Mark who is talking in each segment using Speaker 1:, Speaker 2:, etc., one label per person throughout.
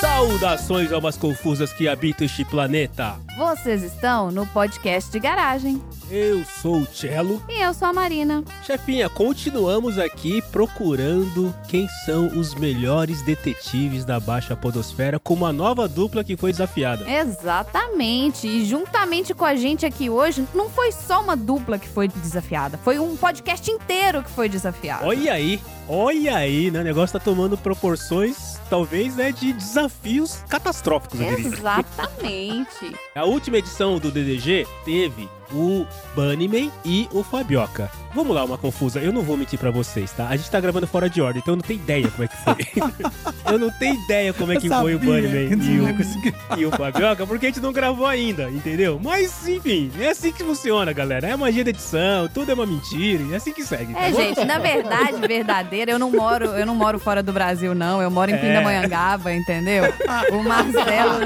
Speaker 1: Saudações, almas confusas que habitam este planeta.
Speaker 2: Vocês estão no podcast de garagem.
Speaker 1: Eu sou o Cello.
Speaker 2: E eu sou a Marina.
Speaker 1: Chefinha, continuamos aqui procurando quem são os melhores detetives da Baixa Podosfera com uma nova dupla que foi desafiada.
Speaker 2: Exatamente. E juntamente com a gente aqui hoje, não foi só uma dupla que foi desafiada, foi um podcast inteiro que foi desafiado.
Speaker 1: Olha aí, olha aí, né? O negócio tá tomando proporções, talvez, né, de desafios catastróficos, eu diria.
Speaker 2: Exatamente.
Speaker 1: A última edição do DDG teve o Bunnyman e o Fabioca. Vamos lá, uma confusa. Eu não vou mentir para vocês, tá? A gente tá gravando fora de ordem, então eu não tenho ideia como é que foi. eu não tenho ideia como é que foi o Bunnyman e o, e o Fabioca, porque a gente não gravou ainda, entendeu? Mas, enfim, é assim que funciona, galera. É magia da edição, tudo é uma mentira, e é assim que segue. Tá
Speaker 2: é,
Speaker 1: bom?
Speaker 2: gente, na verdade, verdadeira, eu não moro, eu não moro fora do Brasil, não. Eu moro em
Speaker 1: É.
Speaker 2: Pindamonhangaba, entendeu? O Marcelo,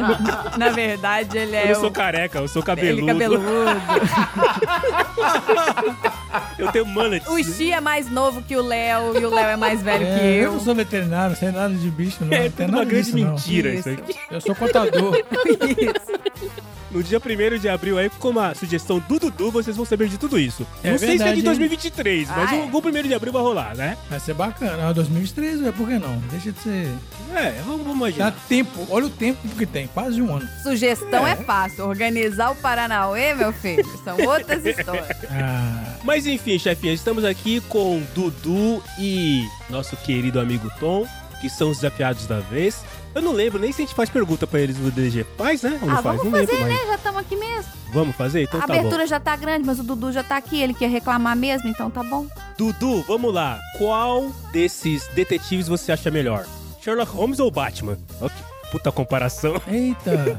Speaker 2: na verdade, ele é
Speaker 1: Eu sou
Speaker 2: o-
Speaker 1: careca, eu sou
Speaker 2: ele
Speaker 1: cabeludo,
Speaker 2: é cabeludo.
Speaker 1: eu tenho mullet.
Speaker 2: O Xi é mais novo que o Léo e o Léo é mais velho que
Speaker 3: É, eu
Speaker 2: eu.
Speaker 3: não sou veterinário, não sei nada de bicho, não.
Speaker 1: É
Speaker 3: não tem
Speaker 1: tudo
Speaker 3: nada
Speaker 1: uma grande
Speaker 3: disso, não.
Speaker 1: mentira
Speaker 2: Isso.
Speaker 1: isso aqui.
Speaker 3: Eu sou contador.
Speaker 1: No dia 1 de abril aí, com uma sugestão do Dudu, vocês vão saber de tudo isso.
Speaker 3: É
Speaker 1: não sei se é
Speaker 3: verdade,
Speaker 1: de
Speaker 3: hein?
Speaker 1: 2023, mas
Speaker 2: Ah, é.
Speaker 1: o algum 1 de abril vai rolar, né?
Speaker 3: Vai ser bacana. Ah, 2023, ué, por que não? Deixa de ser.
Speaker 1: É, vamos, vamos
Speaker 3: Dá
Speaker 1: imaginar.
Speaker 3: tempo, olha o tempo que tem, quase um ano.
Speaker 2: Sugestão é. fácil. Organizar o Paranauê, meu filho, são outras histórias.
Speaker 3: Ah,
Speaker 1: Mas enfim, chefinha, estamos aqui com Dudu e nosso querido amigo Tom, que são os desafiados da vez. Eu não lembro nem se a gente faz pergunta pra eles no DG. Faz, né? Ou não
Speaker 2: ah,
Speaker 1: faz?
Speaker 2: vamos
Speaker 1: não
Speaker 2: fazer,
Speaker 1: lembro mais.
Speaker 2: né? Já estamos aqui mesmo.
Speaker 1: Vamos fazer? Então
Speaker 2: a
Speaker 1: tá
Speaker 2: abertura já tá grande, mas o Dudu já tá aqui, ele quer reclamar mesmo, então tá bom.
Speaker 1: bom. Dudu, vamos lá. Qual desses detetives você acha melhor? Sherlock Holmes ou Batman? Ó, que puta comparação.
Speaker 3: eita.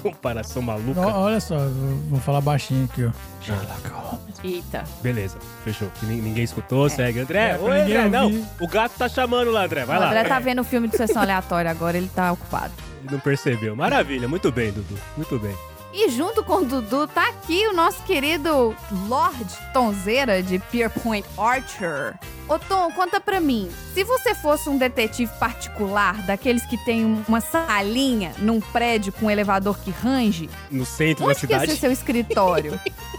Speaker 1: comparação maluca.
Speaker 3: Ó, olha só, vou vou falar baixinho aqui, ó.
Speaker 1: tá
Speaker 3: Sherlock Holmes.
Speaker 2: Eita.
Speaker 1: Beleza, fechou. Que nin- ninguém escutou, segue. André,
Speaker 3: É, pra
Speaker 1: oi,
Speaker 3: ninguém
Speaker 1: André, não.
Speaker 3: ouvir.
Speaker 1: O gato tá chamando lá, André, vai
Speaker 2: o
Speaker 1: lá.
Speaker 2: André tá vendo o filme de sessão aleatória agora, ele tá ocupado.
Speaker 1: Ele Não percebeu. Maravilha, muito bem, Dudu. Muito bem.
Speaker 2: E junto com o Dudu tá aqui o nosso querido Lord Tonzeira de Pierpoint Archer. Ô Tom, conta pra mim, se você fosse um detetive particular, daqueles que tem um- uma salinha num prédio com um elevador que range,
Speaker 1: No centro da
Speaker 2: onde que ia
Speaker 1: cidade.
Speaker 2: ser seu escritório?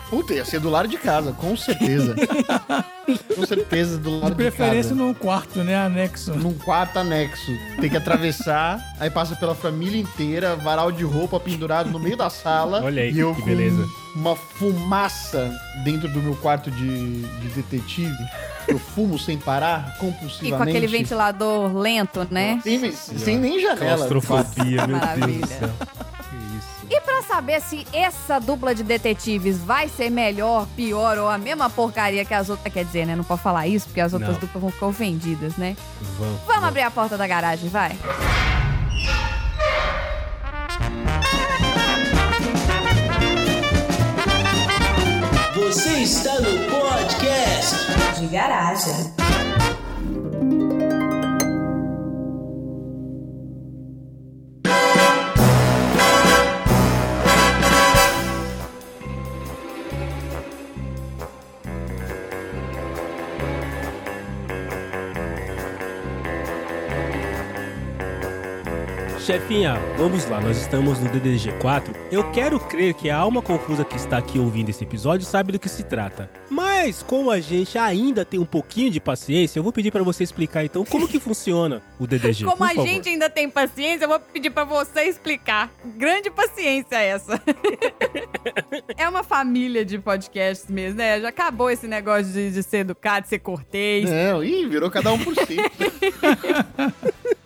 Speaker 4: Puta, ia ser do lado de casa, com certeza. com certeza, do lado
Speaker 3: De
Speaker 4: de,
Speaker 3: preferência
Speaker 4: casa.
Speaker 3: num quarto, né? Anexo.
Speaker 4: Num quarto anexo. Tem que atravessar, aí passa pela família inteira, varal de roupa pendurado no meio da sala.
Speaker 1: Olha aí,
Speaker 4: e eu
Speaker 1: que
Speaker 4: com
Speaker 1: beleza.
Speaker 4: Uma fumaça dentro do meu quarto de, de detetive. Eu fumo sem parar,
Speaker 2: e
Speaker 4: compulsivamente.
Speaker 2: com aquele ventilador lento, né?
Speaker 4: Sem, sem nem janela.
Speaker 1: Claustrofobia, meu Deus
Speaker 2: Maravilha.
Speaker 1: do céu. Que isso.
Speaker 2: E pra saber se essa dupla de detetives vai ser melhor, pior ou a mesma porcaria que as outras. Quer dizer, né? Não pode falar isso, porque as outras
Speaker 1: Não.
Speaker 2: duplas vão ficar ofendidas, né?
Speaker 1: Vamos.
Speaker 2: Vamos abrir a porta da garagem, vai.
Speaker 5: Você está no podcast
Speaker 6: de garagem.
Speaker 1: Chefinha, vamos lá, nós estamos no DDG4. Eu quero crer que a alma confusa que está aqui ouvindo esse episódio sabe do que se trata. Mas como a gente ainda tem um pouquinho de paciência, eu vou pedir para você explicar então como que funciona o DDG.
Speaker 2: Como
Speaker 1: por
Speaker 2: a
Speaker 1: favor.
Speaker 2: gente ainda tem paciência, eu vou pedir pra você explicar. Grande paciência essa. é uma família de podcasts mesmo, né? Já acabou esse negócio de, de ser educado, de ser cortês.
Speaker 4: Não, ih, virou cada um por si.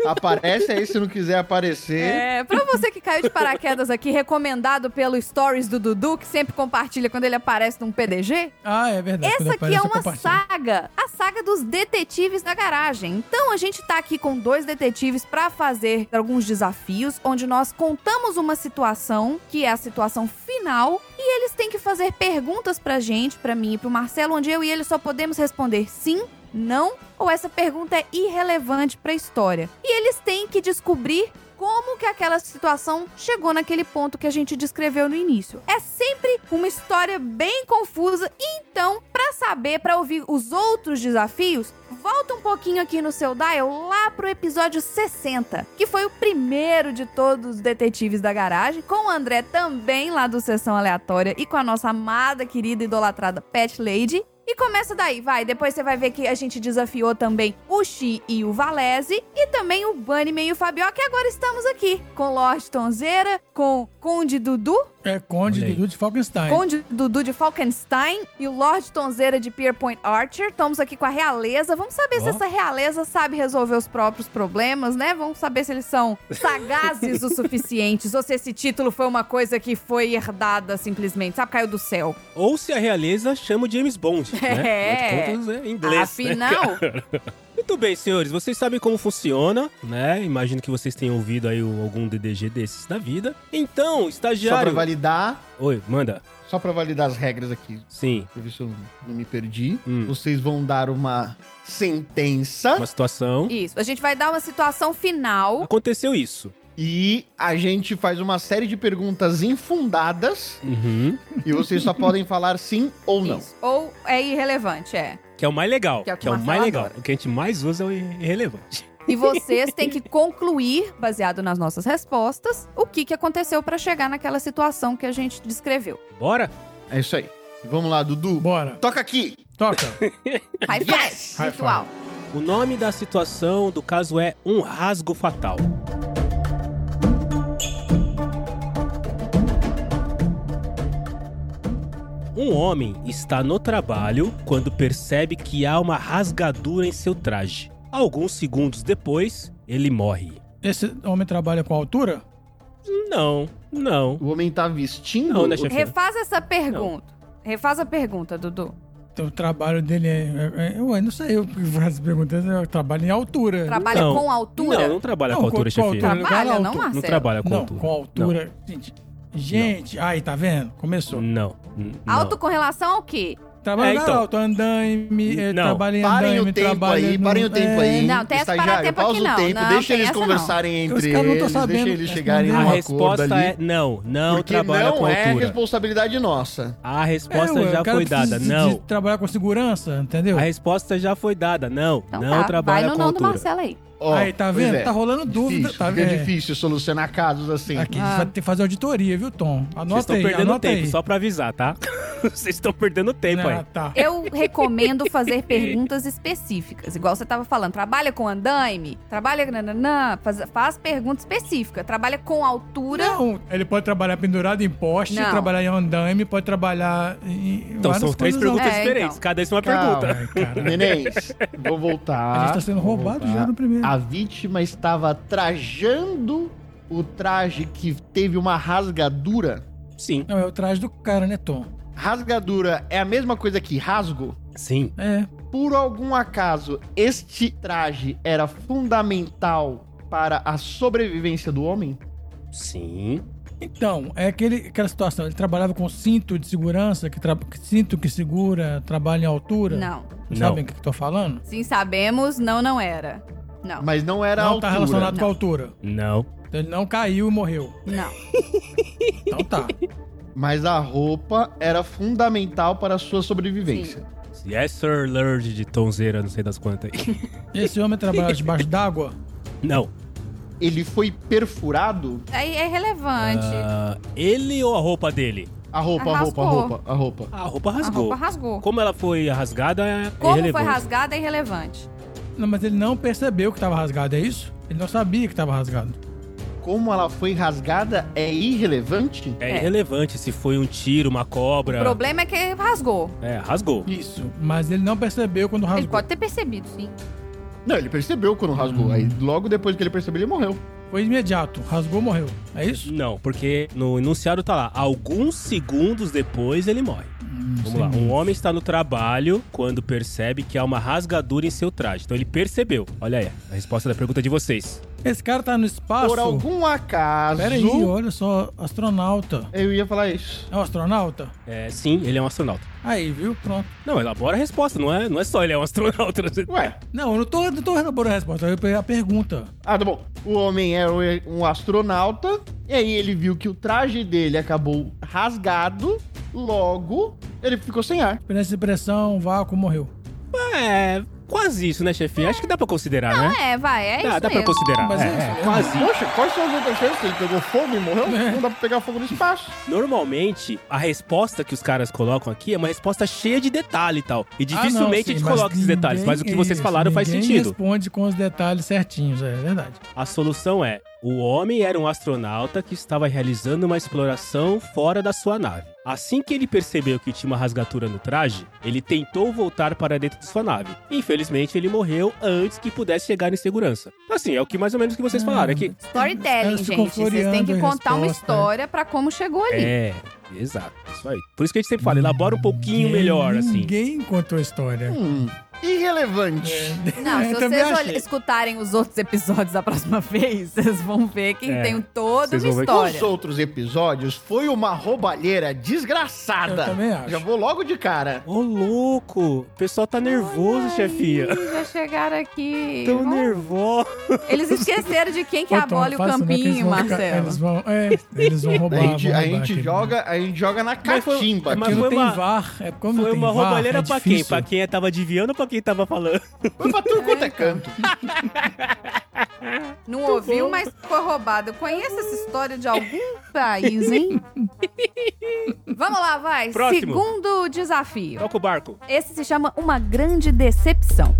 Speaker 4: Aparece aí se não quiser aparecer.
Speaker 2: É, pra você que caiu de paraquedas aqui, recomendado pelo Stories do Dudu, que sempre compartilha quando ele aparece num PDG,
Speaker 3: Ah, é verdade. quando
Speaker 2: essa aqui
Speaker 3: aparece,
Speaker 2: é
Speaker 3: eu
Speaker 2: uma
Speaker 3: compartilho.
Speaker 2: saga, a saga dos detetives da garagem. Então a gente tá aqui com dois detetives pra fazer alguns desafios, onde nós contamos uma situação, que é a situação final, e eles têm que fazer perguntas pra gente, pra mim e pro Marcelo, onde eu e ele só podemos responder sim, não, ou essa pergunta é irrelevante pra história. E eles têm que descobrir como que aquela situação chegou naquele ponto que a gente descreveu no início. É sempre uma história bem confusa, então, pra saber, pra ouvir os outros desafios, volta um pouquinho aqui no seu dial lá pro episódio 60, que foi o primeiro de todos os detetives da garagem, com o André também lá do Sessão Aleatória e com a nossa amada, querida, idolatrada Pet Lady. E começa daí, vai. Depois você vai ver que a gente desafiou também o Xi e o Valese e também o Bunnyman e o Fabio, que agora estamos aqui com Lorde Tonzeira, com Conde Dudu,
Speaker 3: É Conde
Speaker 1: Olha aí.
Speaker 3: Dudu de Falkenstein.
Speaker 2: Conde Dudu de Falkenstein e o Lorde Tonzeira de Pierpoint Archer. Estamos aqui com a realeza. Vamos saber se
Speaker 3: Ó.
Speaker 2: essa realeza sabe resolver os próprios problemas, né? Vamos saber se eles são sagazes o suficientes ou se esse título foi uma coisa que foi herdada simplesmente, sabe? Caiu do céu.
Speaker 1: Ou se a realeza chama o James Bond, né?
Speaker 2: É.
Speaker 1: Afinal de Contas, é inglês, né?
Speaker 2: Afinal,
Speaker 1: Muito bem, senhores, vocês sabem como funciona, né? Imagino que vocês tenham ouvido aí o- algum DDG desses da vida. Então,
Speaker 4: Só pra
Speaker 1: estagiário...
Speaker 4: validar,
Speaker 1: Oi, manda.
Speaker 4: só pra validar as regras aqui,
Speaker 1: Sim,
Speaker 4: pra ver se eu não me perdi.
Speaker 1: Hum.
Speaker 4: Vocês vão dar uma sentença
Speaker 1: uma situação.
Speaker 2: isso. A gente vai dar uma situação final.
Speaker 1: Aconteceu isso.
Speaker 4: e a gente faz uma série de perguntas infundadas
Speaker 1: Uhum.
Speaker 4: e vocês só podem falar sim ou não.
Speaker 2: Isso. Ou é irrelevante, é.
Speaker 1: Que é o mais legal.
Speaker 2: Que é o que o
Speaker 1: o mais
Speaker 2: Marcelo
Speaker 1: legal.
Speaker 2: adora.
Speaker 1: O que a gente mais usa é o irrelevante.
Speaker 2: E vocês têm que concluir, baseado nas nossas respostas, o que, que aconteceu pra chegar naquela situação que a gente descreveu.
Speaker 1: Bora?
Speaker 4: É isso aí. Vamos lá, Dudu.
Speaker 3: Bora.
Speaker 4: Toca aqui.
Speaker 3: Toca.
Speaker 2: High
Speaker 4: Yes!
Speaker 2: five,
Speaker 3: High
Speaker 2: ritual.
Speaker 1: O nome da situação do caso é Um Rasgo Fatal. Um homem está no trabalho quando percebe que há uma rasgadura em seu traje. Alguns segundos depois, ele morre.
Speaker 3: Esse homem trabalha com altura?
Speaker 1: Não, não.
Speaker 4: O homem tá vestindo.
Speaker 1: Não, né,
Speaker 4: o-
Speaker 1: chefe?
Speaker 2: Refaz essa pergunta. Refaz a pergunta, Dudu.
Speaker 3: Então, o trabalho dele é. é- é- ué, não sei eu que faço essa pergunta. Eu trabalho em altura.
Speaker 2: Trabalha
Speaker 1: Não.
Speaker 2: com altura?
Speaker 1: Não, não trabalha com
Speaker 3: Não,
Speaker 1: altura,
Speaker 3: com- com
Speaker 1: chefia.
Speaker 3: altura.
Speaker 2: Trabalha, não,
Speaker 3: Não,
Speaker 2: é?
Speaker 3: não
Speaker 1: Não
Speaker 2: Marcelo?
Speaker 1: trabalha com
Speaker 3: não,
Speaker 1: altura.
Speaker 3: com altura. Gente, gente aí, tá vendo? Começou.
Speaker 1: Não. Não. não.
Speaker 2: Alto com relação ao quê?
Speaker 3: Trabalho
Speaker 1: Hum. É, então.
Speaker 3: na alto, andaime, é,
Speaker 1: Não.
Speaker 3: trabalho em
Speaker 4: Parem
Speaker 3: andaime,
Speaker 4: o tempo
Speaker 3: trabalho
Speaker 4: aí,
Speaker 3: no-
Speaker 4: parem o
Speaker 3: é,
Speaker 4: tempo aí.
Speaker 2: Não, tem essa parar tempo
Speaker 4: pausa
Speaker 2: aqui,
Speaker 4: o
Speaker 2: não.
Speaker 4: tempo,
Speaker 2: Não,
Speaker 4: deixa
Speaker 2: tem
Speaker 4: eles
Speaker 2: essa não.
Speaker 4: conversarem
Speaker 3: Os
Speaker 4: entre
Speaker 3: caras não tão
Speaker 4: eles,
Speaker 3: sabendo é
Speaker 4: deixa eles chegarem
Speaker 1: A
Speaker 4: em um acordo
Speaker 1: resposta
Speaker 4: ali.
Speaker 1: é não, não
Speaker 4: porque
Speaker 1: trabalha
Speaker 4: não
Speaker 1: com
Speaker 4: é
Speaker 1: altura.
Speaker 4: responsabilidade nossa.
Speaker 1: A
Speaker 3: É,
Speaker 1: resposta
Speaker 3: ué,
Speaker 1: já
Speaker 3: o cara
Speaker 1: foi
Speaker 3: precisa
Speaker 1: dada.
Speaker 3: de-
Speaker 1: Não.
Speaker 3: de trabalhar com segurança, entendeu?
Speaker 1: A resposta já foi dada. Não,
Speaker 2: Então
Speaker 1: não
Speaker 2: tá,
Speaker 1: trabalha
Speaker 2: vai no
Speaker 1: com
Speaker 2: não do
Speaker 1: altura.
Speaker 2: Marcelo aí.
Speaker 4: Ó,
Speaker 3: Aí, tá
Speaker 4: pois
Speaker 3: vendo?
Speaker 4: é.
Speaker 3: Tá rolando dúvida.
Speaker 4: Difícil,
Speaker 3: tá
Speaker 4: fica
Speaker 3: vendo?
Speaker 4: difícil solucionar casos assim.
Speaker 3: Aqui,
Speaker 2: Ah.
Speaker 3: a gente vai ter que fazer auditoria, viu, Tom?
Speaker 1: Vocês
Speaker 3: Anota
Speaker 1: estão
Speaker 3: aí,
Speaker 1: perdendo
Speaker 3: anota
Speaker 1: tempo,
Speaker 3: aí.
Speaker 1: só pra avisar, tá? Vocês estão perdendo tempo
Speaker 3: Ah,
Speaker 1: aí.
Speaker 3: tá.
Speaker 2: Eu recomendo fazer perguntas específicas. Igual você tava falando, trabalha com andaime, trabalha... Nananã, faz, faz pergunta específica. Trabalha com altura...
Speaker 3: Não, ele pode trabalhar pendurado em poste,
Speaker 2: Não.
Speaker 3: trabalhar em andaime, pode trabalhar em.
Speaker 1: Então, são três perguntas
Speaker 2: É,
Speaker 1: diferentes.
Speaker 2: então.
Speaker 1: Cada isso é uma
Speaker 4: Calma.
Speaker 1: pergunta.
Speaker 4: Nenéns, vou voltar.
Speaker 3: A gente tá
Speaker 1: Ah,
Speaker 3: sendo
Speaker 4: Vou
Speaker 3: roubado
Speaker 4: voltar.
Speaker 3: já no primeiro.
Speaker 4: A vítima estava trajando o traje que teve uma rasgadura.
Speaker 1: Sim,
Speaker 3: Não, é o traje do cara, né, Tom?
Speaker 4: Rasgadura é a mesma coisa que rasgo?
Speaker 1: sim.
Speaker 3: É.
Speaker 4: Por algum acaso, este traje era fundamental para a sobrevivência do homem?
Speaker 1: Sim.
Speaker 3: Então, é aquele, aquela situação. Ele trabalhava com cinto de segurança, que tra- que cinto que segura, trabalha em altura.
Speaker 2: Não.
Speaker 1: Não.
Speaker 3: Sabem o que, que eu tô falando?
Speaker 2: Sim, sabemos, não, não era. Não,
Speaker 4: Mas não era a
Speaker 3: não
Speaker 4: altura.
Speaker 3: tá relacionado com
Speaker 2: Não.
Speaker 3: a altura.
Speaker 1: Não.
Speaker 3: Então, ele não caiu e morreu.
Speaker 2: não.
Speaker 3: Então tá.
Speaker 4: Mas a roupa era fundamental para a sua sobrevivência.
Speaker 1: Yes, é sir, Lord de tonzeira, não sei das quantas aí.
Speaker 3: Esse homem trabalhava debaixo d'água?
Speaker 1: Não.
Speaker 4: Ele foi perfurado?
Speaker 2: Aí é relevante.
Speaker 1: Ah, ele ou a roupa dele?
Speaker 4: A roupa, a roupa, a
Speaker 2: Rasgou.
Speaker 4: roupa, a roupa.
Speaker 1: A roupa
Speaker 2: a
Speaker 1: rasgou.
Speaker 2: roupa rasgou.
Speaker 1: Como ela foi rasgada, é
Speaker 2: Como foi
Speaker 1: irrelevante.
Speaker 2: rasgada é irrelevante.
Speaker 3: Não, mas ele não percebeu que tava rasgado, é isso? Ele não sabia que tava rasgado.
Speaker 4: Como ela foi rasgada é irrelevante?
Speaker 1: É,
Speaker 2: É.
Speaker 1: irrelevante se foi um tiro, uma cobra.
Speaker 2: O problema é que rasgou.
Speaker 1: É, rasgou.
Speaker 3: Isso. Mas ele não percebeu quando rasgou.
Speaker 2: Ele pode ter percebido, sim.
Speaker 4: Não, ele percebeu quando rasgou. Aí logo depois que ele percebeu, ele morreu.
Speaker 3: Foi imediato. Rasgou, morreu. É isso?
Speaker 1: Não, porque no enunciado tá lá, alguns segundos depois ele morre.
Speaker 3: Hum,
Speaker 1: Vamos lá. Um homem está no trabalho quando percebe que há uma rasgadura em seu traje. Então ele percebeu. Olha aí, a resposta da pergunta de vocês.
Speaker 3: Esse cara tá no espaço.
Speaker 4: Por algum acaso.
Speaker 3: Pera aí, olha só. Astronauta.
Speaker 4: Eu ia falar isso.
Speaker 3: É um astronauta?
Speaker 1: É, sim, ele é um astronauta.
Speaker 3: Aí, viu? Pronto.
Speaker 1: Não, elabora a resposta, não é, não é só ele é um astronauta.
Speaker 4: Ué.
Speaker 3: Não, eu não tô, não tô elaborando a resposta. Eu peguei a pergunta.
Speaker 4: Ah, tá bom. O homem era um astronauta, e aí ele viu que o traje dele acabou rasgado, logo ele ficou sem ar.
Speaker 3: Experiência de pressão, vácuo, morreu.
Speaker 1: É, Quase isso, né, chefinha? Acho que dá pra considerar,
Speaker 2: Não,
Speaker 1: né?
Speaker 2: é, vai, é
Speaker 1: dá,
Speaker 2: isso
Speaker 1: dá pra
Speaker 2: mesmo.
Speaker 1: considerar.
Speaker 3: Mas
Speaker 1: é,
Speaker 3: é isso,
Speaker 1: é
Speaker 3: é.
Speaker 1: quase.
Speaker 4: Poxa, quais são as outras chances? Ele pegou fogo e morreu? Não dá pra pegar fogo no espaço.
Speaker 1: Normalmente, a resposta que os caras colocam aqui é uma resposta cheia de detalhe e tal. E
Speaker 3: Ah, não,
Speaker 1: dificilmente
Speaker 3: sim,
Speaker 1: a gente
Speaker 3: mas
Speaker 1: coloca esses detalhes,
Speaker 3: ninguém- é
Speaker 1: mas o que vocês
Speaker 3: isso,
Speaker 1: falaram faz
Speaker 3: ninguém é
Speaker 1: sentido.
Speaker 3: responde com os detalhes certinhos, é verdade.
Speaker 1: A solução é: o homem era um astronauta que estava realizando uma exploração fora da sua nave. Assim que ele percebeu que tinha uma rasgatura no traje, ele tentou voltar para dentro de sua nave. Infelizmente, ele morreu antes que pudesse chegar em segurança. Assim, é o que mais ou menos que
Speaker 2: Hum,
Speaker 1: vocês falaram. É que.
Speaker 2: Storytelling,
Speaker 3: Elas ficam
Speaker 2: gente. Vocês têm que
Speaker 3: floreando a
Speaker 2: contar uma
Speaker 3: resposta, é.
Speaker 2: história pra como chegou ali.
Speaker 1: É, exato. Isso aí. Por isso que a gente sempre fala: elabora um pouquinho melhor, assim.
Speaker 3: Ninguém contou a história.
Speaker 4: Hum, irrelevante.
Speaker 2: Não,
Speaker 3: É,
Speaker 2: se
Speaker 3: eu também
Speaker 2: vocês olh-
Speaker 3: achei.
Speaker 2: escutarem os outros episódios da próxima vez, vocês vão ver que
Speaker 1: É,
Speaker 2: tem toda
Speaker 1: vocês
Speaker 2: uma
Speaker 1: vão ver que-
Speaker 2: história.
Speaker 4: Os outros episódios foi uma roubalheira desgraçada.
Speaker 3: Eu também acho.
Speaker 4: Já vou logo de cara.
Speaker 1: Ô, louco! O pessoal tá nervoso,
Speaker 2: Olha aí,
Speaker 1: chefia.
Speaker 2: Já chegaram aqui.
Speaker 1: Tão
Speaker 2: Vamos-
Speaker 1: nervoso.
Speaker 2: Eles esqueceram de quem que
Speaker 3: Ô, Tom,
Speaker 2: abole o
Speaker 3: faça não, que eles
Speaker 2: campinho,
Speaker 3: vão ficar-
Speaker 2: Marcelo.
Speaker 3: Eles vão, é, eles vão
Speaker 4: A
Speaker 3: roubar.
Speaker 4: gente,
Speaker 3: vão
Speaker 4: a
Speaker 3: roubar
Speaker 4: gente
Speaker 3: aquele-
Speaker 4: joga, a gente joga na
Speaker 1: Mas foi-
Speaker 4: catimba.
Speaker 1: mas
Speaker 3: Porque
Speaker 1: foi
Speaker 3: não tem
Speaker 1: uma-
Speaker 3: VAR. É como
Speaker 1: Foi
Speaker 3: não tem
Speaker 1: uma
Speaker 3: VAR,
Speaker 1: roubalheira
Speaker 3: é
Speaker 1: pra quem?
Speaker 3: difícil.
Speaker 1: Pra quem tava adivinhando ou pra quem tava falando?
Speaker 4: Foi pra tudo quanto é canto.
Speaker 2: Não ouviu, mas foi roubado. Eu conheço essa história de algum país, hein? Vamos lá, vai.
Speaker 1: Próximo.
Speaker 2: Segundo desafio.
Speaker 1: Toca o barco.
Speaker 2: Esse se chama Uma Grande Decepção.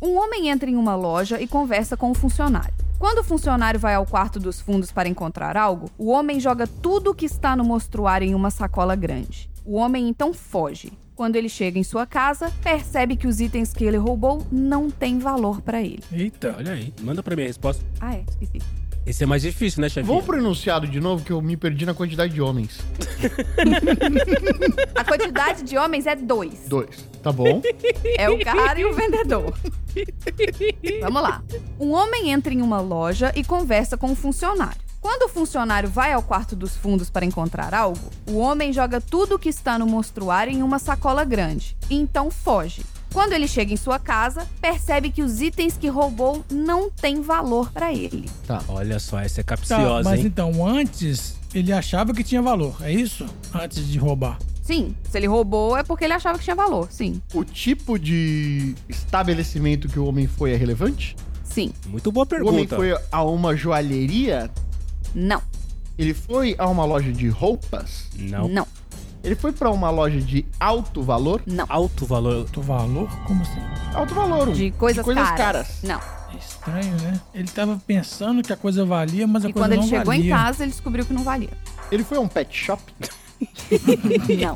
Speaker 2: Um homem entra em uma loja e conversa com o funcionário. Quando o funcionário vai ao quarto dos fundos para encontrar algo, o homem joga tudo que está no mostruário em uma sacola grande. O homem então foge. Quando ele chega em sua casa, percebe que os itens que ele roubou não têm valor para ele.
Speaker 3: Eita.
Speaker 1: Olha aí. Manda pra mim a resposta.
Speaker 2: Ah, é, esqueci.
Speaker 1: Esse é mais difícil, né, chefinha?
Speaker 4: Vamos pro enunciado de novo que eu me perdi na quantidade de homens.
Speaker 2: A quantidade de homens é dois.
Speaker 4: Dois. Tá bom?
Speaker 2: É o cara e o vendedor. Vamos lá. Um homem entra em uma loja e conversa com um funcionário. Quando o funcionário vai ao quarto dos fundos para encontrar algo, o homem joga tudo que está no mostruário em uma sacola grande e então foge. Quando ele chega em sua casa, percebe que os itens que roubou não têm valor para ele.
Speaker 1: Olha só, essa é
Speaker 3: Tá,
Speaker 1: capciosa,
Speaker 3: mas
Speaker 1: hein?
Speaker 3: então, antes, ele achava que tinha valor, é isso? Antes de roubar.
Speaker 2: Sim, se ele roubou é porque ele achava que tinha valor. Sim,
Speaker 4: O tipo de estabelecimento que o homem foi é relevante?
Speaker 2: sim,
Speaker 1: Muito boa
Speaker 4: O homem
Speaker 1: pergunta.
Speaker 4: foi a uma joalheria?
Speaker 2: não,
Speaker 4: Ele foi a uma loja de roupas?
Speaker 1: Não.
Speaker 2: não, não.
Speaker 4: Ele foi pra uma loja de alto valor?
Speaker 1: Alto valor.
Speaker 3: Do valor? Como assim?
Speaker 4: Alto valor. um.
Speaker 2: De coisas,
Speaker 4: caras.
Speaker 2: Não.
Speaker 3: É estranho, né? Ele tava pensando que a coisa valia, mas a
Speaker 2: e
Speaker 3: coisa
Speaker 2: quando
Speaker 3: não
Speaker 2: ele chegou
Speaker 3: valia.
Speaker 2: em casa, ele descobriu que não valia.
Speaker 4: Ele foi a um pet shop?
Speaker 2: Não.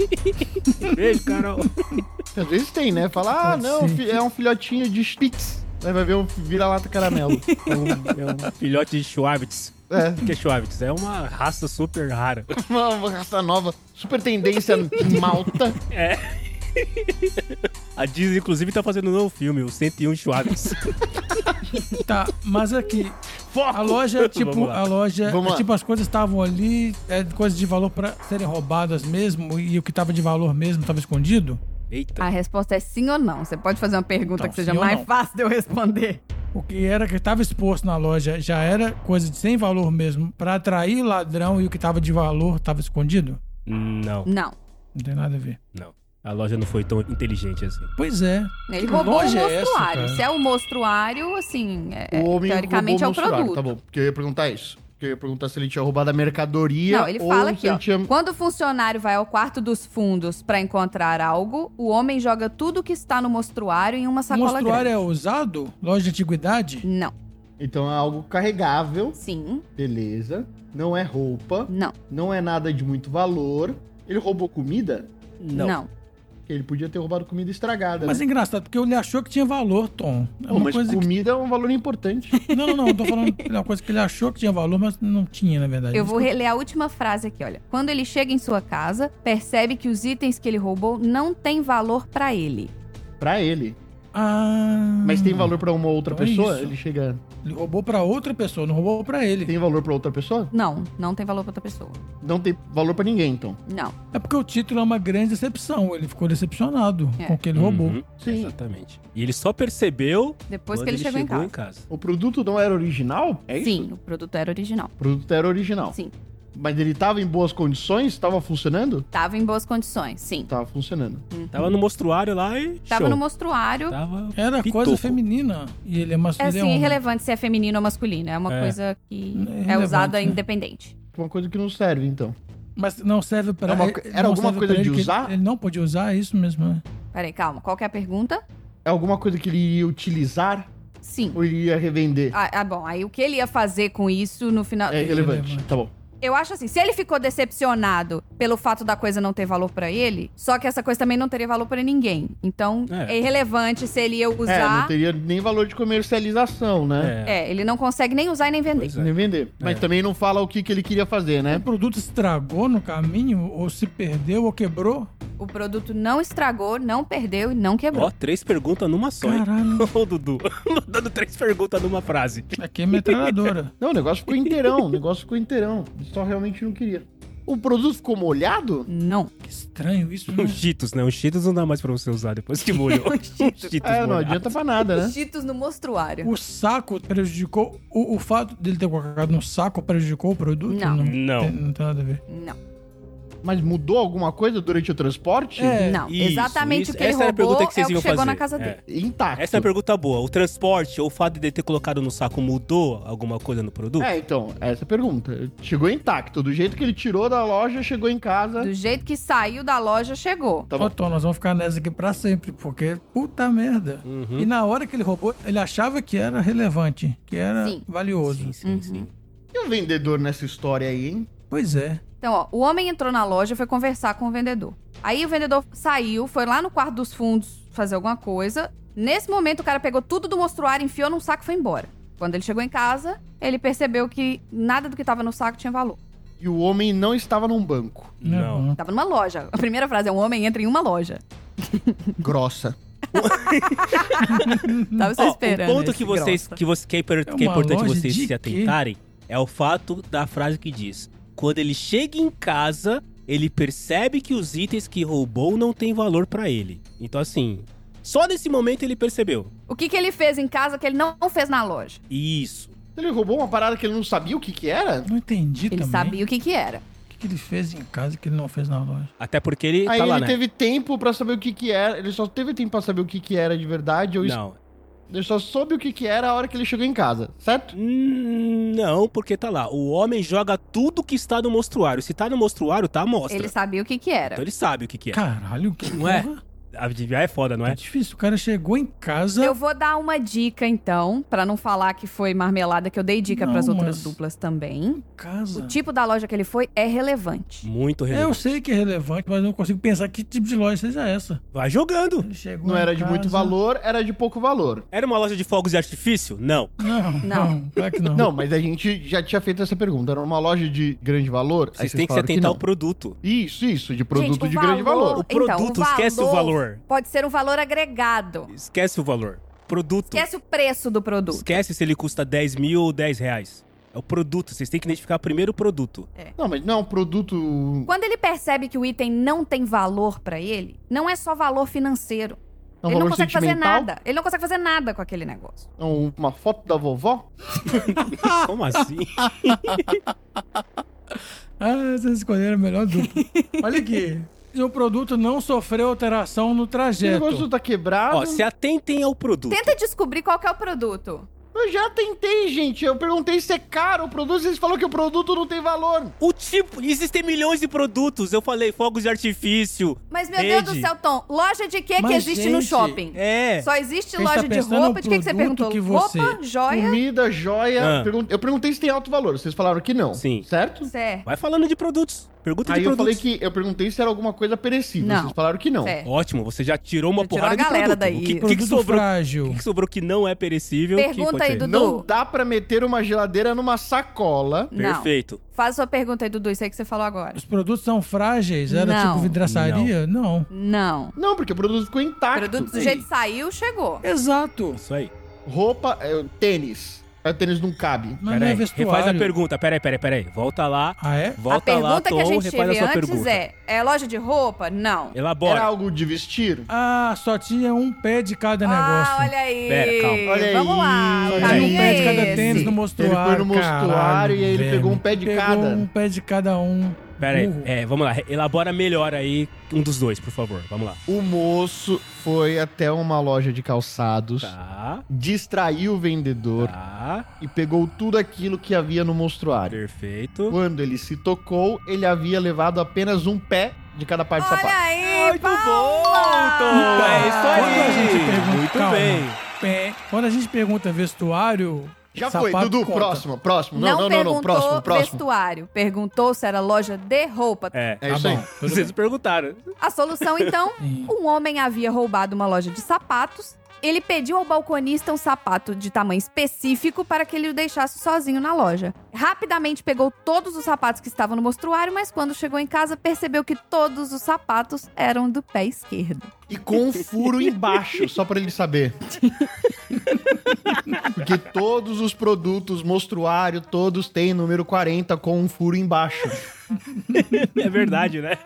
Speaker 1: Beijo, Carol.
Speaker 4: Porque Às vezes tem, né? Fala, ah,
Speaker 3: Pode
Speaker 4: não,
Speaker 3: ser.
Speaker 4: fi- é um filhotinho de Spitz. Aí vai ver um vira-lata caramelo.
Speaker 1: É um filhote de Schwabitz.
Speaker 4: é,
Speaker 1: O que é Schwabitz? É uma raça super rara.
Speaker 4: uma uma raça nova. Super tendência em malta.
Speaker 1: A Disney, inclusive, tá fazendo um novo filme, o 101 Schwabitz.
Speaker 3: Tá, mas aqui, a loja é tipo,
Speaker 1: Vamos lá.
Speaker 3: a loja,
Speaker 4: Vamos
Speaker 3: é
Speaker 4: lá.
Speaker 3: tipo as coisas estavam ali, é coisas de valor pra serem roubadas mesmo, e o que tava de valor mesmo tava escondido?
Speaker 1: Eita.
Speaker 2: A resposta é sim ou não. Você pode fazer uma pergunta
Speaker 3: Então,
Speaker 2: que seja
Speaker 3: sim ou
Speaker 2: mais
Speaker 3: não?
Speaker 2: fácil de eu responder.
Speaker 3: O que era que tava exposto na loja já era coisa de sem valor mesmo, pra atrair ladrão e o que tava de valor tava escondido?
Speaker 1: Não,
Speaker 2: Não.
Speaker 3: Não tem nada a ver.
Speaker 1: não. A loja não foi tão inteligente assim.
Speaker 3: Pois é.
Speaker 2: Ele
Speaker 3: Que
Speaker 2: roubou o
Speaker 3: loja é essa,
Speaker 2: mostruário.
Speaker 3: cara?
Speaker 2: Se é o mostruário, assim, é-
Speaker 4: O homem
Speaker 2: teoricamente é o
Speaker 4: roubou mostruário,
Speaker 2: produto.
Speaker 4: Tá bom, porque eu ia perguntar isso. Porque eu ia perguntar se ele tinha roubado a mercadoria
Speaker 2: Não, ele
Speaker 4: ou
Speaker 2: fala
Speaker 4: se
Speaker 2: aqui,
Speaker 4: ele
Speaker 2: ó.
Speaker 4: é tinha...
Speaker 2: Quando o funcionário vai ao quarto dos fundos pra encontrar algo, o homem joga tudo que está no mostruário em uma
Speaker 3: O
Speaker 2: sacola
Speaker 3: mostruário
Speaker 2: grande.
Speaker 3: é usado? Loja de antiguidade?
Speaker 2: Não.
Speaker 4: Então é algo carregável,
Speaker 2: Sim.
Speaker 4: beleza. Não é roupa,
Speaker 2: Não.
Speaker 4: não é nada de muito valor. Ele roubou comida?
Speaker 2: Não.
Speaker 4: Porque Ele podia ter roubado comida estragada,
Speaker 3: Mas é
Speaker 4: né?
Speaker 3: engraçado, porque ele achou que tinha valor, Tom. É
Speaker 4: Pô,
Speaker 3: uma
Speaker 4: mas
Speaker 3: coisa que
Speaker 4: comida é um valor importante.
Speaker 3: Não, não, não. eu Tô falando de uma coisa que ele achou que tinha valor, mas não tinha, na verdade.
Speaker 2: Eu vou reler a última frase aqui, olha. Quando ele chega em sua casa, percebe que os itens que ele roubou não têm valor pra ele.
Speaker 4: pra ele.
Speaker 3: Ah.
Speaker 4: Mas tem valor pra uma outra
Speaker 3: Então é
Speaker 4: pessoa?
Speaker 3: isso.
Speaker 4: ele chega.
Speaker 3: Ele roubou pra outra pessoa, não roubou pra ele.
Speaker 4: Tem valor pra outra pessoa?
Speaker 2: Não, não tem valor pra outra pessoa.
Speaker 4: Não tem valor pra ninguém, então.
Speaker 2: Não.
Speaker 3: É porque o título é uma grande decepção. Ele ficou decepcionado
Speaker 2: É.
Speaker 3: com o que ele roubou.
Speaker 1: Uhum,
Speaker 4: Sim.
Speaker 1: Exatamente. E ele só percebeu
Speaker 2: Depois
Speaker 1: quando
Speaker 2: que ele, chegou, em casa.
Speaker 1: em casa.
Speaker 4: O produto não era original? É isso?
Speaker 2: Sim, o produto era original.
Speaker 4: O produto era original.
Speaker 2: Sim.
Speaker 4: Mas ele tava em boas condições? Tava funcionando?
Speaker 2: Tava em boas condições, sim.
Speaker 4: Tava funcionando.
Speaker 1: Tava no mostruário lá e.
Speaker 2: Uhum. Tava
Speaker 1: show. Tá.
Speaker 2: no mostruário.
Speaker 1: Tava
Speaker 3: Era
Speaker 1: pitoco.
Speaker 3: coisa feminina. E ele é mas-
Speaker 2: É
Speaker 3: ele
Speaker 2: assim,
Speaker 3: é homem.
Speaker 2: irrelevante se é feminino ou masculino. É uma
Speaker 1: É.
Speaker 2: coisa que é,
Speaker 3: relevante,
Speaker 2: usada
Speaker 3: né?
Speaker 2: independente.
Speaker 4: Uma coisa que não serve, então.
Speaker 3: Mas não serve pra
Speaker 4: É uma-
Speaker 3: ele-
Speaker 4: era
Speaker 3: não
Speaker 4: alguma
Speaker 3: serve
Speaker 4: coisa
Speaker 3: pra ele
Speaker 4: de
Speaker 3: que
Speaker 4: usar?
Speaker 3: Ele não podia usar, é isso mesmo. né?
Speaker 2: Peraí, calma. Qual que é a pergunta?
Speaker 4: É alguma coisa que ele iria utilizar
Speaker 2: Sim.
Speaker 4: ou ele ia revender?
Speaker 2: Ah, ah, bom. Aí o que ele ia fazer com isso no final.
Speaker 4: é irrelevante.
Speaker 3: irrelevante.
Speaker 4: Tá bom.
Speaker 2: Eu acho assim, se ele ficou decepcionado pelo fato da coisa não ter valor pra ele, só que essa coisa também não teria valor pra ninguém. Então,
Speaker 1: É.
Speaker 2: é. irrelevante se ele ia
Speaker 4: É, não
Speaker 2: usar.
Speaker 4: teria nem valor de comercialização, né?
Speaker 1: É.
Speaker 2: É, ele não consegue nem usar e nem vender.
Speaker 1: Pois é.
Speaker 4: Nem vender. Mas
Speaker 1: É.
Speaker 4: também não fala o que, que ele queria fazer,
Speaker 3: O
Speaker 4: né?
Speaker 3: produto estragou no caminho, ou se perdeu, ou quebrou.
Speaker 2: O produto não estragou, não perdeu e não quebrou.
Speaker 1: Ó, três perguntas numa só, hein?
Speaker 3: Caralho,
Speaker 1: Ô, Dudu, dando três perguntas numa frase.
Speaker 3: aqui é metralhadora.
Speaker 4: Não, o negócio ficou inteirão. o negócio ficou inteirão. Ele só realmente não queria. O produto ficou molhado?
Speaker 2: Não.
Speaker 3: Que estranho isso, né?
Speaker 1: Os Cheetos, né? Os Cheetos não dá mais pra você usar depois que molhou. Os Um Cheetos
Speaker 4: É, não
Speaker 1: molhados.
Speaker 4: adianta pra nada, né?
Speaker 2: Cheetos no mostruário.
Speaker 3: O saco prejudicou. O, o fato dele ter colocado no saco prejudicou o produto?
Speaker 2: Não.
Speaker 1: Não.
Speaker 3: Tem, não tem nada a ver.
Speaker 2: Não.
Speaker 4: Mas mudou alguma coisa durante o transporte?
Speaker 3: É,
Speaker 2: Não.
Speaker 1: Isso,
Speaker 2: Exatamente
Speaker 1: isso.
Speaker 2: o que ele
Speaker 1: Essa era a
Speaker 2: roubou
Speaker 1: pergunta
Speaker 2: é o
Speaker 1: que vocês
Speaker 2: que
Speaker 1: iam
Speaker 2: chegou
Speaker 1: fazer.
Speaker 2: na casa
Speaker 1: É.
Speaker 2: dele.
Speaker 4: Intacto.
Speaker 1: Essa é uma pergunta boa. O transporte ou o fato de ele ter colocado no saco mudou alguma coisa no produto?
Speaker 4: É, então, essa é a pergunta. Chegou intacto. Do jeito que ele tirou da loja, chegou em casa.
Speaker 2: Do jeito que saiu da loja, chegou.
Speaker 4: Tá
Speaker 3: Ô,
Speaker 4: bom.
Speaker 3: Tom, nós vamos ficar nessa aqui pra sempre, porque puta merda.
Speaker 1: Uhum.
Speaker 3: E na hora que ele roubou, ele achava que era relevante, que era
Speaker 2: Sim.
Speaker 3: valioso.
Speaker 1: Sim, sim, sim.
Speaker 4: E o um vendedor nessa história aí, hein?
Speaker 3: Pois é.
Speaker 2: Então, ó, o homem entrou na loja e foi conversar com o vendedor. Aí o vendedor saiu, foi lá no quarto dos fundos fazer alguma coisa. Nesse momento, o cara pegou tudo do mostruário, enfiou num saco e foi embora. Quando ele chegou em casa, ele percebeu que nada do que tava no saco tinha valor.
Speaker 4: E o homem não estava num banco.
Speaker 1: Não.
Speaker 2: Tava numa loja. A primeira frase é: um homem entra em uma loja.
Speaker 4: Grossa.
Speaker 2: Tava só
Speaker 1: Ó,
Speaker 2: tá esperando.
Speaker 1: o ponto
Speaker 2: esse
Speaker 1: que vocês
Speaker 2: grossa.
Speaker 1: que, você, que, é, per-
Speaker 3: É
Speaker 1: que é
Speaker 3: uma
Speaker 1: importante
Speaker 3: loja
Speaker 1: vocês
Speaker 3: de
Speaker 1: se
Speaker 3: quê?
Speaker 1: atentarem é o fato da frase que diz: quando ele chega em casa, ele percebe que os itens que roubou não têm valor pra ele. Então assim, só nesse momento ele percebeu.
Speaker 2: O que, que ele fez em casa que ele não fez na loja?
Speaker 1: Isso.
Speaker 4: Ele roubou uma parada que ele não sabia o que que era?
Speaker 3: Não entendi
Speaker 2: Ele
Speaker 3: também
Speaker 2: sabia o que, que era.
Speaker 3: o que que ele fez em casa que ele não fez na loja.
Speaker 1: Até porque ele
Speaker 4: Aí
Speaker 1: tá
Speaker 4: ele
Speaker 1: lá, né?
Speaker 4: teve tempo pra saber o que que era. Ele só teve tempo pra saber o que que era de verdade. Ou es-
Speaker 1: Não.
Speaker 4: Ele só soube o que que era a hora que ele chegou em casa, certo?
Speaker 1: Hum, Não, porque tá lá. O homem joga tudo que está no mostruário. Se tá no mostruário, tá à mostra.
Speaker 2: Ele sabia o que, que era.
Speaker 1: Então ele sabe o que, que é.
Speaker 3: Caralho, que
Speaker 1: Não é?
Speaker 3: porra?
Speaker 1: Adivinhar é foda, não
Speaker 3: É
Speaker 1: é?
Speaker 3: difícil. O cara chegou em casa.
Speaker 2: Eu vou dar uma dica então, pra não falar que foi marmelada, que eu dei dica
Speaker 3: Não,
Speaker 2: pras outras
Speaker 3: mas-
Speaker 2: duplas também.
Speaker 3: Casa.
Speaker 2: O tipo da loja que ele foi é relevante.
Speaker 1: Muito
Speaker 3: Eu
Speaker 1: relevante.
Speaker 3: sei que é relevante, mas eu não consigo pensar que tipo de loja seja essa.
Speaker 1: Vai jogando.
Speaker 3: Ele chegou
Speaker 4: Não
Speaker 3: em
Speaker 4: era de muito
Speaker 3: casa-
Speaker 4: valor, era de pouco valor.
Speaker 1: Era uma loja de fogos de artifício? Não.
Speaker 3: Não,
Speaker 2: Não.
Speaker 3: não. Claro que não.
Speaker 4: Não, mas a gente já tinha feito essa pergunta. Era uma loja de grande valor? Aí
Speaker 1: Vocês têm que se
Speaker 4: falaram
Speaker 1: atentar
Speaker 4: não.
Speaker 1: ao produto.
Speaker 4: Isso, isso, de produto
Speaker 2: Gente, o
Speaker 4: de grande valor.
Speaker 1: O Hum. produto, esquece o valor.
Speaker 2: Pode ser um valor agregado.
Speaker 1: Esquece o valor. Produto. Esquece,
Speaker 2: Esquece o preço do produto.
Speaker 1: se ele custa 10 mil ou 10 reais. É o produto. Vocês têm que identificar primeiro o produto.
Speaker 4: Não, mas não é um produto.
Speaker 2: Quando ele percebe que o item não tem valor pra ele, não é só valor financeiro.
Speaker 4: É um
Speaker 2: ele
Speaker 4: valor
Speaker 2: não consegue fazer
Speaker 4: sentimental?
Speaker 2: nada. Ele não consegue fazer nada com aquele negócio.
Speaker 4: É um- uma foto da vovó?
Speaker 1: Como assim?
Speaker 3: Ah, vocês escolheram a melhor dupla. Olha aqui. O produto não sofreu alteração no
Speaker 4: O negócio
Speaker 3: trajeto.
Speaker 4: tá quebrado.
Speaker 1: Ó, se atentem ao produto.
Speaker 2: Ah, Tenta descobrir qual que é o produto.
Speaker 4: Eu já tentei, gente. Eu perguntei se é caro o produto. Vocês falaram que o produto não tem valor.
Speaker 1: O tipo. Existem milhões de produtos. Eu falei fogos de artifício.
Speaker 2: Mas, meu Deus
Speaker 1: Rede.
Speaker 2: do céu, Tom, loja de quê que
Speaker 3: Mas,
Speaker 2: existe no
Speaker 3: gente,
Speaker 2: shopping?
Speaker 1: É.
Speaker 2: Só existe
Speaker 3: Ele
Speaker 2: loja
Speaker 3: tá
Speaker 2: de
Speaker 3: pensando
Speaker 2: roupa.
Speaker 3: no
Speaker 2: De que, que você
Speaker 3: produto
Speaker 2: perguntou?
Speaker 3: que você-
Speaker 2: Roupa, joia.
Speaker 4: Comida, joia.
Speaker 1: Ah.
Speaker 4: Pergun- Eu perguntei se tem alto valor. Vocês falaram que não.
Speaker 1: Sim.
Speaker 4: Certo?
Speaker 2: Certo.
Speaker 1: Vai falando de produtos. Pergunta
Speaker 4: Aí
Speaker 1: de
Speaker 4: eu
Speaker 1: produtos.
Speaker 4: falei que eu perguntei se era alguma coisa perecível.
Speaker 2: Não.
Speaker 4: Vocês falaram que não.
Speaker 2: certo.
Speaker 1: Ótimo, você já tirou uma
Speaker 2: Já tirou
Speaker 1: porrada
Speaker 2: a
Speaker 1: de
Speaker 2: galera
Speaker 1: produto.
Speaker 2: daí.
Speaker 1: O que, que,
Speaker 3: Produto
Speaker 1: que sobrou? O
Speaker 3: frágil.
Speaker 1: que, que sobrou que não é perecível?
Speaker 2: Pergunta
Speaker 1: que pode
Speaker 2: aí,
Speaker 1: ser?
Speaker 2: Dudu.
Speaker 4: Não dá pra meter uma geladeira numa sacola.
Speaker 2: Não.
Speaker 1: Perfeito.
Speaker 2: Faz sua pergunta aí, Dudu, isso aí que você falou agora.
Speaker 3: Os produtos são frágeis? Era
Speaker 2: Não.
Speaker 3: tipo vidraçaria? Não.
Speaker 2: Não.
Speaker 4: Não, porque o produto ficou
Speaker 2: O
Speaker 4: intacto.
Speaker 2: produto do
Speaker 4: Ei,
Speaker 2: jeito que saiu, chegou.
Speaker 3: Exato.
Speaker 1: Isso aí.
Speaker 4: Roupa, é, tênis. Aí o tênis não cabe.
Speaker 3: Mas não é
Speaker 1: Peraí,
Speaker 3: vestuário.
Speaker 1: refaz a pergunta. Peraí, peraí, peraí. Volta lá.
Speaker 3: Ah,
Speaker 2: A
Speaker 3: é?
Speaker 1: Volta lá,
Speaker 2: pergunta
Speaker 1: Tom,
Speaker 2: que a gente
Speaker 1: refaz
Speaker 2: teve
Speaker 1: a sua
Speaker 2: antes
Speaker 1: pergunta.
Speaker 2: é: é loja de roupa? Não.
Speaker 1: Elabora.
Speaker 4: Era algo de vestir?
Speaker 3: Ah, só tinha um pé de cada
Speaker 2: Ah,
Speaker 3: negócio.
Speaker 2: olha aí.
Speaker 1: Pera, calma.
Speaker 4: Olha
Speaker 2: Vamos
Speaker 4: aí.
Speaker 2: lá.
Speaker 3: Só
Speaker 2: O
Speaker 4: Olha
Speaker 3: tinha um
Speaker 2: caminho
Speaker 3: pé de
Speaker 2: é
Speaker 3: cada tênis
Speaker 2: esse.
Speaker 3: no mostruário.
Speaker 4: Ele foi no mostruário
Speaker 3: caralho,
Speaker 4: e aí ele
Speaker 3: velho.
Speaker 4: pegou um pé de
Speaker 3: Pegou
Speaker 4: cada.
Speaker 3: um pé de cada um.
Speaker 1: Pera aí,
Speaker 3: Burro.
Speaker 1: é, vamos lá, elabora melhor aí um dos dois, por favor. Vamos lá.
Speaker 4: O moço foi até uma loja de calçados,
Speaker 1: Tá,
Speaker 4: distraiu o vendedor
Speaker 1: tá,
Speaker 4: e pegou tudo aquilo que havia no monstruário.
Speaker 1: perfeito.
Speaker 4: Quando ele se tocou, ele havia levado apenas um pé de cada parte do
Speaker 2: Olha
Speaker 4: sapato.
Speaker 2: aí,
Speaker 1: Tom, é isso aí.
Speaker 3: Quando a gente pergunta-
Speaker 1: Muito
Speaker 3: calma.
Speaker 1: bem.
Speaker 3: Pé. Quando a gente pergunta vestuário.
Speaker 4: Já
Speaker 3: sapato
Speaker 4: foi, Dudu,
Speaker 3: conta.
Speaker 4: próximo, próximo. Não,
Speaker 2: Não,
Speaker 4: não, não,
Speaker 2: perguntou
Speaker 4: não, próximo, próximo.
Speaker 2: vestuário. Perguntou se era loja de roupa.
Speaker 1: É,
Speaker 4: É
Speaker 3: Tá
Speaker 4: isso
Speaker 3: bom.
Speaker 4: aí.
Speaker 3: tudo
Speaker 1: vocês perguntaram.
Speaker 2: A solução, então,
Speaker 3: Sim.
Speaker 2: um homem havia roubado uma loja de sapatos. Ele pediu ao balconista um sapato de tamanho específico para que ele o deixasse sozinho na loja. Rapidamente pegou todos os sapatos que estavam no mostruário, mas quando chegou em casa percebeu que todos os sapatos eram do pé esquerdo.
Speaker 4: E com um furo embaixo, só pra ele saber. Porque todos os produtos monstruário, todos têm número 40 com um furo embaixo.
Speaker 1: É verdade, né?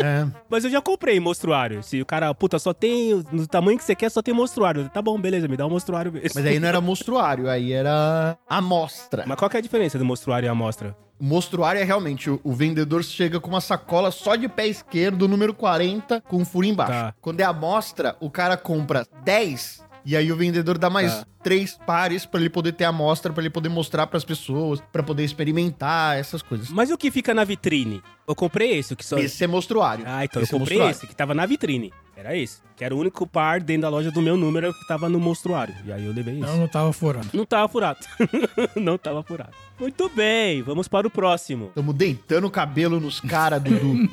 Speaker 4: É.
Speaker 1: Mas eu já comprei mostruário. Se o cara, puta, só tem. No tamanho que você quer, só tem mostruário. Tá bom, beleza, me dá um mostruário mesmo.
Speaker 4: Mas aí não era monstruário, aí era amostra.
Speaker 1: Mas qual que é a diferença do mostruário e a amostra?
Speaker 4: O monstruário é realmente, o, o vendedor chega com uma sacola só de pé esquerdo, número 40, com um furo embaixo.
Speaker 1: Tá.
Speaker 4: Quando é amostra, o cara compra 10 e aí o vendedor dá mais
Speaker 1: Tá.
Speaker 4: três pares pra ele poder ter a amostra, pra ele poder mostrar pras pessoas, pra poder experimentar, essas coisas.
Speaker 1: Mas o que fica na vitrine? Eu comprei esse, o que só.
Speaker 4: Esse é monstruário.
Speaker 1: Então- Ah, então
Speaker 4: Esse é
Speaker 1: eu comprei
Speaker 4: monstruário.
Speaker 1: esse, que tava na vitrine. Era esse. Que era o único par dentro da loja do meu número que tava no monstruário. E aí eu levei
Speaker 3: Não,
Speaker 1: isso.
Speaker 3: Então, eu não tava furando.
Speaker 1: Não tava furado. não tava furado. Muito bem, vamos para o próximo.
Speaker 4: Tamo deitando o cabelo nos caras, Dudu.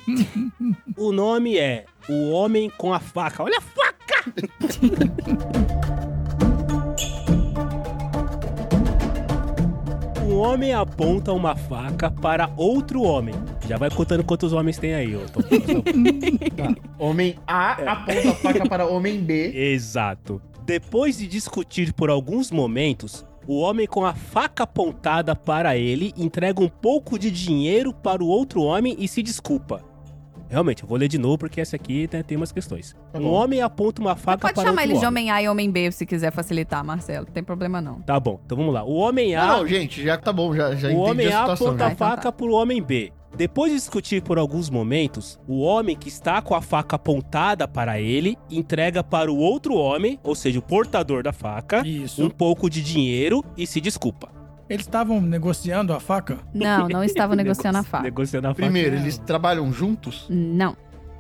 Speaker 1: O nome é O Homem com a Faca. Olha a faca! Um homem aponta uma faca para outro homem. Já vai contando quantos homens tem aí, ô Tom.
Speaker 4: homem
Speaker 1: É.
Speaker 4: A aponta a faca para homem B.
Speaker 1: Exato. Depois de discutir por alguns momentos, o homem com a faca apontada para ele entrega um pouco de dinheiro para o outro homem e se desculpa. Realmente, eu vou ler de novo porque essa aqui né, tem umas questões.
Speaker 4: Tá
Speaker 1: um
Speaker 4: bom.
Speaker 1: homem aponta uma
Speaker 2: Você
Speaker 1: faca
Speaker 2: pode
Speaker 1: para outro
Speaker 2: chamar
Speaker 1: homem.
Speaker 2: ele de homem A e homem B se quiser facilitar, Marcelo. Não tem problema, não.
Speaker 1: Tá bom, então vamos lá. O homem A,
Speaker 4: Não, não, gente, já tá bom, já, já
Speaker 1: o homem
Speaker 4: entendi a
Speaker 1: A
Speaker 4: situação.
Speaker 1: aponta
Speaker 4: já.
Speaker 1: a
Speaker 2: né? Então tá.
Speaker 1: faca para o homem B. Depois de discutir por alguns momentos, o homem que está com a faca apontada para ele entrega para o outro homem, ou seja, o portador da faca, um
Speaker 3: Isso.
Speaker 1: pouco de dinheiro e se desculpa.
Speaker 3: Eles estavam negociando a faca?
Speaker 2: Não, não estava negociando a
Speaker 1: Nego-
Speaker 2: faca.
Speaker 1: Negociando a faca.
Speaker 4: Primeiro, eles trabalham juntos?
Speaker 2: Não,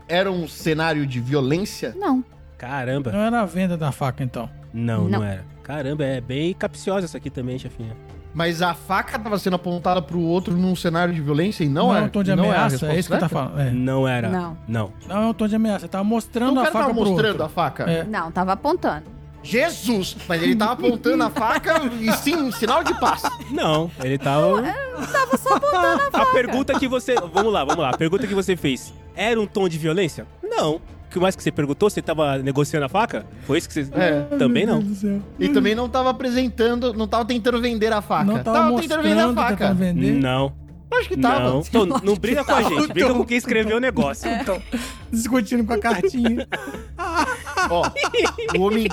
Speaker 4: Era um cenário de violência?
Speaker 2: não.
Speaker 1: Caramba.
Speaker 4: É.
Speaker 3: Não era a venda da faca, então.
Speaker 1: Não, não,
Speaker 2: Não.
Speaker 1: era. Caramba, é bem capciosa essa aqui também, chefinha.
Speaker 4: Mas a faca tava sendo apontada pro outro num cenário de violência e não,
Speaker 3: Não,
Speaker 4: é?
Speaker 3: é um tom de
Speaker 4: não a
Speaker 3: ameaça, é,
Speaker 4: resposta né?
Speaker 3: isso que tá
Speaker 4: certa?
Speaker 3: falando. É.
Speaker 1: Não era.
Speaker 2: Não.
Speaker 1: Não.
Speaker 3: Não é um tom de ameaça, tá mostrando
Speaker 4: Então o
Speaker 3: a
Speaker 4: cara
Speaker 3: faca
Speaker 4: tava
Speaker 3: pro
Speaker 4: mostrando
Speaker 3: outro.
Speaker 4: a faca?
Speaker 3: É.
Speaker 2: Não, tava apontando.
Speaker 4: Jesus! Mas ele tava apontando a faca e sim, sinal de paz.
Speaker 1: Não, ele tava.
Speaker 2: é, Tava só apontando a faca.
Speaker 1: A pergunta que você. Vamos lá, vamos lá. A pergunta que você fez era um tom de violência? Não. O que mais que você perguntou? Você tava negociando a faca? Foi isso que você.
Speaker 4: É.
Speaker 1: Também não.
Speaker 3: Meu Deus do céu.
Speaker 4: E também não tava apresentando, não tava tentando vender a faca.
Speaker 3: Não tava,
Speaker 4: tentando vender a
Speaker 3: mostrando,
Speaker 4: faca.
Speaker 3: tentando vender.
Speaker 1: Não.
Speaker 4: Acho que tava.
Speaker 1: Não. Tô- não briga com a gente, briga
Speaker 3: Então,
Speaker 1: com quem escreveu o negócio.
Speaker 2: É.
Speaker 3: Então, discutindo com a cartinha.
Speaker 4: Ó, o homem,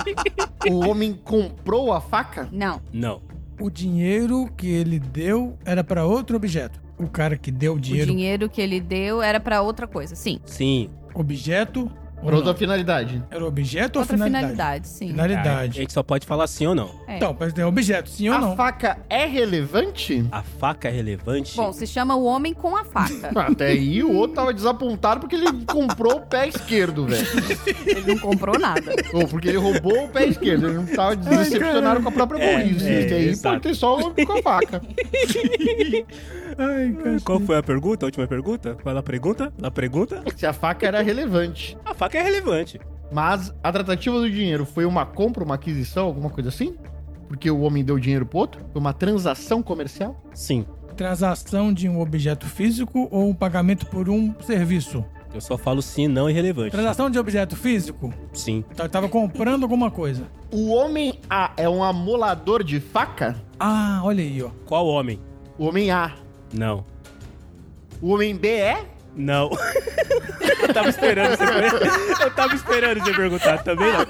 Speaker 4: o homem comprou a faca?
Speaker 2: Não,
Speaker 1: Não.
Speaker 3: O dinheiro que ele deu era pra outro objeto. O cara que deu o dinheiro,
Speaker 2: o dinheiro que ele deu era pra outra coisa, sim.
Speaker 1: Sim.
Speaker 3: objeto ou
Speaker 4: Pra outra
Speaker 3: não?
Speaker 4: finalidade.
Speaker 3: Era objeto ou
Speaker 2: Outra
Speaker 3: finalidade?
Speaker 2: finalidade, sim.
Speaker 1: A
Speaker 3: Finalidade.
Speaker 1: gente só pode falar sim ou não.
Speaker 2: É.
Speaker 3: Então, mas é objeto, sim ou
Speaker 4: a
Speaker 3: não?
Speaker 4: faca é relevante?
Speaker 1: A faca é relevante?
Speaker 2: Bom, se chama o homem com a faca.
Speaker 4: Ah, Até aí o outro tava desapontado porque ele comprou o pé esquerdo, velho.
Speaker 2: ele não comprou nada.
Speaker 4: Ou porque ele roubou o pé esquerdo. Ele não tava decepcionado com a própria
Speaker 1: É,
Speaker 4: burrice.
Speaker 1: é,
Speaker 4: e aí
Speaker 1: exato.
Speaker 4: pode ter só o homem com a faca.
Speaker 3: Ai, cara.
Speaker 1: Qual foi a pergunta? A última pergunta? Vai lá, pergunta? Lá, pergunta?
Speaker 4: Se a faca era relevante.
Speaker 1: A faca é relevante.
Speaker 4: Mas a tratativa do dinheiro foi uma compra, uma aquisição, alguma coisa assim? Porque o homem deu dinheiro pro outro? Foi uma transação comercial?
Speaker 1: Sim.
Speaker 3: Transação de um objeto físico ou um pagamento por um serviço?
Speaker 1: Eu só falo sim, não e relevante.
Speaker 3: Transação de objeto físico?
Speaker 1: Sim.
Speaker 3: Então, ele tava comprando alguma coisa.
Speaker 4: O homem A é um amolador de faca?
Speaker 3: Ah, olha aí, ó.
Speaker 1: Qual homem?
Speaker 4: O homem A.
Speaker 1: Não.
Speaker 4: O homem B é?
Speaker 1: Não. Eu tava esperando você perguntar. Eu tava esperando você perguntar também, não.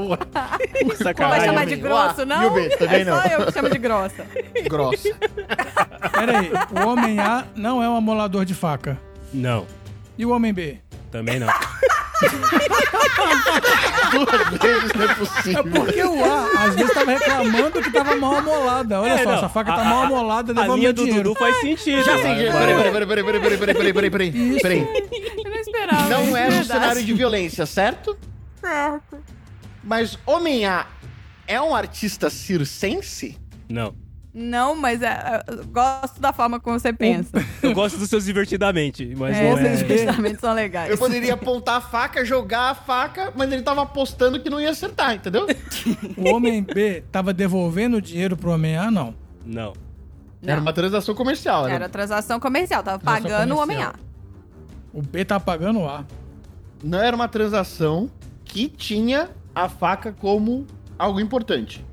Speaker 2: Não vai
Speaker 1: Sacanagem.
Speaker 2: chamar de
Speaker 1: homem.
Speaker 2: grosso,
Speaker 4: Ah,
Speaker 2: não?
Speaker 4: e o
Speaker 1: tá
Speaker 4: B, também
Speaker 2: é
Speaker 4: não.
Speaker 2: só eu que chamo de grossa.
Speaker 4: Grossa.
Speaker 3: Pera aí. O homem A não é um amolador de faca.
Speaker 1: Não.
Speaker 3: E o homem B?
Speaker 1: Também não.
Speaker 4: Duas vezes não é
Speaker 3: É
Speaker 4: possível.
Speaker 3: porque o A, às vezes, tava reclamando que tava mal amolada. Olha
Speaker 1: É,
Speaker 3: só,
Speaker 1: não.
Speaker 3: essa faca tá
Speaker 1: A-
Speaker 3: mal
Speaker 1: a-
Speaker 3: amolada,
Speaker 1: A
Speaker 3: devolve
Speaker 1: linha
Speaker 3: meu
Speaker 1: do
Speaker 3: dinheiro.
Speaker 1: Dudu faz sentido.
Speaker 4: Já sei,
Speaker 1: Vai, vai.
Speaker 4: já- peraí, peraí, peraí, peraí, peraí, peraí, peraí, peraí, peraí, peraí.
Speaker 2: Eu não esperava.
Speaker 4: Não
Speaker 2: é
Speaker 4: era um cenário de violência, certo?
Speaker 1: é.
Speaker 2: Certo.
Speaker 4: Mas Homem A é um artista circense?
Speaker 1: Não.
Speaker 2: Não, mas é, eu gosto da forma como você pensa.
Speaker 1: Eu gosto dos seus divertidamente, mas
Speaker 2: É,
Speaker 1: não
Speaker 2: esses
Speaker 1: é.
Speaker 2: pensamentos são legais.
Speaker 4: Eu poderia apontar a faca, jogar a faca, mas ele tava apostando que não ia acertar, entendeu?
Speaker 3: O homem B tava devolvendo o dinheiro pro homem A, não.
Speaker 1: Não.
Speaker 4: Era uma transação comercial. Era...
Speaker 2: Era transação comercial, tava
Speaker 3: Transação
Speaker 2: pagando o homem
Speaker 3: comercial.
Speaker 2: A.
Speaker 3: O B tá pagando o A.
Speaker 4: Não era uma transação que tinha a faca como algo importante.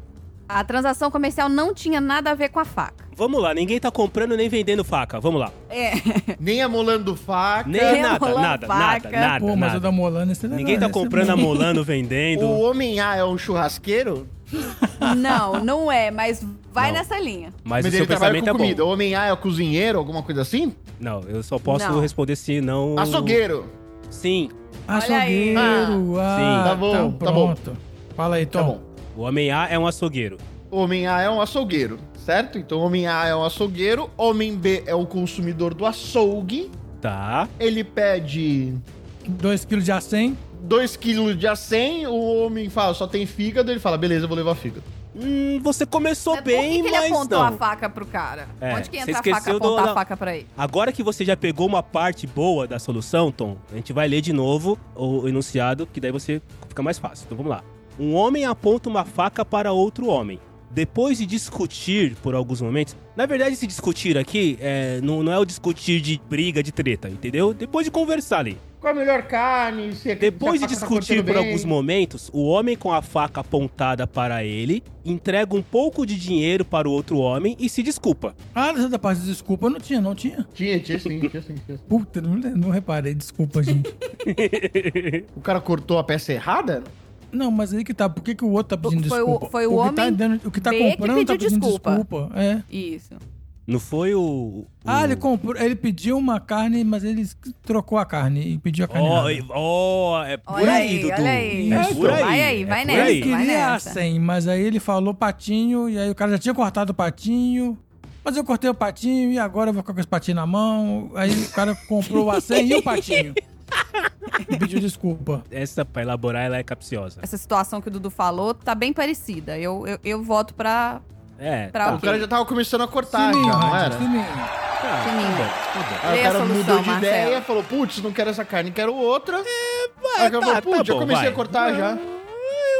Speaker 2: A transação comercial não tinha nada a ver com a faca.
Speaker 1: Vamos lá, ninguém tá comprando nem vendendo faca. Vamos lá.
Speaker 2: É.
Speaker 4: Nem amolando faca.
Speaker 1: Nem
Speaker 2: Nem
Speaker 1: nada,
Speaker 2: rolando
Speaker 1: nada,
Speaker 2: faca.
Speaker 1: nada, nada,
Speaker 3: Pô, mas o da
Speaker 1: nada.
Speaker 3: Molana esse é legal,
Speaker 1: Ninguém tá
Speaker 3: esse é
Speaker 1: comprando,
Speaker 3: bom.
Speaker 1: amolando,
Speaker 4: O
Speaker 1: vendendo.
Speaker 4: Homem A é um churrasqueiro,
Speaker 2: Não, não é, mas vai
Speaker 1: Não.
Speaker 2: nessa linha.
Speaker 1: Mas,
Speaker 4: mas
Speaker 1: o
Speaker 4: ele
Speaker 1: seu
Speaker 4: trabalha
Speaker 1: pensamento
Speaker 4: com
Speaker 1: é
Speaker 4: comida.
Speaker 1: bom.
Speaker 4: O Homem A é o cozinheiro, alguma coisa assim?
Speaker 1: Não, eu só posso
Speaker 2: Não.
Speaker 1: responder se não.
Speaker 4: Açougueiro.
Speaker 1: Sim.
Speaker 3: Ah, Açougueiro,
Speaker 4: Olha
Speaker 1: aí.
Speaker 3: ah,
Speaker 4: Tá bom,
Speaker 3: então
Speaker 4: tá bom.
Speaker 3: pronto. Fala aí, Tom.
Speaker 4: Tá bom.
Speaker 1: O homem A é um açougueiro.
Speaker 4: Homem A é um açougueiro, certo? Então Homem A é um açougueiro, Homem B é o consumidor do açougue.
Speaker 1: Tá.
Speaker 4: Ele pede
Speaker 3: 2 kg de acém.
Speaker 4: 2 kg de acém, o homem fala, só tem fígado, ele fala, beleza, eu vou levar fígado.
Speaker 1: Hum, você começou
Speaker 2: Mas por
Speaker 1: bem,
Speaker 2: que que ele
Speaker 1: mas
Speaker 2: apontou
Speaker 1: não.
Speaker 2: a faca pro cara?
Speaker 1: É,
Speaker 2: Onde que
Speaker 1: você
Speaker 2: entra a faca
Speaker 1: esqueceu do-
Speaker 2: apontar
Speaker 1: da-
Speaker 2: a faca pra ele?
Speaker 1: Agora que você já pegou uma parte boa da solução, Tom, a gente vai ler de novo o enunciado, que daí você fica mais fácil. Então vamos lá. Um homem aponta uma faca para outro homem. Depois de discutir por alguns momentos. Na verdade, esse discutir aqui é, não, não é o discutir de briga, de treta, entendeu? Depois de conversar ali.
Speaker 4: Qual a melhor carne? Se a-
Speaker 1: Depois
Speaker 4: se
Speaker 1: de
Speaker 4: a faca tá
Speaker 1: discutir
Speaker 4: cortando
Speaker 1: por
Speaker 4: bem.
Speaker 1: alguns momentos, o homem com a faca apontada para ele entrega um pouco de dinheiro para o outro homem e se desculpa.
Speaker 3: Ah, essa parte de desculpa não tinha, não tinha.
Speaker 4: Tinha, tinha sim, tinha sim, tinha sim.
Speaker 3: Puta, não, não reparei, desculpa, gente.
Speaker 4: O cara cortou a peça errada?
Speaker 3: não, mas aí que tá, por que, que o outro tá pedindo
Speaker 2: Foi o-
Speaker 3: desculpa?
Speaker 2: foi o
Speaker 3: que tá
Speaker 2: homem
Speaker 3: dando- o que tá
Speaker 2: B que
Speaker 3: comprando tá
Speaker 2: pediu
Speaker 3: pedindo desculpa.
Speaker 2: desculpa.
Speaker 3: É.
Speaker 2: Isso.
Speaker 1: Não foi o. o-
Speaker 3: Ah,
Speaker 4: Hum.
Speaker 3: ele comprou, ele pediu uma carne, mas ele es- trocou a carne e pediu a carne.
Speaker 1: Ó,
Speaker 3: errada.
Speaker 1: ó, é por
Speaker 2: Olha
Speaker 1: aí,
Speaker 2: aí,
Speaker 1: Dudu.
Speaker 2: olha aí.
Speaker 1: É
Speaker 3: Isso.
Speaker 1: por aí.
Speaker 2: Vai aí,
Speaker 1: é
Speaker 2: vai
Speaker 1: por
Speaker 2: nessa.
Speaker 1: aí.
Speaker 3: ele
Speaker 2: vai
Speaker 3: queria a
Speaker 2: nessa.
Speaker 3: 100, mas aí ele falou patinho, e aí o cara já tinha cortado o patinho. Mas eu cortei o patinho e agora eu vou ficar com esse patinho na mão. Aí o cara comprou a 100 e o patinho. E pediu desculpa.
Speaker 1: Essa, pra elaborar, ela é capciosa.
Speaker 2: Essa situação que o Dudu falou tá bem parecida. Eu, eu, eu voto pra.
Speaker 1: É,
Speaker 2: Pra
Speaker 1: tá.
Speaker 4: O cara já tava começando a cortar,
Speaker 3: Sininho,
Speaker 4: Tá, já, não
Speaker 3: Rádio,
Speaker 4: era?
Speaker 3: sininho.
Speaker 1: Tá,
Speaker 2: Sim.
Speaker 1: tudo bem, tudo bem.
Speaker 4: Aí o
Speaker 2: Lê a
Speaker 4: cara
Speaker 2: solução,
Speaker 4: mudou de
Speaker 2: Marcelo.
Speaker 4: ideia, falou, putz, não quero essa carne, quero outra.
Speaker 1: vai,
Speaker 4: Aí o cara
Speaker 1: tá,
Speaker 4: falou,
Speaker 1: tá
Speaker 4: putz, já
Speaker 1: bom,
Speaker 4: comecei
Speaker 1: vai.
Speaker 4: a cortar já.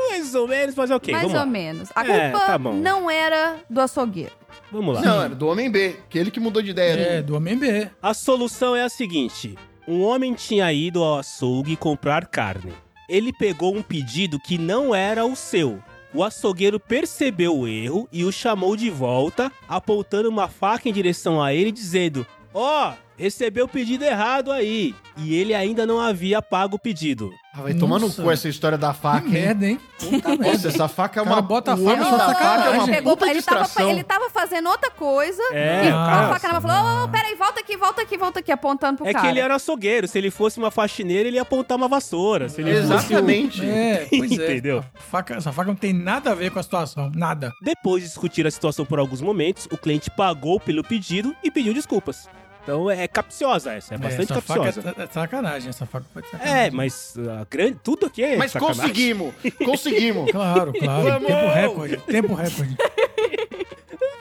Speaker 1: Mais ou menos, mas ok,
Speaker 2: mais
Speaker 1: vamos
Speaker 2: ou
Speaker 1: lá.
Speaker 2: menos. A
Speaker 1: É,
Speaker 2: culpa
Speaker 1: tá bom.
Speaker 2: não era do açougueiro.
Speaker 1: Vamos lá.
Speaker 4: Não, é era do Homem B, que ele que mudou de ideia. né?
Speaker 3: É, do homem B.
Speaker 1: A solução é a seguinte: um homem tinha ido ao açougue comprar carne. Ele pegou um pedido que não era o seu. O açougueiro percebeu o erro e o chamou de volta, apontando uma faca em direção a ele, dizendo: Ó, recebeu o pedido errado aí. E ele ainda não havia pago o pedido.
Speaker 4: Ah, vai tomar no
Speaker 3: Nossa.
Speaker 4: cu essa história da
Speaker 3: Que
Speaker 4: faca, hein?
Speaker 3: merda, hein? Puta
Speaker 4: Nossa,
Speaker 3: merda.
Speaker 4: essa faca é
Speaker 3: Cara,
Speaker 4: uma.
Speaker 3: bota a
Speaker 4: o
Speaker 3: faca
Speaker 4: homem
Speaker 3: só
Speaker 4: da faca é
Speaker 3: sacanagem.
Speaker 4: uma
Speaker 2: ele, pegou,
Speaker 4: puta
Speaker 2: ele, tava,
Speaker 4: distração.
Speaker 2: ele tava fazendo outra coisa.
Speaker 1: É, o
Speaker 2: e com
Speaker 1: cara-
Speaker 2: a faca na mão falou: Ô, ô, peraí, volta aqui, volta aqui, volta aqui, apontando pro
Speaker 1: É
Speaker 2: cara.
Speaker 1: que ele era açougueiro. Se ele fosse uma faxineira, ele ia apontar uma vassoura. Se ele fosse um-
Speaker 4: Exatamente.
Speaker 3: É, pois é.
Speaker 1: Entendeu?
Speaker 3: A faca- essa faca não tem nada a ver com a situação. Nada.
Speaker 1: Depois de discutir a situação por alguns momentos, o cliente pagou pelo pedido e pediu desculpas. Então é capciosa essa, é bastante
Speaker 3: essa faca
Speaker 4: tá
Speaker 1: capciosa.
Speaker 3: é, é sacanagem, essa faca foi de sacanagem.
Speaker 1: É, mas a grande, tudo aqui é
Speaker 4: Mas
Speaker 1: sacanagem.
Speaker 4: conseguimos! Conseguimos!
Speaker 3: Claro, claro.
Speaker 1: Vamos!
Speaker 3: Tempo recorde. Tempo recorde.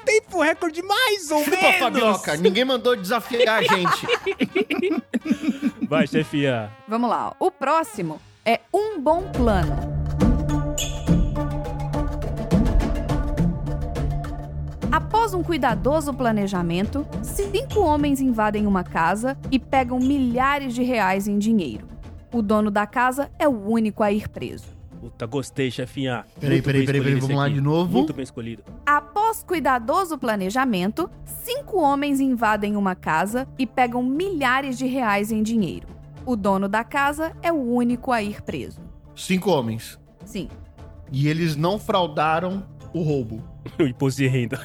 Speaker 1: Tempo recorde mais ou
Speaker 4: Desculpa,
Speaker 1: menos!
Speaker 4: Fabioca, ninguém mandou desafiar a gente.
Speaker 1: Vai, chefia.
Speaker 2: Vamos lá. ó. O próximo é um bom plano. Após Após um cuidadoso planejamento, cinco homens invadem uma casa e pegam milhares de reais em dinheiro. O dono da casa é o único a ir preso.
Speaker 1: Puta, gostei, chefinha.
Speaker 4: Peraí,
Speaker 1: Muito
Speaker 4: peraí,
Speaker 1: bem
Speaker 4: peraí, peraí,
Speaker 1: escolhido
Speaker 4: vamos
Speaker 1: esse
Speaker 4: lá
Speaker 1: aqui.
Speaker 4: de novo.
Speaker 1: Muito bem escolhido.
Speaker 2: Após cuidadoso planejamento, cinco homens invadem uma casa e pegam milhares de reais em dinheiro. O dono da casa é o único a ir preso.
Speaker 4: Cinco homens.
Speaker 2: Sim.
Speaker 4: E eles não fraudaram o roubo.
Speaker 1: O imposto de renda.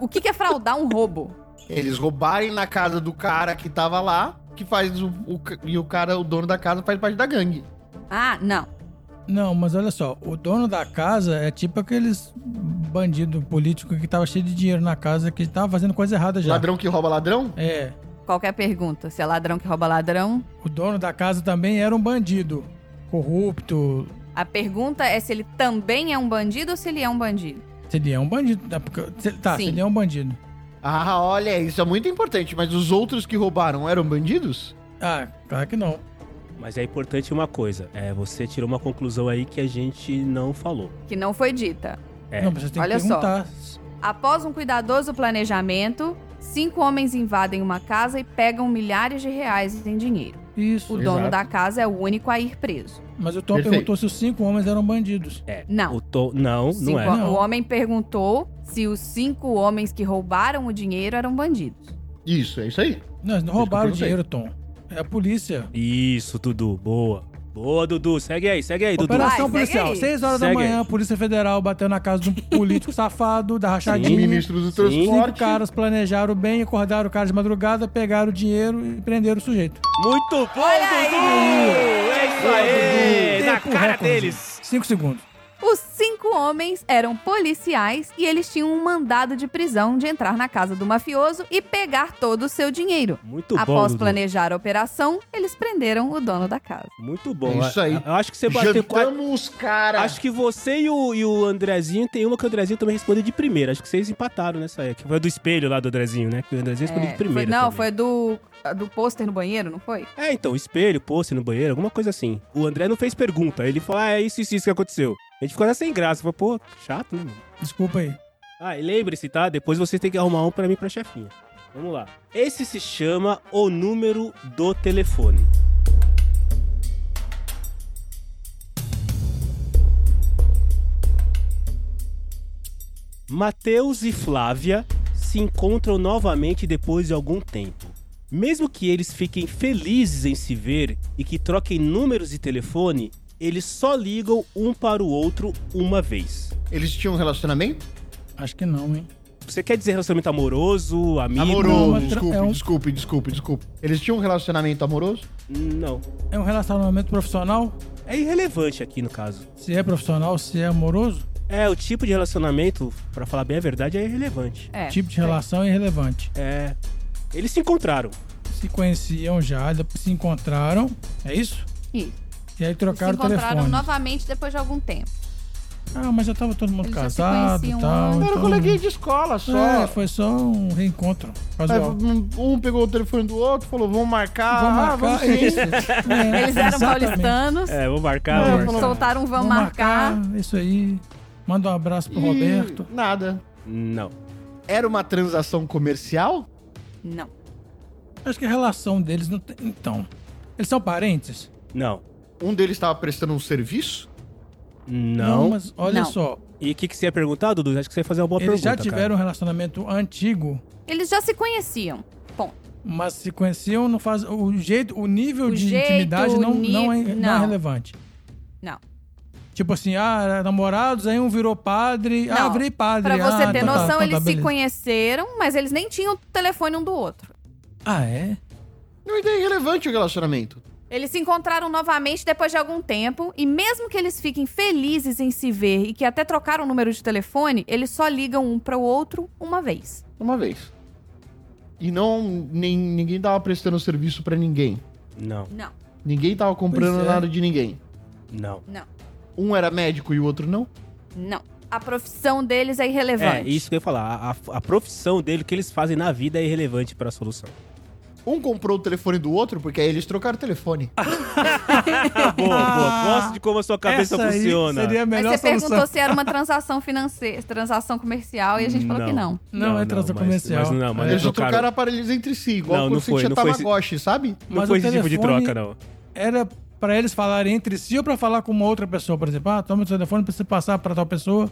Speaker 2: O que que é fraudar um roubo?
Speaker 4: Eles roubarem na casa do cara que tava lá, que faz o, o ca- e o cara, o dono da casa faz parte da gangue.
Speaker 2: Ah, não.
Speaker 3: Não, mas olha só, o dono da casa é tipo aqueles bandido político que tava cheio de dinheiro na casa, que tava fazendo coisa errada já.
Speaker 4: Ladrão que rouba ladrão?
Speaker 3: É,
Speaker 2: Qualquer pergunta. Se é ladrão que rouba ladrão.
Speaker 3: o dono da casa também era um bandido. Corrupto.
Speaker 2: A pergunta é se ele também é um bandido ou se ele é um bandido.
Speaker 3: Se ele é um bandido. tá, porque- se- Tá,
Speaker 2: Sim.
Speaker 3: se ele é um bandido.
Speaker 4: Ah, olha, isso é muito importante, mas os outros que roubaram eram bandidos?
Speaker 3: Ah, claro que não.
Speaker 1: Mas é importante uma coisa. É, você tirou uma conclusão aí que a gente não falou.
Speaker 2: Que não foi dita.
Speaker 1: É.
Speaker 3: Não, mas você tem
Speaker 2: Olha
Speaker 3: que
Speaker 2: só.
Speaker 3: perguntar.
Speaker 2: Após um cuidadoso planejamento, cinco homens invadem uma casa e pegam milhares de reais em dinheiro.
Speaker 3: Isso.
Speaker 2: O dono
Speaker 4: Exato.
Speaker 2: da casa é o único a ir preso.
Speaker 3: Mas o Tom
Speaker 4: Perfeito.
Speaker 3: perguntou se os cinco homens eram bandidos.
Speaker 1: É.
Speaker 2: Não.
Speaker 1: O to... Não,
Speaker 2: Cinco-
Speaker 1: não é.
Speaker 2: O homem perguntou se os cinco homens que roubaram o dinheiro eram bandidos.
Speaker 4: Isso, é isso aí.
Speaker 3: Não, eles não roubaram o
Speaker 4: perguntei.
Speaker 3: dinheiro, Tom. É a polícia.
Speaker 1: Isso, Dudu. Boa. Boa, Dudu. Segue aí, segue aí, Dudu.
Speaker 3: Operação
Speaker 2: Vai, segue
Speaker 3: policial.
Speaker 2: aí.
Speaker 3: Seis horas
Speaker 1: Segue
Speaker 3: da manhã,
Speaker 1: aí.
Speaker 3: a Polícia Federal bateu na casa de um político safado, da rachadinha.
Speaker 4: Ministro do
Speaker 1: Sim.
Speaker 4: transporte.
Speaker 3: Cinco caras planejaram bem, acordaram o cara de madrugada, pegaram o dinheiro e prenderam o sujeito.
Speaker 1: Muito bom, Dudu! É isso aí!
Speaker 2: É,
Speaker 3: Tempo
Speaker 1: Na cara
Speaker 3: recorde.
Speaker 1: deles!
Speaker 3: Cinco segundos.
Speaker 2: Os cinco homens eram policiais e eles tinham um mandado de prisão de entrar na casa do mafioso e pegar todo o seu dinheiro.
Speaker 1: Muito bom,
Speaker 2: Após
Speaker 1: Dudu.
Speaker 2: planejar a operação, eles prenderam o dono da casa.
Speaker 1: Muito bom.
Speaker 4: É isso aí.
Speaker 1: Eu acho que você bateu quase...
Speaker 4: Jantamos os caras.
Speaker 1: Acho que você e o, e o Andrezinho tem uma que o Andrezinho também respondeu de primeira. Acho que vocês empataram nessa aí. Que foi a do espelho lá do Andrezinho, né? Que o Andrezinho respondeu
Speaker 2: É,
Speaker 1: de primeira.
Speaker 2: foi- não,
Speaker 1: também.
Speaker 2: foi do, do pôster no banheiro, não foi?
Speaker 1: É, então, espelho, pôster no banheiro, alguma coisa assim. O André não fez pergunta. Ele falou, ah, é isso, isso, isso que aconteceu. A gente ficou até sem graça. Falou, pô, que chato, né, mano?
Speaker 3: Desculpa aí.
Speaker 1: Ah, e lembre-se, tá? Depois vocês têm que arrumar um pra mim e pra chefinha. Vamos lá. Esse se chama o número do telefone. Mateus e Flávia se encontram novamente depois de algum tempo. Mesmo que eles fiquem felizes em se ver e que troquem números de telefone, eles só ligam um para o outro uma vez.
Speaker 4: Eles tinham um relacionamento?
Speaker 3: Acho que não, hein?
Speaker 1: Você quer dizer relacionamento amoroso, amigo?
Speaker 3: Não,
Speaker 4: Amoroso,
Speaker 3: mas tra-
Speaker 4: desculpe,
Speaker 3: é um-
Speaker 4: desculpe, desculpe, desculpe. Eles tinham um relacionamento amoroso?
Speaker 1: Não.
Speaker 3: É um relacionamento profissional?
Speaker 1: É irrelevante aqui no caso.
Speaker 3: Se é profissional, se é amoroso?
Speaker 1: É, o tipo de relacionamento, pra falar bem a verdade, é irrelevante.
Speaker 2: É.
Speaker 3: tipo de relação é irrelevante.
Speaker 1: É. Eles se encontraram.
Speaker 3: Se conheciam já, depois se encontraram, é isso?
Speaker 2: Isso.
Speaker 3: E aí
Speaker 2: Eles se
Speaker 3: trocaram o
Speaker 2: encontraram
Speaker 3: telefone.
Speaker 2: novamente depois de algum tempo.
Speaker 3: Ah, mas já tava todo mundo
Speaker 2: Eles já se
Speaker 3: casado
Speaker 2: conheciam um
Speaker 3: e tal.
Speaker 4: Era
Speaker 3: então-
Speaker 4: coleguinha de escola só.
Speaker 3: É, foi só um reencontro
Speaker 4: Aí,
Speaker 3: casual.
Speaker 4: um pegou o telefone do outro, falou, vamos marcar.
Speaker 3: Vamos
Speaker 4: ah,
Speaker 3: marcar
Speaker 4: vamos sim.
Speaker 3: isso. É,
Speaker 2: Eles eram
Speaker 3: exatamente.
Speaker 2: paulistanos,
Speaker 1: É, vou marcar.
Speaker 4: É,
Speaker 1: vou marcar.
Speaker 4: falou-
Speaker 2: soltaram um vão
Speaker 3: Vamos
Speaker 2: marcar.
Speaker 3: Isso aí. Manda um abraço pro
Speaker 4: Ih,
Speaker 3: Roberto.
Speaker 4: Nada.
Speaker 1: Não.
Speaker 4: Era uma transação comercial?
Speaker 2: Não.
Speaker 3: Acho que a relação deles não tem. Então. Eles são parentes?
Speaker 1: Não.
Speaker 4: Um deles estava prestando um serviço?
Speaker 1: Não.
Speaker 3: mas olha
Speaker 2: Não.
Speaker 3: só.
Speaker 1: E o que, que você ia perguntar, Dudu? Acho que você ia fazer uma boa
Speaker 3: eles
Speaker 1: pergunta.
Speaker 3: já tiveram um relacionamento antigo,
Speaker 2: Eles já se conheciam. Bom,
Speaker 3: mas se conheciam, não faz. O jeito, o nível
Speaker 2: O
Speaker 3: de
Speaker 2: jeito,
Speaker 3: intimidade não,
Speaker 2: o ni-
Speaker 3: não, é, não é
Speaker 2: não.
Speaker 3: relevante.
Speaker 2: não.
Speaker 3: Tipo assim, ah, era namorados, aí um virou padre. Ah,
Speaker 2: Não.
Speaker 3: virei padre.
Speaker 2: Pra você
Speaker 3: ah,
Speaker 2: ter
Speaker 3: tá,
Speaker 2: noção,
Speaker 3: tá, tá,
Speaker 2: eles se
Speaker 3: beleza.
Speaker 2: conheceram, mas eles nem tinham telefone um do outro.
Speaker 3: Ah, é?
Speaker 4: Não é irrelevante o relacionamento.
Speaker 2: Eles se encontraram novamente depois de algum tempo, e mesmo que eles fiquem felizes em se ver e que até trocaram o número de telefone, eles só ligam um pro outro uma vez.
Speaker 4: Uma vez. E não, nem, ninguém tava prestando serviço pra ninguém.
Speaker 1: Não,
Speaker 2: Não,
Speaker 4: Ninguém tava comprando
Speaker 3: Pois é.
Speaker 4: nada de ninguém.
Speaker 1: não.
Speaker 2: não,
Speaker 4: Um era médico e o outro não?
Speaker 2: não. A profissão deles é irrelevante.
Speaker 1: É, isso que eu ia falar. A, a- a profissão dele, o que eles fazem na vida é irrelevante pra solução.
Speaker 4: Um comprou o telefone do outro, porque aí eles trocaram o telefone.
Speaker 1: Boa, boa. Ah, Gosto de como a sua cabeça
Speaker 3: Ah, Essa aí
Speaker 1: funciona.
Speaker 3: Seria a
Speaker 2: Mas
Speaker 3: melhor
Speaker 2: você
Speaker 3: solução.
Speaker 2: perguntou se era uma transação financeira, transação comercial, e a gente falou que não.
Speaker 3: Não, é transação
Speaker 1: mas-
Speaker 3: comercial.
Speaker 1: Mas não, mas
Speaker 4: eles
Speaker 1: eles
Speaker 4: trocaram,
Speaker 1: trocaram.
Speaker 4: aparelhos entre si, igual
Speaker 1: Não,
Speaker 4: quando
Speaker 1: não
Speaker 4: você
Speaker 1: foi,
Speaker 4: tinha
Speaker 1: não foi esse-
Speaker 4: Tamagotchi, sabe?
Speaker 1: Não
Speaker 3: Mas
Speaker 1: foi
Speaker 3: o
Speaker 1: esse tipo de
Speaker 3: telefone
Speaker 1: troca, não.
Speaker 3: Era pra eles falarem entre si ou pra falar com uma outra pessoa, por exemplo, ah, toma o telefone pra você passar pra tal pessoa.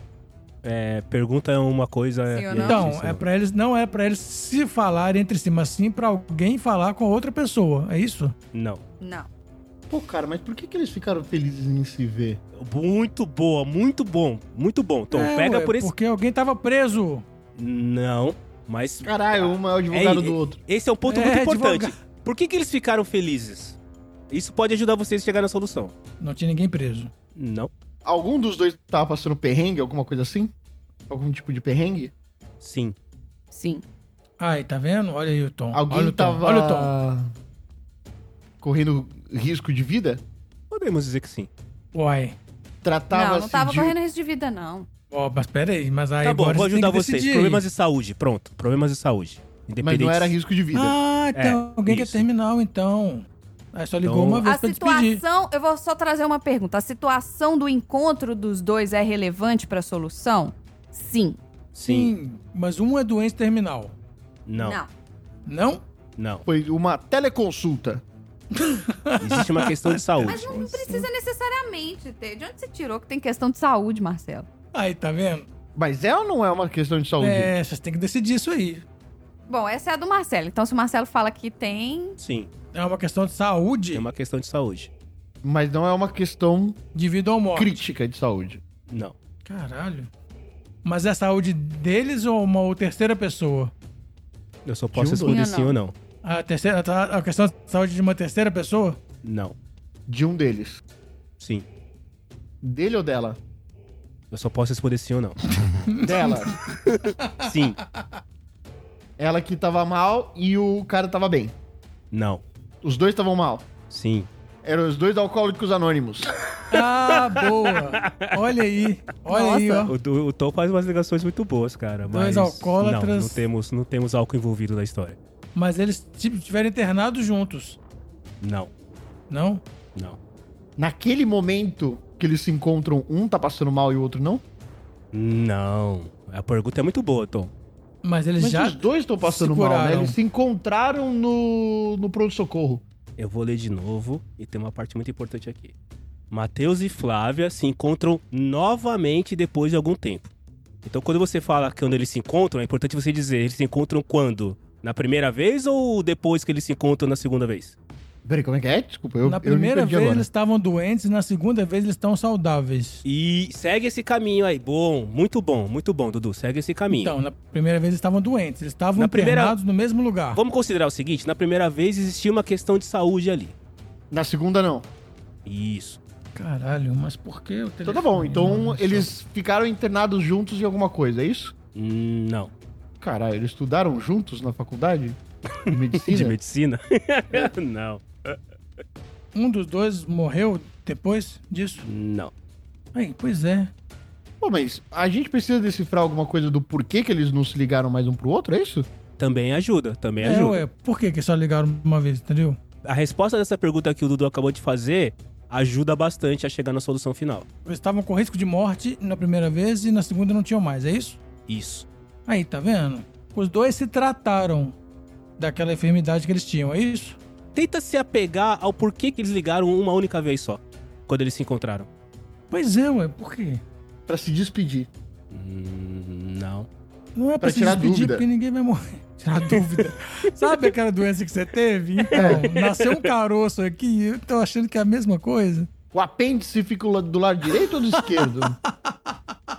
Speaker 1: É, pergunta uma coisa.
Speaker 2: Sim ou
Speaker 1: e
Speaker 2: não?
Speaker 1: aí
Speaker 3: Então,
Speaker 1: diz,
Speaker 3: é
Speaker 1: não.
Speaker 3: para eles não é pra eles se falarem entre si, mas sim pra alguém falar com outra pessoa. É isso?
Speaker 1: Não.
Speaker 2: Não.
Speaker 4: Pô, cara, mas por que, que eles ficaram felizes em se ver?
Speaker 1: Muito boa, muito bom. Muito bom. Tom,
Speaker 3: É,
Speaker 1: pega
Speaker 3: ué,
Speaker 1: por esse.
Speaker 3: Porque alguém tava preso.
Speaker 1: Não, mas.
Speaker 4: Caralho, um é o advogado do outro.
Speaker 1: Esse é um ponto
Speaker 3: É,
Speaker 1: muito importante.
Speaker 3: advogado.
Speaker 1: Por que, que eles ficaram felizes? Isso pode ajudar vocês a chegar na solução.
Speaker 3: Não tinha ninguém preso.
Speaker 1: Não.
Speaker 4: Algum dos dois tava passando perrengue, alguma coisa assim? Algum tipo de perrengue?
Speaker 1: Sim.
Speaker 2: Sim.
Speaker 3: Ai, tá vendo? Olha aí o Tom.
Speaker 4: Alguém
Speaker 3: Olha o Tom.
Speaker 4: tava
Speaker 3: Olha o Tom.
Speaker 4: correndo risco de vida?
Speaker 1: Podemos dizer que sim.
Speaker 3: Uai.
Speaker 4: Tratava-se
Speaker 2: não, não tava
Speaker 4: de...
Speaker 2: correndo risco de vida, não.
Speaker 3: Ó, mas peraí, mas aí
Speaker 1: tá bom,
Speaker 3: agora
Speaker 1: vou
Speaker 3: você tem
Speaker 1: ajudar
Speaker 3: que
Speaker 1: vocês.
Speaker 3: decidir.
Speaker 1: Problemas de saúde. Pronto. Problemas de saúde.
Speaker 4: Mas
Speaker 1: Independente.
Speaker 4: não era risco de vida.
Speaker 3: Ah, então
Speaker 1: É,
Speaker 3: alguém
Speaker 1: isso.
Speaker 3: quer terminal, então. Aí só ligou
Speaker 1: Então-
Speaker 3: uma vez
Speaker 2: A
Speaker 3: pra despedir.
Speaker 2: situação, eu vou só trazer uma pergunta. A situação do encontro dos dois é relevante pra solução? Sim.
Speaker 1: Sim.
Speaker 3: mas um é doença terminal.
Speaker 1: Não.
Speaker 2: Não.
Speaker 3: Não?
Speaker 1: Não.
Speaker 4: Foi uma teleconsulta.
Speaker 1: Existe uma questão de saúde.
Speaker 2: Mas não precisa necessariamente ter. De onde você tirou que tem questão de saúde, Marcelo?
Speaker 3: Aí, tá vendo?
Speaker 4: Mas é ou não é uma questão de saúde?
Speaker 3: É, vocês têm que decidir isso aí.
Speaker 2: Bom, essa é a do Marcelo. Então, se o Marcelo fala que tem.
Speaker 1: Sim.
Speaker 3: É uma questão de saúde,
Speaker 1: É uma questão de saúde.
Speaker 4: Mas não é uma questão
Speaker 3: de vida ou morte.
Speaker 4: crítica de saúde.
Speaker 1: Não.
Speaker 3: Caralho. Mas é a saúde deles ou uma ou terceira pessoa?
Speaker 1: Eu só posso
Speaker 4: um
Speaker 1: responder
Speaker 2: dois.
Speaker 1: sim ou não.
Speaker 3: A, terceira, a a questão de saúde de uma terceira pessoa?
Speaker 1: Não.
Speaker 4: De um deles.
Speaker 1: Sim.
Speaker 4: Dele ou dela?
Speaker 1: Eu só posso responder sim ou não.
Speaker 4: Dela.
Speaker 1: Sim.
Speaker 4: Ela que tava mal e o cara tava bem.
Speaker 1: Não.
Speaker 4: Os dois estavam mal.
Speaker 1: Sim.
Speaker 4: Eram os dois alcoólicos anônimos.
Speaker 3: Ah, boa. Olha aí. Olha aí, ó.
Speaker 1: O, do- o Tom faz umas ligações muito boas, cara.
Speaker 3: Dois
Speaker 1: mas
Speaker 3: alcoólatras.
Speaker 1: Não, não temos, não temos álcool envolvido na história.
Speaker 3: Mas eles tipo, tiveram internados juntos,
Speaker 1: Não.
Speaker 3: não?
Speaker 1: Não.
Speaker 4: Naquele momento que eles se encontram, um tá passando mal e o outro não?
Speaker 1: Não. A pergunta é muito boa, Tom.
Speaker 3: Mas eles
Speaker 4: Mas
Speaker 3: já.
Speaker 4: os dois estão passando
Speaker 3: se
Speaker 4: mal, né?
Speaker 3: curaram.
Speaker 4: Eles se encontraram no, no pronto-socorro.
Speaker 1: Eu vou ler de novo e tem uma parte muito importante aqui. Mateus e Flávia se encontram novamente depois de algum tempo. Então, quando você fala quando eles se encontram, é importante você dizer eles se encontram quando? Na primeira vez ou depois que eles se encontram na segunda vez?
Speaker 4: Peraí, como é que é? Desculpa, eu,
Speaker 3: Na
Speaker 4: eu
Speaker 3: primeira
Speaker 4: me perdi
Speaker 3: vez
Speaker 4: agora.
Speaker 3: eles estavam doentes, na segunda vez eles estão saudáveis.
Speaker 1: E segue esse caminho aí. Bom, muito bom, muito bom, Dudu. Segue esse caminho.
Speaker 3: Então, na primeira vez eles estavam doentes, eles estavam
Speaker 1: Na primeira-
Speaker 3: internados no mesmo lugar.
Speaker 1: Vamos considerar o seguinte: na primeira vez existia uma questão de saúde ali.
Speaker 4: Na segunda, não.
Speaker 1: Isso.
Speaker 3: Caralho, mas por que o telefone?
Speaker 4: Então tá bom, então
Speaker 3: Mano,
Speaker 4: eles ficaram internados juntos em alguma coisa, é isso?
Speaker 1: Hum, Não.
Speaker 4: Caralho, eles estudaram juntos na faculdade? De
Speaker 1: De
Speaker 4: medicina?
Speaker 1: medicina? não.
Speaker 3: Um dos dois morreu depois disso?
Speaker 1: Não.
Speaker 3: Aí, pois é.
Speaker 4: Pô, mas a gente precisa decifrar alguma coisa do porquê que eles não se ligaram mais um pro outro, é isso?
Speaker 1: Também ajuda, também
Speaker 3: é,
Speaker 1: ajuda.
Speaker 3: ué, por que que só ligaram uma vez, entendeu?
Speaker 1: A resposta dessa pergunta que o Dudu acabou de fazer ajuda bastante a chegar na solução final.
Speaker 3: Eles estavam com risco de morte na primeira vez e na segunda não tinham mais, é isso?
Speaker 1: Isso.
Speaker 3: Aí, tá vendo? Os dois se trataram daquela enfermidade que eles tinham, é isso?
Speaker 1: Tenta se apegar ao porquê que eles ligaram uma única vez só, quando eles se encontraram.
Speaker 3: Pois é, ué, por quê?
Speaker 4: Pra se despedir.
Speaker 1: Hum, não.
Speaker 3: Não é
Speaker 4: Pra
Speaker 3: pra, se
Speaker 4: tirar
Speaker 3: despedir,
Speaker 4: dúvida.
Speaker 3: porque ninguém vai morrer. Tirar dúvida. Sabe aquela doença que você teve?
Speaker 4: É.
Speaker 3: Então, nasceu um caroço aqui e eu tô achando que é a mesma coisa.
Speaker 4: O apêndice fica do la- do lado direito ou do esquerdo?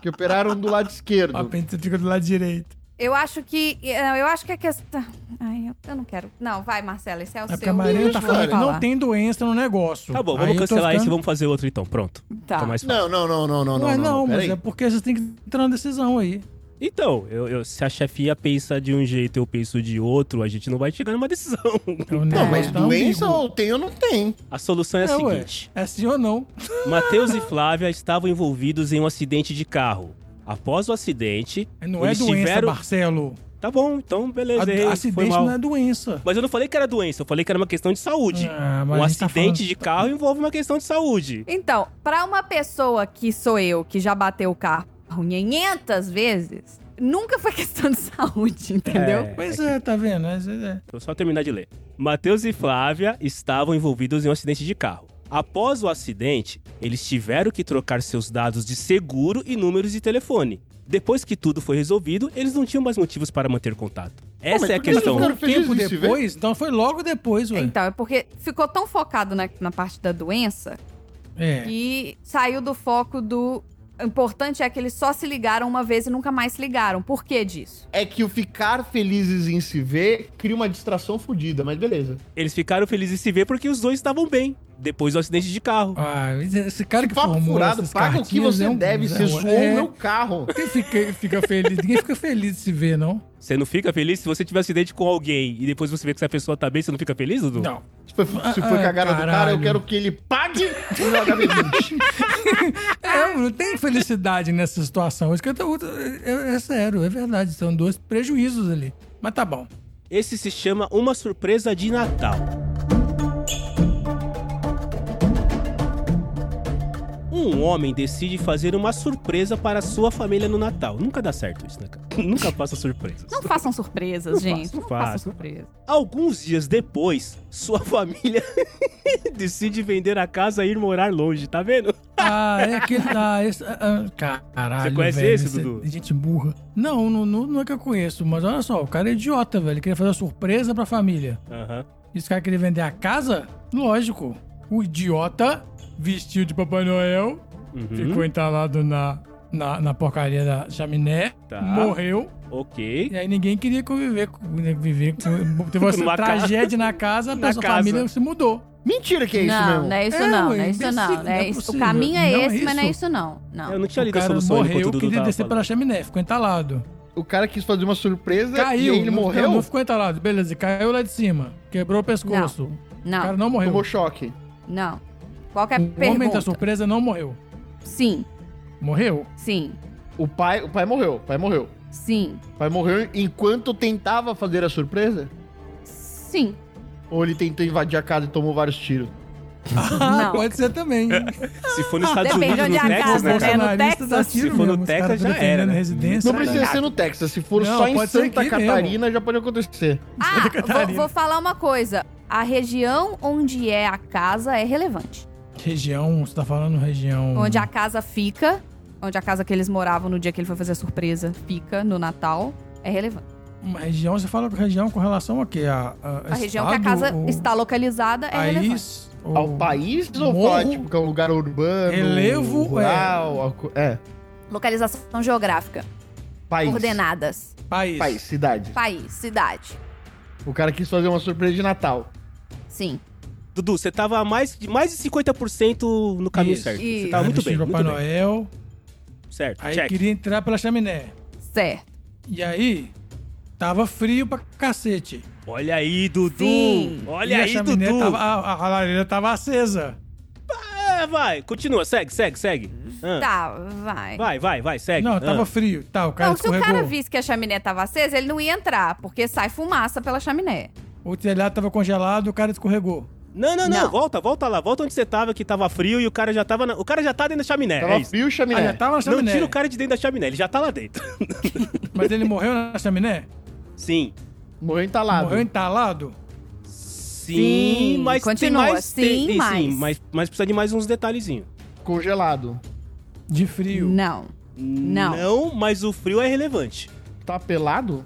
Speaker 4: que operaram do lado esquerdo.
Speaker 3: O apêndice fica do lado direito.
Speaker 2: Eu acho que. Eu acho que a questão. Ai, eu- eu não quero. Não, vai, Marcelo, esse é o
Speaker 3: É
Speaker 2: seu.
Speaker 3: porque a Maria tá
Speaker 2: Deixa eu
Speaker 3: falando que
Speaker 2: falar.
Speaker 3: não tem doença no negócio.
Speaker 1: Tá bom,
Speaker 3: Aí
Speaker 1: vamos
Speaker 3: eu tô
Speaker 1: cancelar isso e
Speaker 3: ficando-
Speaker 1: vamos fazer outro então. Pronto.
Speaker 2: Tá.
Speaker 1: Fica mais fácil.
Speaker 4: Não, não, não, não, não, não.
Speaker 3: Ué, não,
Speaker 4: não,
Speaker 3: mas
Speaker 4: peraí.
Speaker 3: é porque vocês têm que entrar na decisão aí.
Speaker 1: Então, eu- eu- se a chefia pensa de um jeito e eu penso de outro, a gente não vai chegar numa decisão.
Speaker 3: Então,
Speaker 4: Não, mas
Speaker 3: tá
Speaker 4: É doença
Speaker 3: ambíguo.
Speaker 4: ou tem ou não tem.
Speaker 1: A solução é a
Speaker 3: É, ué.
Speaker 1: seguinte.
Speaker 3: É sim ou não?
Speaker 1: Mateus e Flávia estavam envolvidos em um acidente de carro. Após o acidente,
Speaker 3: Não é
Speaker 1: eles
Speaker 3: doença,
Speaker 1: tiveram...
Speaker 3: Marcelo.
Speaker 1: Tá bom, então beleza. errei,
Speaker 3: A-
Speaker 1: foi
Speaker 3: Acidente
Speaker 1: mal.
Speaker 3: não é doença.
Speaker 1: Mas eu não falei que era doença, eu falei que era uma questão de saúde.
Speaker 3: Ah, mas
Speaker 1: um
Speaker 3: a gente tá
Speaker 1: acidente
Speaker 3: falando-
Speaker 1: de carro envolve uma questão de saúde.
Speaker 2: Então, pra uma pessoa que sou eu, que já bateu o carro 500 vezes, nunca foi questão de saúde, entendeu?
Speaker 1: É,
Speaker 3: Pois é, tá vendo? Mas, é.
Speaker 1: Vou só terminar de ler. Matheus e Flávia estavam envolvidos em um acidente de carro. Após o acidente, eles tiveram que trocar seus dados de seguro e números de telefone. Depois que tudo foi resolvido, eles não tinham mais motivos para manter contato. Essa é a
Speaker 4: por que eles
Speaker 1: questão.
Speaker 4: ficaram
Speaker 3: Foi um
Speaker 4: felizes
Speaker 3: tempo
Speaker 4: de se ver?
Speaker 3: depois? Então foi logo depois, ué.
Speaker 2: Então, é porque ficou tão focado na, na parte da doença
Speaker 3: É.
Speaker 2: que saiu do foco do. O importante é que eles só se ligaram uma vez e nunca mais se ligaram. Por que disso?
Speaker 4: É que o ficar felizes em se ver cria uma distração fodida, mas beleza.
Speaker 1: Eles ficaram felizes de se ver porque os dois estavam bem, depois do acidente de carro.
Speaker 3: Ah, esse cara que
Speaker 4: Papo
Speaker 3: formou
Speaker 4: furado,
Speaker 3: essas
Speaker 4: paga o que
Speaker 3: cartinhas
Speaker 4: você
Speaker 3: é um-
Speaker 4: deve, você
Speaker 3: é um-
Speaker 4: zoou
Speaker 3: é.
Speaker 4: o meu carro.
Speaker 3: Quem fica, fica feliz? Ninguém fica feliz de se ver, não?
Speaker 1: Você não fica feliz se você tiver acidente com alguém e depois você vê que essa pessoa tá bem, você não fica feliz, Dudu?
Speaker 3: Não.
Speaker 4: Se foi, se foi
Speaker 3: Ah,
Speaker 4: com a cara do cara, eu
Speaker 3: caralho.
Speaker 4: quero que ele pague o meu HB20.
Speaker 3: É, não tem felicidade nessa situação. Isso que eu tô- é, é sério, é verdade. São dois prejuízos ali. Mas tá bom.
Speaker 1: Esse se chama Uma Surpresa de Natal. Um homem decide fazer uma surpresa para sua família no Natal. Nunca dá certo isso, né, cara? Nunca faça surpresas.
Speaker 2: Não façam surpresas, gente.
Speaker 1: faço, não
Speaker 2: não façam
Speaker 1: faço.
Speaker 2: surpresas.
Speaker 1: Alguns dias depois, sua família decide vender a casa e ir morar longe, tá vendo?
Speaker 3: Ah, é aquele. Ah, esse, ah, ah, caralho.
Speaker 1: Você conhece
Speaker 3: velho,
Speaker 1: esse,
Speaker 3: esse-
Speaker 1: Dudu?
Speaker 3: Gente burra. Não, não, não, não é que eu conheço, mas olha só, o cara é idiota, velho. Ele queria fazer uma surpresa pra família.
Speaker 1: Aham.
Speaker 3: E esse cara queria vender a casa? Lógico. O idiota vestiu de Papai Noel,
Speaker 1: Uhum.
Speaker 3: ficou entalado na, na, na porcaria da chaminé,
Speaker 1: Tá.
Speaker 3: morreu.
Speaker 1: Ok.
Speaker 3: E aí ninguém queria conviver com. né, Viver com teve
Speaker 1: Numa
Speaker 3: uma tragédia na casa, a
Speaker 1: Na
Speaker 3: pessoa- a
Speaker 1: casa.
Speaker 3: família se mudou.
Speaker 4: Mentira que é isso
Speaker 2: não,
Speaker 4: mesmo.
Speaker 2: não é isso
Speaker 3: É,
Speaker 2: não,
Speaker 3: ué,
Speaker 2: não é isso não.
Speaker 3: imbecil,
Speaker 2: não é
Speaker 3: não é
Speaker 2: isso. O
Speaker 3: possível.
Speaker 2: caminho é
Speaker 3: Não é
Speaker 2: esse, mas não é
Speaker 3: isso.
Speaker 2: isso não. Não.
Speaker 1: Eu não tinha
Speaker 3: o
Speaker 1: lido a
Speaker 3: cara
Speaker 1: solução ainda
Speaker 3: morreu,
Speaker 1: enquanto o Dudu
Speaker 3: queria
Speaker 1: tava
Speaker 3: descer pela
Speaker 1: falando.
Speaker 3: chaminé, ficou entalado.
Speaker 4: O cara quis fazer uma surpresa
Speaker 3: Caiu,
Speaker 4: e ele
Speaker 3: não-
Speaker 4: morreu,
Speaker 3: Não ficou entalado, beleza, caiu lá de cima, quebrou o pescoço. O cara
Speaker 2: Não,
Speaker 3: não morreu.
Speaker 4: tomou choque.
Speaker 2: não. Qual que é a
Speaker 3: O homem da
Speaker 2: pergunta?
Speaker 3: surpresa não morreu.
Speaker 2: Sim,
Speaker 3: Morreu?
Speaker 2: sim,
Speaker 4: O pai, o pai morreu, o pai morreu.
Speaker 2: sim,
Speaker 4: O pai morreu enquanto tentava fazer a surpresa?
Speaker 2: sim.
Speaker 4: Ou ele tentou invadir a casa e tomou vários tiros?
Speaker 2: Não.
Speaker 3: Pode ser também.
Speaker 1: Se for nos Estados
Speaker 2: Depende
Speaker 1: Unidos,
Speaker 2: onde
Speaker 1: no
Speaker 2: é a
Speaker 1: É, Texas,
Speaker 2: casa,
Speaker 1: né,
Speaker 2: né?
Speaker 1: cara?
Speaker 2: No
Speaker 3: Bolsonarista dá
Speaker 2: Texas?
Speaker 3: tiro
Speaker 1: Se for no
Speaker 3: mesmo, os
Speaker 1: Texas,
Speaker 3: caras
Speaker 1: já
Speaker 3: defendendo
Speaker 1: era, né?
Speaker 3: residência.
Speaker 4: Não precisa ser no Texas, se for
Speaker 3: é Não,
Speaker 4: só em
Speaker 3: pode ser
Speaker 4: Santa
Speaker 3: aqui mesmo.
Speaker 4: Catarina já pode acontecer.
Speaker 2: Ah, vou, vou falar uma coisa. A região onde é a casa é relevante.
Speaker 3: Região, você tá falando região...
Speaker 2: Onde a casa fica, onde a casa que eles moravam no dia que ele foi fazer a surpresa fica no Natal, é relevante.
Speaker 3: Uma região, você fala região com relação a quê? A, a,
Speaker 2: A região que a
Speaker 3: estado,
Speaker 2: casa
Speaker 3: o
Speaker 2: está localizada é relevante.
Speaker 3: País? ou-
Speaker 4: Ao país ou
Speaker 3: Morro.
Speaker 4: pode, tipo, que é um lugar urbano,
Speaker 3: Relevo, é.
Speaker 4: rural, uma co- é.
Speaker 2: Localização geográfica,
Speaker 4: país,
Speaker 2: coordenadas,
Speaker 3: País.
Speaker 4: país, cidade.
Speaker 2: país, cidade.
Speaker 4: O cara quis fazer uma surpresa de Natal.
Speaker 2: Sim.
Speaker 1: Dudu, você tava a mais, de mais de 50% no caminho
Speaker 3: Isso.
Speaker 1: certo. Você
Speaker 2: Isso.
Speaker 1: tava Tá, muito bem,
Speaker 3: Vestiu
Speaker 1: muito
Speaker 3: Papai
Speaker 1: bem.
Speaker 3: Noel,
Speaker 1: Certo,
Speaker 3: aí
Speaker 1: check.
Speaker 3: queria entrar pela chaminé.
Speaker 2: Certo.
Speaker 3: E aí, tava frio pra cacete.
Speaker 1: Olha aí, Dudu.
Speaker 2: Sim.
Speaker 1: Olha
Speaker 3: e a
Speaker 1: aí,
Speaker 3: chaminé
Speaker 1: Dudu.
Speaker 3: Tava, a, a lareira tava acesa.
Speaker 1: É, vai, continua, segue, segue, segue. Ah,
Speaker 2: Tá, vai.
Speaker 1: Vai, vai, vai, segue.
Speaker 3: Não,
Speaker 1: Ah,
Speaker 3: tava frio. Tá, o cara
Speaker 2: Não, se o
Speaker 3: escorregou.
Speaker 2: cara visse que a chaminé tava acesa, ele não ia entrar, porque sai fumaça pela chaminé.
Speaker 3: O telhado tava congelado, o cara escorregou.
Speaker 1: não, não, não,
Speaker 2: Não.
Speaker 1: volta, volta lá, volta onde você tava, que tava frio e o cara já tava. na- O cara já tá dentro da chaminé.
Speaker 4: Tava
Speaker 1: é isso.
Speaker 4: frio,
Speaker 3: Ah,
Speaker 4: chaminé.
Speaker 3: já tava na
Speaker 1: Não
Speaker 3: chaminé.
Speaker 1: tira o cara de dentro da chaminé, ele já tá lá dentro.
Speaker 3: Mas ele morreu na chaminé?
Speaker 1: Sim.
Speaker 4: Morreu entalado.
Speaker 3: Morreu entalado?
Speaker 1: Sim,
Speaker 2: Sim,
Speaker 1: mas
Speaker 2: continua,
Speaker 1: tem mais. tem-
Speaker 2: sim,
Speaker 1: tem-
Speaker 2: mas-
Speaker 1: mas, mas precisa de mais uns detalhezinhos.
Speaker 4: Congelado.
Speaker 3: De frio.
Speaker 2: Não. Não.
Speaker 1: Não, mas o frio é relevante.
Speaker 4: Tá pelado?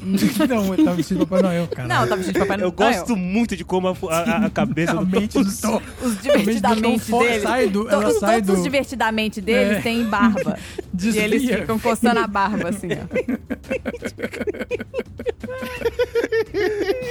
Speaker 1: Hum.
Speaker 3: Não, Então, ele tava vestido de Papai Noel, cara.
Speaker 2: Não, tava vestido de papai
Speaker 1: Eu gosto muito de como a, a- a cabeça
Speaker 3: Ah, é. A
Speaker 1: do
Speaker 3: mente do
Speaker 1: Tom-
Speaker 3: Tom.
Speaker 2: Os
Speaker 3: A mente
Speaker 2: divertidamente
Speaker 3: do Tom
Speaker 2: deles.
Speaker 3: sai do- ela
Speaker 2: todos
Speaker 3: sai
Speaker 2: todos os
Speaker 3: do-
Speaker 2: divertidamente deles
Speaker 3: É.
Speaker 2: têm barba. e
Speaker 3: Desvia.
Speaker 2: eles ficam coçando a barba, assim, ó.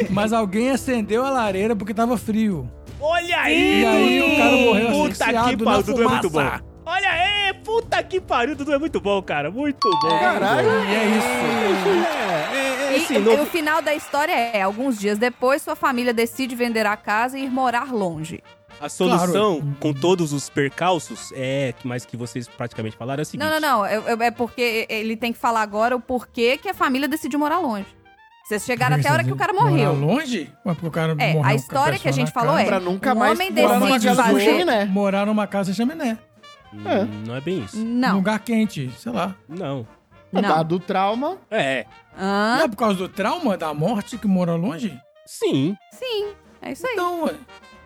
Speaker 3: Mas alguém acendeu a lareira porque tava frio.
Speaker 1: Olha aí,
Speaker 3: E aí
Speaker 1: Dudu!
Speaker 3: o cara morreu
Speaker 1: Puta
Speaker 3: asfixiado
Speaker 1: que
Speaker 3: na
Speaker 1: pariu, Dudu é muito bom.
Speaker 3: fumaça.
Speaker 1: Olha aí, puta que pariu, Dudu é muito bom, cara. Muito bom.
Speaker 4: Caralho.
Speaker 3: E é isso.
Speaker 1: É, é, é,
Speaker 2: E,
Speaker 3: assim,
Speaker 1: esse
Speaker 2: e
Speaker 1: novo-
Speaker 2: o final da história é: alguns dias depois, sua família decide vender a casa e ir morar longe.
Speaker 1: A solução com todos os percalços é, mas que vocês praticamente falaram, é o seguinte.
Speaker 2: Não, não, não. Eu- eu- é porque ele tem que falar agora o porquê que a família decidiu morar longe. Vocês chegaram até a hora que o cara morreu.
Speaker 3: Morar longe? Mas porque o cara
Speaker 2: É,
Speaker 3: morreu
Speaker 2: a
Speaker 3: com
Speaker 2: história que a
Speaker 3: pessoa
Speaker 2: gente
Speaker 3: na
Speaker 2: falou
Speaker 3: cara.
Speaker 2: é.
Speaker 4: Pra nunca
Speaker 2: um
Speaker 4: mais
Speaker 2: homem
Speaker 4: morar numa
Speaker 2: decide
Speaker 4: casa com
Speaker 2: fazer-
Speaker 4: chaminé.
Speaker 3: Morar numa casa sem chaminé.
Speaker 1: Hum,
Speaker 4: É.
Speaker 1: Não é bem isso.
Speaker 3: Num
Speaker 2: Não,
Speaker 3: Lugar quente, sei lá.
Speaker 1: Não.
Speaker 2: não.
Speaker 3: tá.
Speaker 4: Dado o trauma,
Speaker 1: É.
Speaker 2: Hã?
Speaker 3: Não é por causa do trauma da morte que mora longe?
Speaker 1: Sim.
Speaker 2: Sim, é isso aí.
Speaker 3: Então, ué.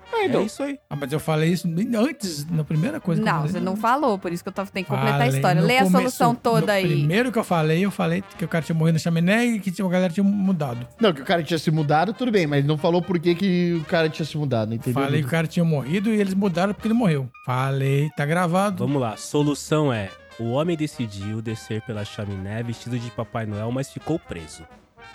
Speaker 1: É,
Speaker 4: então.
Speaker 1: isso aí.
Speaker 3: Ah, mas eu falei isso bem antes, na primeira coisa que eu
Speaker 2: Não,
Speaker 3: falei.
Speaker 2: você não falou, por isso que eu tava, tenho que completar a
Speaker 3: né? Falei
Speaker 2: história.
Speaker 3: no
Speaker 2: Lê a
Speaker 3: começo,
Speaker 2: solução
Speaker 3: no
Speaker 2: toda aí.
Speaker 3: Primeiro que eu falei, eu falei que o cara tinha morrido na chaminé e que a galera tinha mudado.
Speaker 4: Não, que o cara tinha se mudado, tudo bem, mas não falou por que, que o cara tinha se mudado, entendeu?
Speaker 3: Falei que o cara tinha morrido e eles mudaram porque ele morreu. Falei, tá gravado.
Speaker 1: Vamos lá. Solução é: o homem decidiu descer pela chaminé vestido de Papai Noel, mas ficou preso.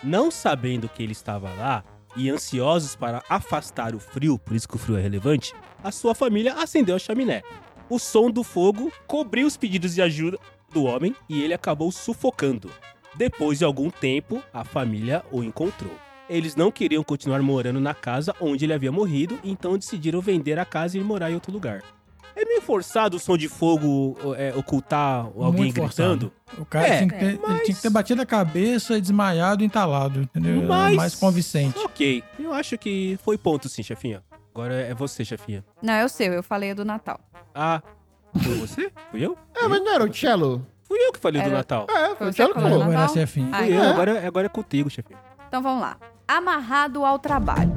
Speaker 1: Não sabendo que ele estava lá e ansiosos para afastar o frio, por isso que o frio é relevante, a sua família acendeu a chaminé. O som do fogo cobriu os pedidos de ajuda do homem e ele acabou sufocando. Depois de algum tempo, a família o encontrou. Eles não queriam continuar morando na casa onde ele havia morrido, então decidiram vender a casa e ir morar em outro lugar. É meio forçado o som de fogo é, ocultar alguém
Speaker 3: Muito forçado.
Speaker 1: gritando.
Speaker 3: O cara
Speaker 1: É,
Speaker 3: tinha, que ter, ele
Speaker 1: mas-
Speaker 3: tinha que ter batido a cabeça e desmaiado, entalado, entendeu? Era
Speaker 1: Mas-
Speaker 3: É, mais convincente.
Speaker 1: Ok, eu acho que foi ponto sim, chefinha. Agora é você, chefinha.
Speaker 2: Não, é o seu, eu falei a do Natal.
Speaker 1: Ah, foi você? Fui eu?
Speaker 4: É, mas não era o Cello.
Speaker 1: Fui eu que falei do
Speaker 2: Era-
Speaker 1: Natal.
Speaker 4: É,
Speaker 2: Foi
Speaker 4: foi
Speaker 2: o Cello
Speaker 4: o Cello
Speaker 2: que
Speaker 4: que
Speaker 2: falou.
Speaker 4: falou.
Speaker 3: Não era
Speaker 2: Natal?
Speaker 3: chefinho.
Speaker 2: Ah,
Speaker 1: Fui eu,
Speaker 4: é?
Speaker 1: agora, agora é contigo, chefinha.
Speaker 2: Então vamos lá. Amarrado ao trabalho.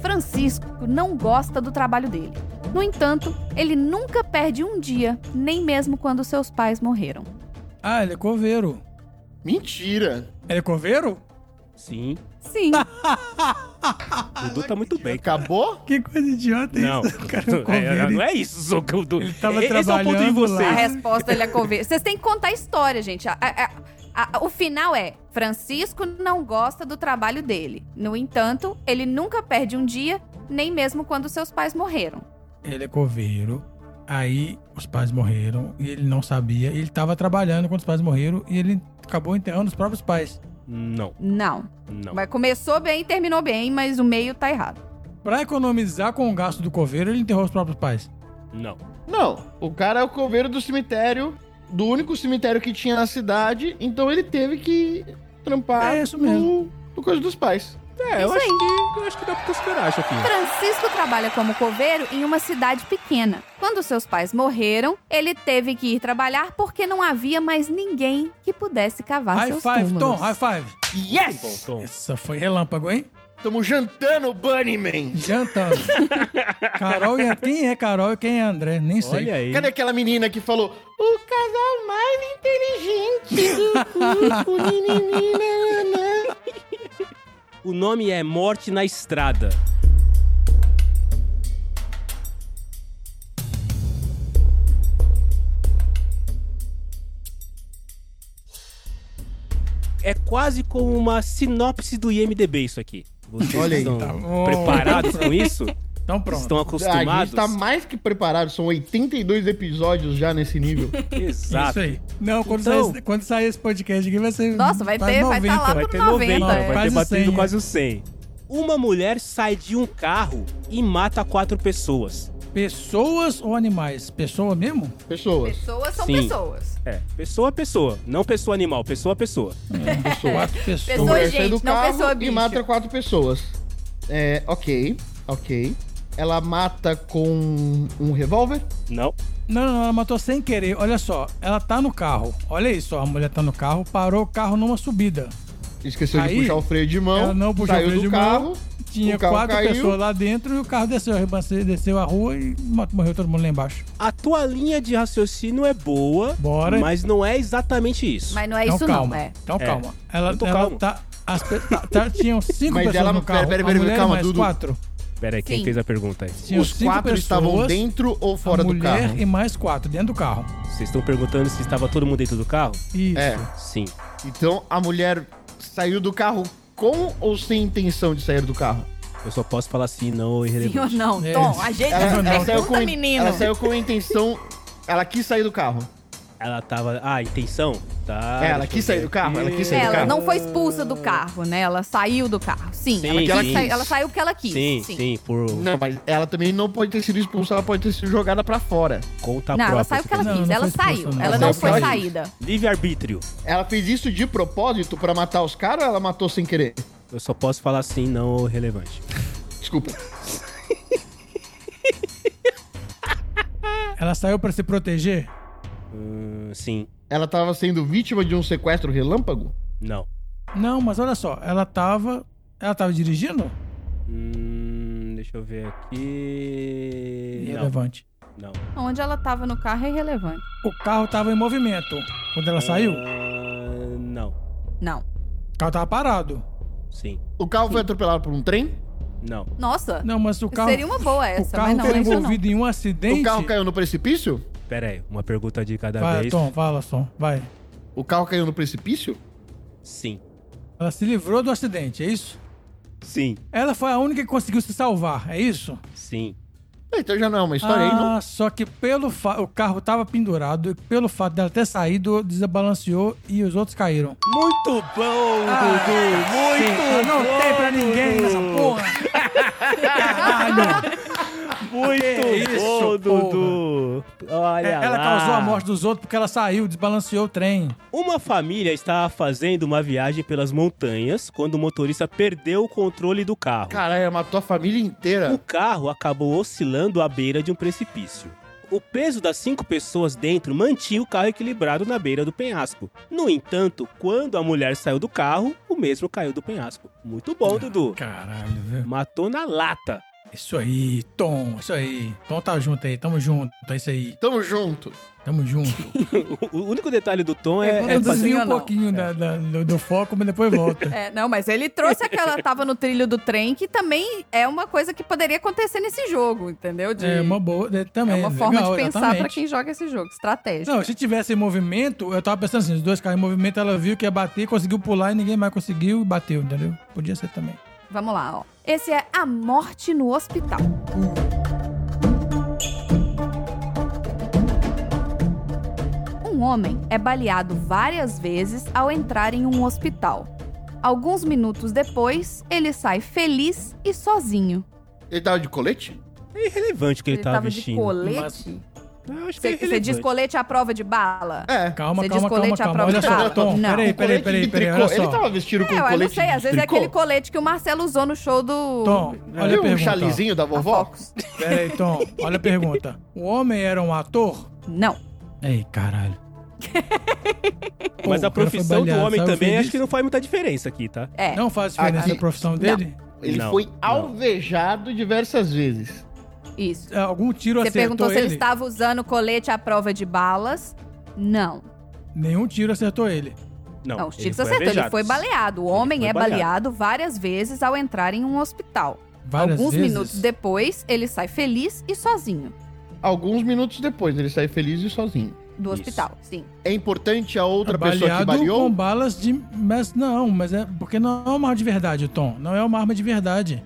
Speaker 2: Francisco não gosta do trabalho dele. No entanto, ele nunca perde um dia, nem mesmo quando seus pais morreram.
Speaker 3: Ah, ele é coveiro.
Speaker 4: Mentira.
Speaker 3: Ele é coveiro?
Speaker 1: Sim,
Speaker 2: Sim,
Speaker 1: o Du tá muito bem.
Speaker 4: Acabou?
Speaker 3: Que coisa idiota
Speaker 1: Não,
Speaker 3: isso. O cara é um
Speaker 1: é,
Speaker 3: coveiro.
Speaker 1: não é isso, Zoco. o Du-
Speaker 3: Ele tava
Speaker 1: Esse é o ponto de
Speaker 3: trabalhando lá.
Speaker 2: a
Speaker 1: vocês.
Speaker 2: resposta ele é coveiro. Vocês têm que contar a história, gente. A- a- a- a- o final é: Francisco não gosta do trabalho dele. No entanto, ele nunca perde um dia, nem mesmo quando seus pais morreram.
Speaker 3: Ele é coveiro. Aí os pais morreram e ele não sabia. Ele tava trabalhando quando os pais morreram e ele acabou enterrando os próprios pais.
Speaker 1: Não,
Speaker 2: Não.
Speaker 3: Então.
Speaker 1: não.
Speaker 2: Mas começou bem, terminou bem, mas o meio tá errado.
Speaker 3: Pra economizar com o gasto do coveiro, ele enterrou os próprios pais.
Speaker 1: Não.
Speaker 4: Não, o cara é o coveiro do cemitério, do único cemitério que tinha na cidade, então ele teve que trampar
Speaker 3: É isso mesmo.
Speaker 4: no, no coisa dos pais.
Speaker 1: É,
Speaker 2: eu
Speaker 1: eu
Speaker 2: Isso
Speaker 1: acho,
Speaker 2: acho aí.
Speaker 1: que, dá pra considerar, chefinha.
Speaker 2: Francisco trabalha como coveiro em uma cidade pequena. Quando seus pais morreram, ele teve que ir trabalhar porque não havia mais ninguém que pudesse cavar
Speaker 3: high
Speaker 2: seus
Speaker 3: five,
Speaker 2: túmulos.
Speaker 3: Tom, high five.
Speaker 1: Bom,
Speaker 4: Yes!
Speaker 1: Tom,
Speaker 3: Essa foi relâmpago, hein?
Speaker 4: Tamo jantando, Bunnyman.
Speaker 3: Jantando. Carol e quem é Carol e quem é André? Nem sei.
Speaker 1: olha aí.
Speaker 4: Cadê aquela menina que falou o casal mais inteligente do grupo? ninini, nananã"?
Speaker 1: O nome é Morte na Estrada. É quase como uma sinopse do IMDB isso aqui. Vocês
Speaker 4: Olha aí,
Speaker 1: estão
Speaker 3: tá bom.
Speaker 1: preparados com isso?
Speaker 3: Então pronto.
Speaker 1: Estão
Speaker 4: A
Speaker 1: acostumados?
Speaker 4: gente tá mais que preparado, são 82 episódios já nesse nível.
Speaker 1: Exato.
Speaker 3: Isso aí. Não, quando,
Speaker 1: Então-
Speaker 3: sair, esse- quando sair esse podcast aqui vai ser.
Speaker 2: Nossa, vai
Speaker 3: quase
Speaker 2: ter, vai estar
Speaker 3: 90.
Speaker 2: lá
Speaker 1: Vai
Speaker 2: pro
Speaker 1: ter
Speaker 2: 90.
Speaker 1: 90,
Speaker 2: é.
Speaker 1: vai ter
Speaker 3: Quase
Speaker 1: batido
Speaker 3: 100,
Speaker 1: quase o 100. Uma mulher sai de um carro e mata quatro pessoas.
Speaker 3: Pessoas ou animais? Pessoa mesmo?
Speaker 4: Pessoas.
Speaker 2: Pessoas são
Speaker 1: Sim.
Speaker 2: pessoas.
Speaker 1: É, pessoa a pessoa, não pessoa animal, pessoa a pessoa.
Speaker 3: Quatro pessoas.
Speaker 2: Pessoa-
Speaker 4: Mulher
Speaker 2: gente,
Speaker 4: sai do
Speaker 2: não
Speaker 4: carro
Speaker 2: pessoa,
Speaker 4: e
Speaker 2: bicho.
Speaker 4: mata quatro pessoas. É, ok, ok. Ela mata com um revólver?
Speaker 1: Não.
Speaker 3: Não, não, não, ela matou sem querer. Olha só, ela tá no carro. Olha isso, ó, a mulher tá no carro, parou o carro numa subida.
Speaker 4: Esqueceu
Speaker 3: Aí,
Speaker 4: de puxar o freio de mão.
Speaker 3: ela não puxou o
Speaker 4: saiu
Speaker 3: freio
Speaker 4: do
Speaker 3: de
Speaker 4: carro,
Speaker 3: mão. Tinha
Speaker 4: o carro
Speaker 3: quatro
Speaker 4: caiu.
Speaker 3: pessoas lá dentro e o carro desceu, arrebance- desceu a rua e mo- morreu todo mundo lá embaixo.
Speaker 1: A tua linha de raciocínio é boa,
Speaker 3: Bora.
Speaker 1: mas não é exatamente isso.
Speaker 2: Mas não é
Speaker 3: então
Speaker 2: isso
Speaker 3: calma.
Speaker 2: não, é.
Speaker 3: Então
Speaker 1: É.
Speaker 3: calma. Ela,
Speaker 1: Eu tô
Speaker 3: ela
Speaker 1: calmo.
Speaker 3: tá. As, pe- tá, tá- tinham cinco
Speaker 4: Mas
Speaker 3: pessoas
Speaker 4: ela-
Speaker 3: no
Speaker 4: pera,
Speaker 3: carro.
Speaker 4: pera,
Speaker 3: a
Speaker 4: pera,
Speaker 3: mulher e
Speaker 4: calma,
Speaker 3: mais
Speaker 4: Dudu.
Speaker 3: quatro.
Speaker 1: Pera aí, quem
Speaker 2: Sim.
Speaker 1: fez a pergunta aí?
Speaker 3: Tinham
Speaker 4: Os
Speaker 3: cinco
Speaker 4: quatro
Speaker 3: pessoas,
Speaker 4: estavam dentro ou fora
Speaker 3: a
Speaker 4: do
Speaker 3: mulher
Speaker 4: carro?
Speaker 3: e mais quatro dentro do carro.
Speaker 1: Vocês estão perguntando se estava todo mundo dentro do carro?
Speaker 3: Isso.
Speaker 4: É.
Speaker 1: Sim.
Speaker 4: Então a mulher saiu do carro com ou sem intenção de sair do carro?
Speaker 1: Eu só posso falar sim, não ou
Speaker 2: Sim ou
Speaker 1: irrelevante.
Speaker 2: não?
Speaker 3: É.
Speaker 2: Tom, ajeita
Speaker 4: Ela,
Speaker 2: essa
Speaker 4: ela saiu com,
Speaker 2: pergunta,
Speaker 4: in-
Speaker 2: menino.
Speaker 4: ela saiu com a intenção. Ela quis sair do carro.
Speaker 1: Ela tava. Ah, intenção? Tá.
Speaker 4: É, ela
Speaker 1: deixa eu
Speaker 4: quis sair
Speaker 1: ver
Speaker 4: do carro, ela
Speaker 1: aqui.
Speaker 4: quis sair do
Speaker 2: Ela
Speaker 4: carro.
Speaker 2: não foi expulsa do carro, né? Ela saiu do carro. Sim,
Speaker 1: Sim,
Speaker 2: ela, quis
Speaker 1: sim.
Speaker 2: sair- ela saiu porque ela quis.
Speaker 1: Sim, sim, por
Speaker 4: Não, mas ela também não pode ter sido expulsa, ela pode ter sido jogada pra fora.
Speaker 1: conta
Speaker 2: Não,
Speaker 1: própria.
Speaker 2: ela saiu porque ela
Speaker 3: Não,
Speaker 2: quis.
Speaker 3: não
Speaker 2: ela
Speaker 3: foi expulsa,
Speaker 2: saiu.
Speaker 3: não.
Speaker 2: Ela
Speaker 4: Ela
Speaker 2: não
Speaker 4: saiu
Speaker 2: foi
Speaker 4: porque ela
Speaker 2: saída.
Speaker 1: Livre-arbítrio.
Speaker 4: Ela fez isso de propósito pra matar os caras ou ela matou sem querer?
Speaker 1: Eu só posso falar sim, não ou relevante.
Speaker 4: Desculpa.
Speaker 3: Ela saiu pra se proteger?
Speaker 1: Hum, sim,
Speaker 4: Ela tava sendo vítima de um sequestro relâmpago?
Speaker 1: não.
Speaker 3: Não, mas olha só, ela tava. Ela tava dirigindo?
Speaker 1: Hum, deixa eu ver aqui. Não,
Speaker 3: Irrelevante.
Speaker 1: não.
Speaker 2: Onde ela tava no carro é irrelevante.
Speaker 3: O carro tava em movimento quando ela saiu. O
Speaker 1: Ah, não.
Speaker 2: Não.
Speaker 3: carro tava parado.
Speaker 1: Sim.
Speaker 4: O carro foi atropelado por um trem?
Speaker 1: Não.
Speaker 2: Nossa.
Speaker 3: Não, mas o carro.
Speaker 2: Seria uma boa
Speaker 3: o
Speaker 2: essa,
Speaker 3: carro
Speaker 2: mas não,
Speaker 3: foi
Speaker 2: essa não.
Speaker 3: envolvido em um acidente.
Speaker 4: O carro caiu no precipício?
Speaker 1: Pera aí, uma pergunta de cada
Speaker 3: Vai,
Speaker 1: vez.
Speaker 3: Tom, fala, Tom, vai.
Speaker 4: O carro caiu no precipício?
Speaker 1: Sim.
Speaker 3: Ela se livrou do acidente, é isso?
Speaker 1: Sim.
Speaker 3: Ela foi a única que conseguiu se salvar, é isso?
Speaker 1: Sim.
Speaker 4: Ah, Então já não é uma história aí, não?
Speaker 3: Ah, só que pelo fa... o carro tava pendurado e pelo fato dela ter saído, desbalanceou e os outros caíram.
Speaker 1: Muito bom, Dudu! Muito
Speaker 3: Ah, Sim, Ah, não
Speaker 1: bom,
Speaker 3: tem pra ninguém
Speaker 1: Dudu.
Speaker 3: nessa porra. Caralho.
Speaker 1: Muito
Speaker 3: Que
Speaker 1: bom,
Speaker 3: isso,
Speaker 1: Dudu! Olha
Speaker 3: É, Ela
Speaker 1: lá.
Speaker 3: causou a morte dos outros porque ela saiu, desbalanceou o trem.
Speaker 1: Uma família estava fazendo uma viagem pelas montanhas quando o motorista perdeu o controle do carro.
Speaker 4: Caralho, ela matou a família
Speaker 1: O
Speaker 4: inteira.
Speaker 1: carro acabou oscilando à beira de um precipício. O peso das cinco pessoas dentro mantinha o carro equilibrado na beira do penhasco. No entanto, quando a mulher saiu do carro, o mesmo caiu do penhasco. Muito bom, Dudu.
Speaker 3: Caralho, velho.
Speaker 1: Matou na lata.
Speaker 3: Isso aí, Tom, isso aí. Tom tá junto aí, tamo junto, é isso aí,
Speaker 4: Tamo junto.
Speaker 3: tamo junto.
Speaker 1: O o único detalhe do Tom é,
Speaker 2: Pergunta
Speaker 1: é
Speaker 3: Eu
Speaker 2: dos-
Speaker 1: fazer-
Speaker 3: desvio
Speaker 2: não.
Speaker 3: um pouquinho da- da- do, do foco, mas depois volta.
Speaker 2: É, não, mas ele trouxe aquela tava no trilho do trem, que também é uma coisa que poderia acontecer nesse jogo, entendeu? De-
Speaker 3: É uma boa, é, também.
Speaker 2: é uma forma
Speaker 3: legal,
Speaker 2: de pensar
Speaker 3: exatamente.
Speaker 2: pra quem joga esse jogo, estratégia.
Speaker 3: Não, se tivesse em movimento, eu tava pensando assim, os dois carros em movimento, ela viu que ia bater, conseguiu pular e ninguém mais conseguiu e bateu, entendeu? Podia ser também.
Speaker 2: Vamos lá, ó. Esse é A Morte no Hospital. Um homem é baleado várias vezes ao entrar em um hospital. Alguns minutos depois, ele sai feliz e sozinho.
Speaker 4: Ele tava de colete?
Speaker 1: é irrelevante o que ele, tava,
Speaker 2: de
Speaker 1: vestindo.
Speaker 3: Mas-
Speaker 2: colete?
Speaker 1: Eu acho que é
Speaker 2: Você você
Speaker 1: irrelevante.
Speaker 2: diz colete à prova de bala?
Speaker 4: É.
Speaker 3: Calma,
Speaker 2: Você
Speaker 3: calma,
Speaker 2: diz colete
Speaker 3: calma,
Speaker 2: à
Speaker 3: calma.
Speaker 2: prova
Speaker 3: Olha
Speaker 2: de
Speaker 3: só,
Speaker 2: bala?
Speaker 3: Tom,
Speaker 2: Não.
Speaker 3: peraí,
Speaker 4: O
Speaker 3: peraí,
Speaker 4: colete
Speaker 3: peraí,
Speaker 4: de
Speaker 3: peraí,
Speaker 4: tricô.
Speaker 3: olha só.
Speaker 4: Ele tava vestido com
Speaker 2: É,
Speaker 4: um
Speaker 2: eu não
Speaker 4: colete
Speaker 2: sei, às
Speaker 4: de
Speaker 2: vezes é
Speaker 4: tricô?
Speaker 2: aquele colete que o Marcelo usou no show do...
Speaker 3: Tom, olha a
Speaker 4: Viu um
Speaker 3: pergunta.
Speaker 4: chalezinho da
Speaker 2: da
Speaker 4: vovó?
Speaker 2: Fox.
Speaker 3: Pera aí, Tom, olha a pergunta. O homem era um ator?
Speaker 2: Não.
Speaker 3: Ei, caralho.
Speaker 1: Mas
Speaker 3: Pô,
Speaker 1: a
Speaker 3: o cara foi
Speaker 1: profissão do
Speaker 3: baleado,
Speaker 1: homem
Speaker 3: saiu
Speaker 1: também
Speaker 3: feliz.
Speaker 1: acho que não faz muita diferença aqui, tá?
Speaker 2: É.
Speaker 3: Não faz diferença
Speaker 4: Aqui-
Speaker 3: a profissão dele?
Speaker 4: Ele
Speaker 1: Não,
Speaker 4: foi
Speaker 1: não.
Speaker 4: alvejado diversas vezes.
Speaker 2: Isso.
Speaker 3: É, Algum tiro
Speaker 2: Você
Speaker 3: acertou
Speaker 2: perguntou se ele
Speaker 3: ele?
Speaker 2: estava usando colete à prova de balas. Não.
Speaker 3: Nenhum tiro acertou ele.
Speaker 1: Não,
Speaker 2: Não, o Chico
Speaker 1: foi
Speaker 2: acertou. Ele
Speaker 1: alvejado.
Speaker 2: foi baleado. O
Speaker 1: Ele
Speaker 2: homem
Speaker 1: foi
Speaker 2: é
Speaker 1: baleado.
Speaker 2: baleado. várias vezes ao entrar em um hospital.
Speaker 3: Várias
Speaker 2: Alguns
Speaker 3: vezes.
Speaker 2: minutos depois, ele sai feliz e sozinho
Speaker 4: Alguns minutos depois, ele sai feliz e sozinho.
Speaker 2: do
Speaker 1: Isso.
Speaker 2: hospital. Sim.
Speaker 4: É importante a outra pessoa que
Speaker 3: Baleado
Speaker 4: baleou?
Speaker 3: com balas de... Mas não, mas é... Porque não é uma arma de verdade, Tom. Não é uma arma de verdade.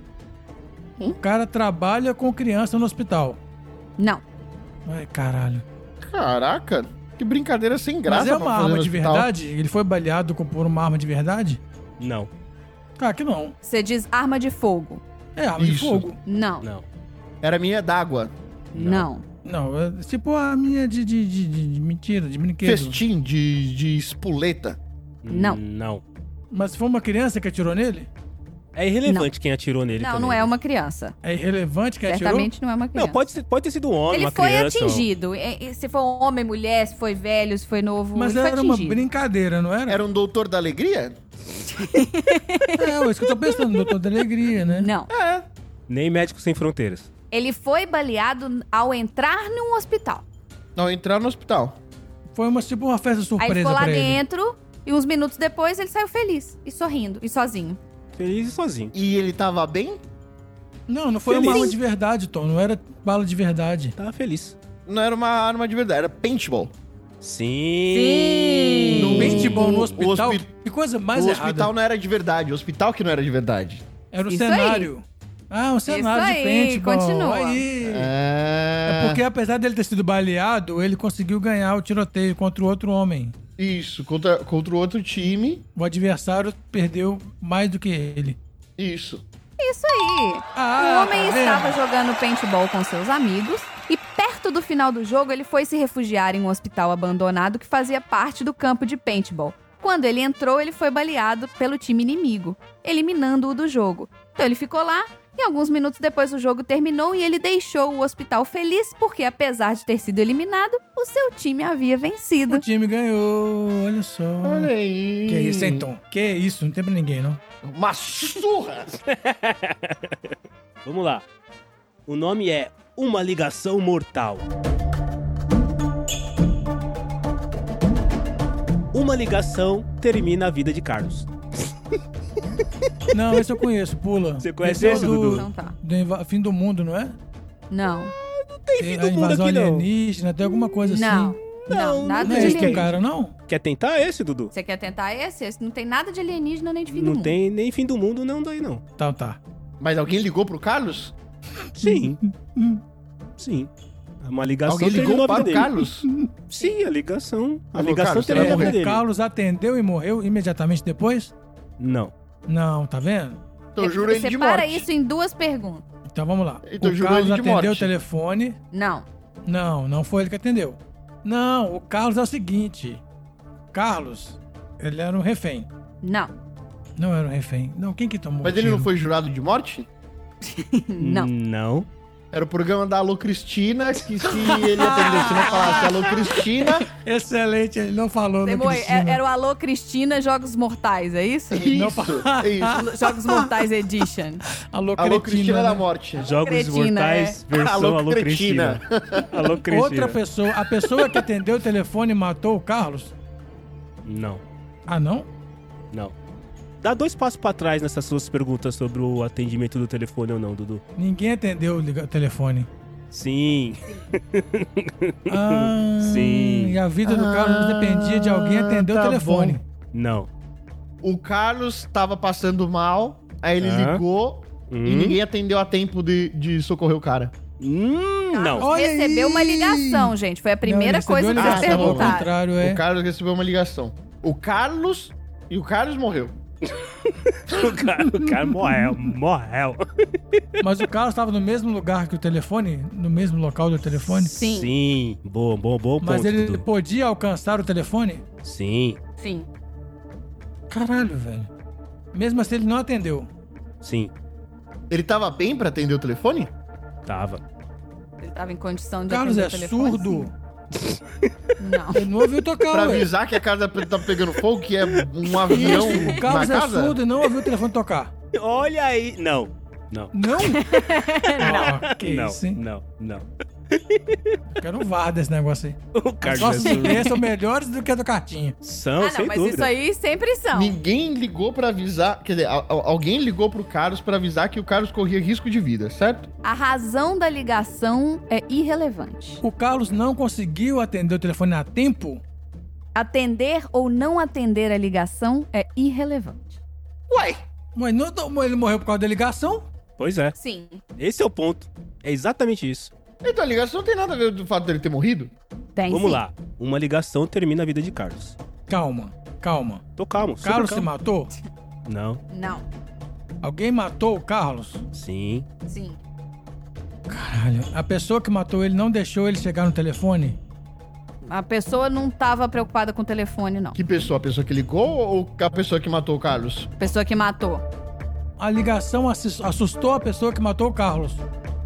Speaker 2: Hum?
Speaker 3: O cara trabalha com criança no hospital.
Speaker 2: Não.
Speaker 3: Ai, caralho.
Speaker 4: Caraca, que brincadeira sem graça.
Speaker 3: Mas é
Speaker 4: pra
Speaker 3: uma
Speaker 4: fazer
Speaker 3: arma
Speaker 4: no
Speaker 3: de
Speaker 4: hospital.
Speaker 3: verdade? Ele foi baleado com- por uma arma de verdade?
Speaker 1: Não,
Speaker 3: Cara, que não.
Speaker 2: Você diz arma de fogo.
Speaker 3: É arma de
Speaker 4: Isso.
Speaker 3: fogo.
Speaker 2: Não.
Speaker 1: não.
Speaker 4: Era minha d'água.
Speaker 1: Não.
Speaker 2: Não.
Speaker 3: Não, é tipo a minha de, de, de, de- de mentira, de brinquedo.
Speaker 4: Festim de, de espoleta.
Speaker 2: Não.
Speaker 1: Não.
Speaker 3: Mas foi uma criança que atirou nele?
Speaker 1: É irrelevante quem atirou nele
Speaker 2: Não,
Speaker 1: também.
Speaker 2: não é uma criança.
Speaker 3: É irrelevante que atirou?
Speaker 2: Certamente não é uma criança.
Speaker 1: Não, pode, ser- pode ter sido um homem,
Speaker 2: ele
Speaker 1: uma
Speaker 2: foi
Speaker 1: criança. ou-
Speaker 2: atingido. E- e Se foi homem, mulher, se foi velho, se foi novo.
Speaker 3: Mas
Speaker 2: ele foi
Speaker 3: era uma
Speaker 2: atingido.
Speaker 3: brincadeira, não era?
Speaker 4: Era um doutor da alegria?
Speaker 3: É, é isso que eu tô pensando, doutor da alegria, né?
Speaker 2: Não.
Speaker 1: Nem Médicos Sem Fronteiras.
Speaker 2: Ele foi baleado ao entrar num hospital.
Speaker 4: Não, entrar no hospital.
Speaker 3: Foi uma, tipo uma festa
Speaker 2: Aí
Speaker 3: surpresa
Speaker 2: ficou lá
Speaker 3: pra ele.
Speaker 2: dentro e uns minutos depois ele saiu feliz e sorrindo e sozinho.
Speaker 1: Feliz e sozinho.
Speaker 4: E ele tava bem?
Speaker 3: Não, não foi
Speaker 1: Feliz.
Speaker 3: uma arma de verdade, Tom. Não era bala de verdade.
Speaker 1: Tava Tá feliz.
Speaker 4: Não era uma arma de verdade, era paintball.
Speaker 1: Sim.
Speaker 3: No paintball no
Speaker 4: O
Speaker 3: hospital?
Speaker 4: hospi-
Speaker 3: Que coisa mais
Speaker 4: o
Speaker 3: errada.
Speaker 4: hospital não era de verdade, o hospital que não era de verdade.
Speaker 3: Era o
Speaker 2: Isso
Speaker 3: cenário. Ah, um cenário
Speaker 2: Isso
Speaker 3: de
Speaker 2: aí,
Speaker 3: paintball.
Speaker 2: continua.
Speaker 3: Aí.
Speaker 4: É,
Speaker 3: É porque apesar dele ter sido baleado, ele conseguiu ganhar o tiroteio contra o outro homem.
Speaker 4: Isso, contra, contra o outro time.
Speaker 3: O adversário perdeu mais do que ele.
Speaker 4: Isso.
Speaker 2: Isso aí.
Speaker 3: Ah,
Speaker 2: o homem
Speaker 3: tá vendo?
Speaker 2: estava jogando paintball com seus amigos e perto do final do jogo ele foi se refugiar em um hospital abandonado que fazia parte do campo de paintball. Quando ele entrou, ele foi baleado pelo time inimigo, eliminando-o do jogo. Então ele ficou lá e alguns minutos depois o jogo terminou e ele deixou o hospital feliz porque apesar de ter sido eliminado, o seu time havia
Speaker 3: O
Speaker 2: vencido.
Speaker 3: time ganhou, olha só.
Speaker 4: Olha aí.
Speaker 3: Que isso, hein, Tom? Que isso, não tem pra ninguém, não.
Speaker 4: Uma surra!
Speaker 1: Vamos lá. O nome é Uma Ligação Mortal. Uma ligação termina a vida de Carlos.
Speaker 3: Não, esse eu conheço, pula.
Speaker 1: Você conhece
Speaker 3: é o
Speaker 1: esse,
Speaker 3: do,
Speaker 1: Dudu?
Speaker 2: Então tá.
Speaker 3: do inva- fim do mundo, não é?
Speaker 2: Não.
Speaker 1: Tem fim do
Speaker 3: a
Speaker 1: mundo
Speaker 3: invasão
Speaker 1: aqui não.
Speaker 3: alienígena, tem alguma coisa
Speaker 2: Não.
Speaker 3: assim.
Speaker 1: Não,
Speaker 2: Não, nada
Speaker 3: Não é
Speaker 2: de
Speaker 1: tem.
Speaker 3: esse do
Speaker 2: alienígena.
Speaker 3: cara, não?
Speaker 1: Quer tentar esse, Dudu?
Speaker 2: Você quer tentar esse? Esse não tem nada de alienígena nem de fim do
Speaker 1: Não
Speaker 2: mundo.
Speaker 1: tem nem fim do mundo não daí não.
Speaker 3: Tá, tá.
Speaker 4: Mas alguém ligou pro Carlos?
Speaker 1: Sim. Sim. É Uma ligação
Speaker 4: Hum, Alguém
Speaker 1: terminou
Speaker 4: ligou
Speaker 1: a vida
Speaker 4: para o
Speaker 1: dele.
Speaker 4: Carlos?
Speaker 1: Sim, a ligação. A
Speaker 4: Alô,
Speaker 1: ligação
Speaker 4: Carlos, você
Speaker 1: terminou
Speaker 4: vai
Speaker 1: a vida
Speaker 4: morrer?
Speaker 1: dele.
Speaker 3: O Carlos atendeu e morreu imediatamente depois?
Speaker 1: Não.
Speaker 3: Não, tá vendo?
Speaker 4: Então juro ele de
Speaker 2: Separa
Speaker 4: morte.
Speaker 2: É, isso em duas perguntas.
Speaker 3: Então vamos lá.
Speaker 4: Então,
Speaker 3: o
Speaker 4: jurou
Speaker 3: Carlos
Speaker 4: ele de
Speaker 3: atendeu o
Speaker 4: morte.
Speaker 3: telefone.
Speaker 2: Não.
Speaker 3: Não, não foi ele que atendeu. Não, o Carlos é o seguinte. Carlos, ele era um refém.
Speaker 2: Não.
Speaker 3: Não era um refém. Não, quem que tomou
Speaker 4: Mas
Speaker 3: o
Speaker 4: ele não
Speaker 3: tiro?
Speaker 4: foi jurado de morte?
Speaker 2: Não.
Speaker 1: Não.
Speaker 4: Era o programa da Alô Cristina, que se ele atendesse e não falasse Alô Cristina,
Speaker 3: Excelente, ele não falou, né,
Speaker 2: Demoi,
Speaker 3: Cristina?
Speaker 2: é- era o Alô Cristina Jogos Mortais, é isso?
Speaker 4: isso, é isso.
Speaker 2: Jogos Mortais Edition.
Speaker 3: Alô,
Speaker 4: Alô Cristina
Speaker 3: Cristina
Speaker 4: da
Speaker 3: né?
Speaker 4: morte.
Speaker 1: Jogos
Speaker 2: Cretina, é.
Speaker 1: Mortais, versão
Speaker 4: Alô,
Speaker 1: Alô Cristina. Alô Cristina.
Speaker 3: Outra pessoa, a pessoa que atendeu o telefone matou o Carlos?
Speaker 1: Não.
Speaker 3: Ah, não?
Speaker 1: Não. Dá dois passos pra trás nessas suas perguntas sobre o atendimento do telefone ou não, Dudu.
Speaker 3: Ninguém atendeu o liga- o telefone.
Speaker 1: Sim.
Speaker 3: Ah,
Speaker 1: Sim.
Speaker 3: E a vida do Carlos
Speaker 4: Ah,
Speaker 3: dependia de alguém atender
Speaker 4: tá
Speaker 3: o telefone.
Speaker 4: bom.
Speaker 1: Não.
Speaker 4: O Carlos tava passando mal, aí ele
Speaker 1: Aham.
Speaker 4: ligou e
Speaker 1: Hum.
Speaker 4: ninguém atendeu a tempo de, de socorrer o cara.
Speaker 1: Hum, não.
Speaker 3: Olha
Speaker 2: recebeu
Speaker 3: aí!
Speaker 2: uma ligação, gente. Foi a primeira
Speaker 3: Não, ele
Speaker 2: coisa que
Speaker 3: recebeu a
Speaker 2: vocês
Speaker 4: ligação,
Speaker 3: ligação, Ah, Ao
Speaker 2: perguntaram.
Speaker 3: contrário, é.
Speaker 4: O Carlos recebeu uma ligação. O Carlos. E o Carlos morreu.
Speaker 1: O cara, o cara morreu. Morreu.
Speaker 3: Mas o Carlos estava no mesmo lugar que o telefone? No mesmo local do telefone?
Speaker 2: Sim.
Speaker 1: Sim. Bom, bom, bom
Speaker 3: Mas
Speaker 1: ponto,
Speaker 3: ele
Speaker 1: Dudu.
Speaker 3: podia alcançar o telefone?
Speaker 1: Sim.
Speaker 2: Sim.
Speaker 3: Caralho, velho. Mesmo assim, ele não atendeu.
Speaker 1: Sim.
Speaker 4: Ele tava bem pra atender o telefone?
Speaker 1: Tava.
Speaker 2: Ele tava em condição
Speaker 3: O
Speaker 2: de
Speaker 3: Carlos
Speaker 2: atender
Speaker 3: é
Speaker 2: o telefone,
Speaker 3: surdo.
Speaker 2: sim. Não.
Speaker 3: Ele não ouviu
Speaker 4: Pra
Speaker 3: tocar, velho.
Speaker 4: avisar que a casa tá pegando fogo, que é um avião
Speaker 3: Isso, o
Speaker 4: na
Speaker 3: Carlos é
Speaker 4: casa?
Speaker 3: surdo e não ouviu o telefone tocar.
Speaker 1: Olha aí. Não. Não.
Speaker 3: Não? não. Que
Speaker 1: não.
Speaker 3: isso, hein?
Speaker 1: não. Não.
Speaker 3: Quero um VAR desse negócio aí.
Speaker 1: O Carlos
Speaker 3: Só
Speaker 1: é
Speaker 3: se
Speaker 1: surdo.
Speaker 3: são melhores do que a do Cartinha.
Speaker 1: São,
Speaker 2: Ah, não,
Speaker 1: sem
Speaker 2: mas
Speaker 1: dúvida.
Speaker 2: isso aí sempre são.
Speaker 4: Ninguém ligou pra avisar, quer dizer, al- al- alguém ligou pro Carlos pra avisar que o Carlos corria risco de vida, certo?
Speaker 2: A razão da ligação é irrelevante.
Speaker 3: O Carlos não conseguiu atender o telefone a tempo?
Speaker 2: Atender ou não atender a ligação é irrelevante.
Speaker 4: Uai!
Speaker 3: Mas não, não- ele morreu por causa da ligação?
Speaker 1: Pois é.
Speaker 2: Sim.
Speaker 1: Esse é o ponto. É exatamente isso.
Speaker 4: Então a ligação não tem nada a ver do fato dele ter morrido?
Speaker 2: Tem
Speaker 1: Vamos
Speaker 2: sim.
Speaker 1: lá. Uma ligação termina a vida de Carlos.
Speaker 3: Calma, calma.
Speaker 1: Tô calmo. super
Speaker 3: Carlos se
Speaker 1: calmo.
Speaker 3: matou?
Speaker 1: Não.
Speaker 2: Não.
Speaker 3: Alguém matou o Carlos?
Speaker 1: Sim.
Speaker 2: Sim.
Speaker 3: Caralho. A pessoa que matou ele não deixou ele chegar no telefone?
Speaker 2: A pessoa não tava preocupada com o telefone, não.
Speaker 4: Que pessoa? A pessoa que ligou ou a pessoa que matou o Carlos?
Speaker 2: A pessoa que matou.
Speaker 3: A ligação assis- assustou a pessoa que matou o Carlos.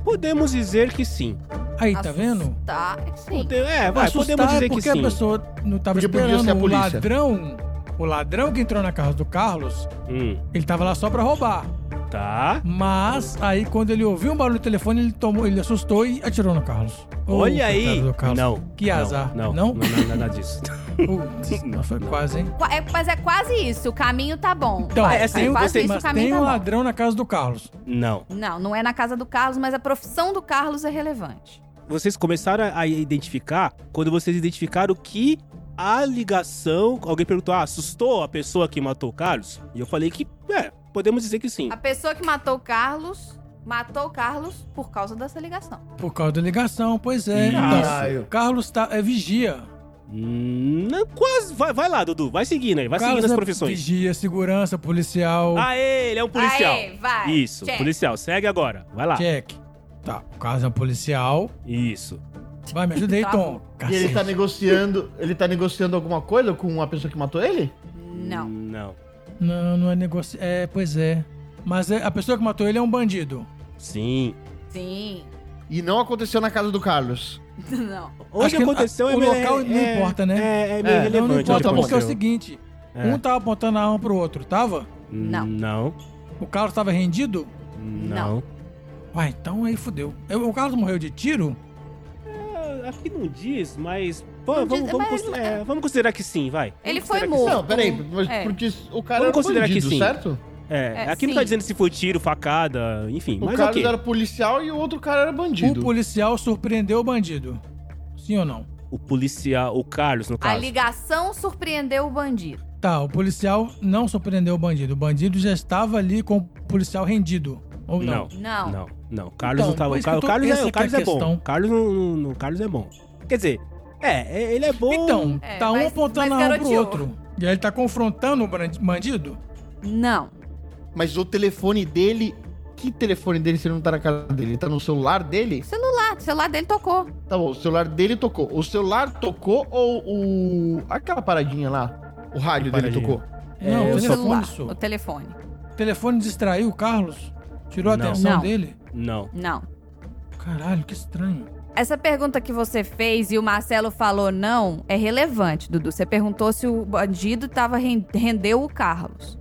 Speaker 1: Podemos dizer que sim.
Speaker 3: Aí, tá vendo?
Speaker 2: Tá, sim.
Speaker 1: Pode- É, vai,
Speaker 3: Assustar
Speaker 1: podemos dizer que
Speaker 3: porque
Speaker 1: sim.
Speaker 3: a pessoa não tava
Speaker 4: Porque podia
Speaker 3: esperando.
Speaker 4: ser a
Speaker 3: o
Speaker 4: polícia.
Speaker 3: ladrão, o ladrão que entrou na casa do Carlos,
Speaker 1: Hum,
Speaker 3: ele tava lá só pra roubar.
Speaker 1: tá.
Speaker 3: Mas aí quando ele ouviu um barulho no telefone, ele tomou, ele assustou e atirou no Carlos. Ô,
Speaker 1: Olha
Speaker 3: coitado
Speaker 1: aí.
Speaker 3: do Carlos.
Speaker 1: Não.
Speaker 3: Que
Speaker 1: não,
Speaker 3: azar.
Speaker 1: Não,
Speaker 3: Não?
Speaker 1: não, não, nada disso.
Speaker 3: Putz, não foi quase, hein?
Speaker 2: Qua- é- mas é quase isso, o caminho tá bom.
Speaker 3: Então,
Speaker 2: Vai,
Speaker 1: é,
Speaker 2: vai,
Speaker 1: tem um-
Speaker 2: quase
Speaker 1: tem-
Speaker 2: isso, o
Speaker 3: mas
Speaker 2: caminho
Speaker 3: tem
Speaker 2: tá
Speaker 3: um
Speaker 2: bom.
Speaker 3: ladrão na casa do Carlos.
Speaker 1: Não.
Speaker 2: Não, não é na casa do Carlos, mas a profissão do Carlos é relevante.
Speaker 1: Vocês começaram a identificar quando vocês identificaram que a ligação. Alguém perguntou, ah, assustou a pessoa que matou o Carlos? E eu falei que, é, podemos dizer que sim.
Speaker 2: A pessoa que matou o Carlos matou o Carlos por causa dessa ligação.
Speaker 3: Por causa da ligação, pois é.
Speaker 1: Isso.
Speaker 3: Então, Carlos tá, é vigia.
Speaker 1: Hum, não, quase. Vai, vai lá, Dudu. Vai seguindo aí. Vai
Speaker 3: Carlos
Speaker 1: seguindo as
Speaker 3: é
Speaker 1: profissões.
Speaker 3: Vigia, segurança, policial.
Speaker 1: Aê, ele é um policial.
Speaker 2: Aê, vai.
Speaker 1: Isso,
Speaker 2: check.
Speaker 1: policial. Segue agora. Vai lá.
Speaker 3: Check. Tá, o Carlos é policial.
Speaker 1: Isso.
Speaker 3: Vai, me ajuda aí,
Speaker 2: Tá
Speaker 3: Tom.
Speaker 4: E ele tá
Speaker 3: Cacete.
Speaker 4: negociando. Ele tá negociando alguma coisa com a pessoa que matou ele?
Speaker 2: Não.
Speaker 1: Não.
Speaker 3: Não, não é negócio. É, pois é. Mas é- a pessoa que matou ele é um bandido.
Speaker 1: Sim.
Speaker 2: Sim.
Speaker 4: E não aconteceu na casa do Carlos.
Speaker 2: Não.
Speaker 1: Onde
Speaker 3: Acho que
Speaker 1: aconteceu
Speaker 3: o local não
Speaker 1: é-
Speaker 3: importa, né?
Speaker 1: É, é meio
Speaker 4: É, não,
Speaker 1: relevante.
Speaker 3: não, não
Speaker 1: onde
Speaker 3: importa, porque é o
Speaker 1: aconteceu.
Speaker 3: seguinte:
Speaker 1: É.
Speaker 3: um tava apontando a arma pro outro, tava?
Speaker 2: Não.
Speaker 1: Não.
Speaker 3: O Carlos tava rendido?
Speaker 1: Não.
Speaker 3: Ué, então aí fudeu. Eu- O Carlos morreu de tiro?
Speaker 1: É, Aqui não diz, mas. pô,
Speaker 2: Não
Speaker 1: vamos,
Speaker 2: diz,
Speaker 1: vamos
Speaker 2: mas-
Speaker 1: consi- é, vamos considerar que sim, vai.
Speaker 2: Ele
Speaker 1: Vamos
Speaker 2: foi
Speaker 1: considerar que
Speaker 2: morto.
Speaker 4: Não, peraí, mas
Speaker 2: É.
Speaker 4: porque o cara
Speaker 1: Vamos
Speaker 4: era
Speaker 1: considerar que
Speaker 4: bandido,
Speaker 1: sim.
Speaker 4: certo?
Speaker 1: É,
Speaker 2: É,
Speaker 1: aqui não tá
Speaker 2: sim.
Speaker 1: dizendo se foi tiro, facada, enfim.
Speaker 4: O
Speaker 1: mas
Speaker 4: Carlos
Speaker 1: ok.
Speaker 4: era policial e o outro cara era bandido.
Speaker 3: O policial surpreendeu o bandido. Sim ou não?
Speaker 1: O policial, o Carlos, no
Speaker 2: A
Speaker 1: caso.
Speaker 2: ligação surpreendeu o bandido.
Speaker 3: Tá, o policial não surpreendeu o bandido. O bandido já estava ali com o policial rendido. Ou não?
Speaker 1: Não.
Speaker 2: Não.
Speaker 1: Não, não. Carlos
Speaker 3: Então,
Speaker 1: não tava.
Speaker 3: por
Speaker 1: O
Speaker 3: isso que
Speaker 1: Car-
Speaker 3: eu
Speaker 1: o
Speaker 3: tô-
Speaker 1: Carlos, é,
Speaker 3: essa
Speaker 1: o Carlos
Speaker 3: que é
Speaker 1: é
Speaker 3: a
Speaker 1: bom.
Speaker 3: questão.
Speaker 1: O Carlos, não- não- não- o Carlos é bom. Quer dizer, é, é- ele é bom.
Speaker 3: Então,
Speaker 2: É,
Speaker 3: tá um
Speaker 2: mas-
Speaker 3: apontando a
Speaker 2: mas
Speaker 3: arma pro
Speaker 2: garoteou.
Speaker 3: outro. E aí ele tá confrontando o brand- bandido?
Speaker 2: Não.
Speaker 4: Mas o telefone dele. Que telefone dele se ele não tá na casa dele? Ele tá no celular dele?
Speaker 2: Celular. Ah, O celular dele tocou.
Speaker 4: Tá bom, o celular dele tocou. O celular tocou ou o. aquela paradinha lá? O rádio
Speaker 1: Que
Speaker 4: dele
Speaker 1: paradinha?
Speaker 4: tocou.
Speaker 3: não,
Speaker 1: É, eu
Speaker 3: o
Speaker 1: só-
Speaker 3: telefone,
Speaker 2: celular.
Speaker 3: só.
Speaker 2: O telefone.
Speaker 3: O telefone distraiu o Carlos? Tirou a
Speaker 1: Não.
Speaker 3: atenção
Speaker 2: Não.
Speaker 3: dele?
Speaker 1: Não.
Speaker 2: Não.
Speaker 3: Caralho, que estranho.
Speaker 2: Essa pergunta que você fez e o Marcelo falou não é relevante, Dudu. Você perguntou se o bandido tava ren- rendeu o Carlos.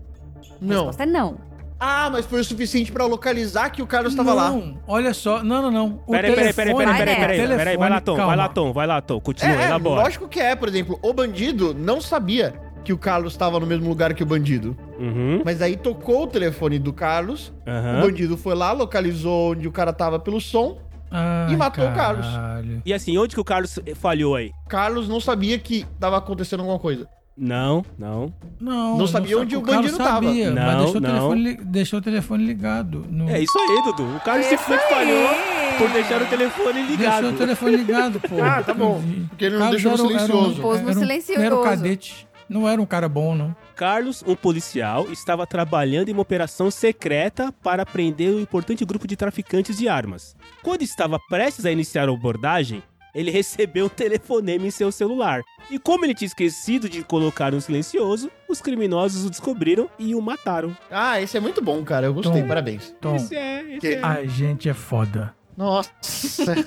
Speaker 2: A
Speaker 4: Não.
Speaker 2: resposta é não.
Speaker 4: Ah, mas foi o suficiente pra localizar que o Carlos tava lá.
Speaker 3: Não, olha só. Não, não, não. O
Speaker 1: Peraí, peraí, peraí,
Speaker 3: telefone-
Speaker 1: peraí,
Speaker 2: vai
Speaker 1: peraí, peraí,
Speaker 3: telefone-
Speaker 1: peraí. Vai lá, Tom, vai lá,
Speaker 3: calma.
Speaker 1: Tom, vai lá, Tom. Continua,
Speaker 4: É, é,
Speaker 1: elabora.
Speaker 4: lógico que é, por exemplo, o bandido não sabia que o Carlos tava no mesmo lugar que o bandido.
Speaker 1: Uhum,
Speaker 4: Mas aí tocou o telefone do Carlos, o
Speaker 1: aham.
Speaker 4: bandido foi lá, localizou onde o cara tava pelo som.
Speaker 3: Ai,
Speaker 4: E matou o Carlos.
Speaker 3: caralho.
Speaker 1: E assim, onde que o Carlos falhou aí?
Speaker 4: Carlos não sabia que tava acontecendo alguma coisa.
Speaker 1: Não, não.
Speaker 3: Não,
Speaker 4: Não sabia onde o
Speaker 3: Carlos
Speaker 4: bandido tava.
Speaker 3: sabia, mas
Speaker 1: Não,
Speaker 3: deixou,
Speaker 1: não.
Speaker 3: O telefone, li- deixou o telefone ligado. No...
Speaker 1: É isso aí, Dudu. O Carlos simplesmente falhou por deixar o telefone ligado.
Speaker 3: Deixou o telefone ligado, pô.
Speaker 4: Ah, tá bom.
Speaker 3: Entendi.
Speaker 4: Porque ele não
Speaker 3: Carlos
Speaker 4: deixou no
Speaker 3: era um- era um-
Speaker 4: silencioso.
Speaker 2: Pôs no
Speaker 3: era um-
Speaker 2: silencioso.
Speaker 3: Não era um cadete. Não era um cara bom, não.
Speaker 1: Carlos, um policial, estava trabalhando em uma operação secreta para prender um importante grupo de traficantes de armas. Quando estava prestes a iniciar a abordagem, ele recebeu um telefonema em seu celular. E como ele tinha esquecido de colocar um silencioso, os criminosos o descobriram e o mataram.
Speaker 4: Ah, esse é muito bom, cara. Eu gostei,
Speaker 3: Tom.
Speaker 4: parabéns.
Speaker 3: Tom,
Speaker 1: Esse é, esse
Speaker 4: Que-
Speaker 1: é.
Speaker 3: a gente é foda.
Speaker 4: Nossa,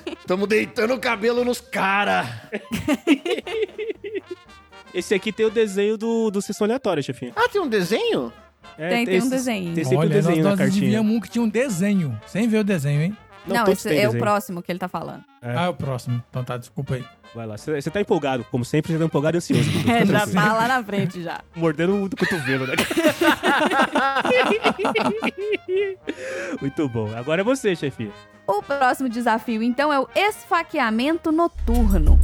Speaker 4: tamo deitando o cabelo nos cara.
Speaker 1: Esse aqui tem o desenho do, do sessão aleatória, chefinha.
Speaker 4: Ah, tem um desenho?
Speaker 1: É,
Speaker 2: tem, tem um
Speaker 1: esse-
Speaker 2: desenho.
Speaker 1: Tem sempre um
Speaker 3: Olha, nós,
Speaker 1: desenho na
Speaker 3: nós
Speaker 1: cartinha.
Speaker 3: desviamos um que tinha um desenho. Sem ver o desenho, hein?
Speaker 2: Não,
Speaker 1: todos
Speaker 2: esse é
Speaker 1: têm
Speaker 2: o
Speaker 1: desenho.
Speaker 2: próximo que ele tá falando.
Speaker 1: É.
Speaker 3: Ah, é o próximo. Então tá, desculpa aí.
Speaker 1: Vai lá, você você tá empolgado, como sempre, você tá empolgado e ansioso. Dudu. Fica
Speaker 2: É, já
Speaker 1: tranquilo.
Speaker 2: tá lá na frente já.
Speaker 1: mordendo o cotovelo, né? Muito bom. Agora é você, chefe.
Speaker 2: O próximo desafio, então, é o esfaqueamento noturno.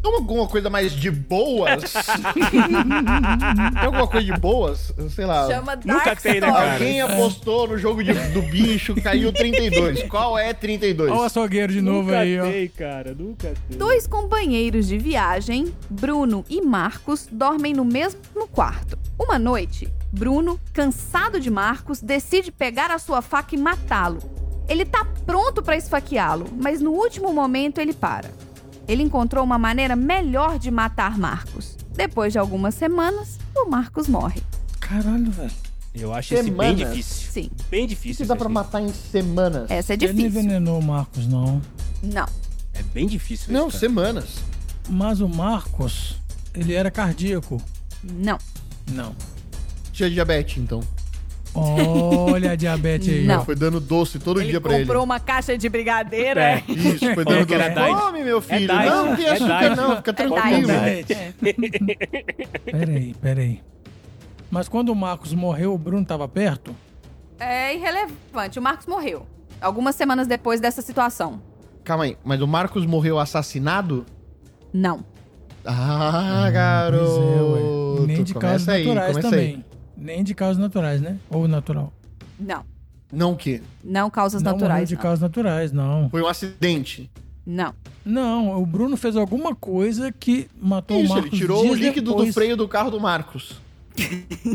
Speaker 4: Tem alguma coisa mais de boas? tem alguma coisa de boas? Sei lá.
Speaker 2: Chama Dark
Speaker 1: Nunca tem, né, cara?
Speaker 4: Alguém apostou no jogo de- do bicho, caiu 32. Qual é 32?
Speaker 3: Olha o açougueiro de novo
Speaker 1: nunca
Speaker 3: aí, ó.
Speaker 1: tem, cara. Nunca tem.
Speaker 2: Dois companheiros de viagem, Bruno e Marcos, dormem no mesmo quarto. Uma noite, Bruno, cansado de Marcos, decide pegar a sua faca e matá-lo. Ele tá pronto pra esfaqueá-lo, mas no último momento ele para. Ele encontrou uma maneira melhor de matar Marcos. Depois de algumas semanas, o Marcos morre.
Speaker 3: Caralho, velho.
Speaker 1: Eu acho esse bem
Speaker 4: Semanas.
Speaker 1: difícil.
Speaker 2: Sim,
Speaker 1: Bem
Speaker 4: O
Speaker 1: difícil.
Speaker 4: que dá pra
Speaker 1: esse.
Speaker 4: matar em semanas?
Speaker 2: essa é
Speaker 3: Ele não
Speaker 2: difícil.
Speaker 3: envenenou o Marcos, não.
Speaker 2: Não.
Speaker 1: É bem difícil.
Speaker 4: Não,
Speaker 1: esse,
Speaker 4: semanas.
Speaker 3: Mas o Marcos, ele era cardíaco.
Speaker 2: Não,
Speaker 3: Não.
Speaker 4: Tinha diabetes, então.
Speaker 3: Olha a diabetes aí.
Speaker 2: Não.
Speaker 3: ó.
Speaker 4: Foi dando doce todo um dia pra ele.
Speaker 2: uma caixa de brigadeira.
Speaker 1: cara. É.
Speaker 4: Isso, foi
Speaker 1: Falou
Speaker 4: dando
Speaker 1: que era
Speaker 4: doce.
Speaker 1: diet.
Speaker 4: Come, meu filho.
Speaker 1: diet,
Speaker 4: não, não tem
Speaker 1: é
Speaker 4: açúcar,
Speaker 1: diet.
Speaker 4: não. Fica
Speaker 2: É
Speaker 4: tranquilo.
Speaker 2: diet.
Speaker 3: Peraí, Peraí, peraí. Mas quando o Marcos morreu, o Bruno tava perto?
Speaker 2: É irrelevante. O Marcos morreu. Algumas semanas depois dessa situação.
Speaker 4: Calma aí, mas o Marcos morreu assassinado?
Speaker 2: Não.
Speaker 4: Ah,
Speaker 3: Pois é, ué.
Speaker 4: garoto.
Speaker 3: Nem Nem de causas
Speaker 4: Começa aí,
Speaker 3: naturais
Speaker 4: começa
Speaker 3: também.
Speaker 4: aí.
Speaker 3: Nem de causas naturais, né? Ou natural.
Speaker 2: Não.
Speaker 4: Não que.
Speaker 2: Não causas
Speaker 3: não morreu
Speaker 2: naturais.
Speaker 3: de
Speaker 2: não.
Speaker 3: causas naturais, não.
Speaker 4: Foi um acidente.
Speaker 2: Não.
Speaker 3: Não, o Bruno fez alguma coisa que matou o
Speaker 4: Isso,
Speaker 3: Então, Marcos
Speaker 4: ele tirou o
Speaker 3: dias
Speaker 4: líquido do
Speaker 3: depois.
Speaker 4: freio do carro do Marcos.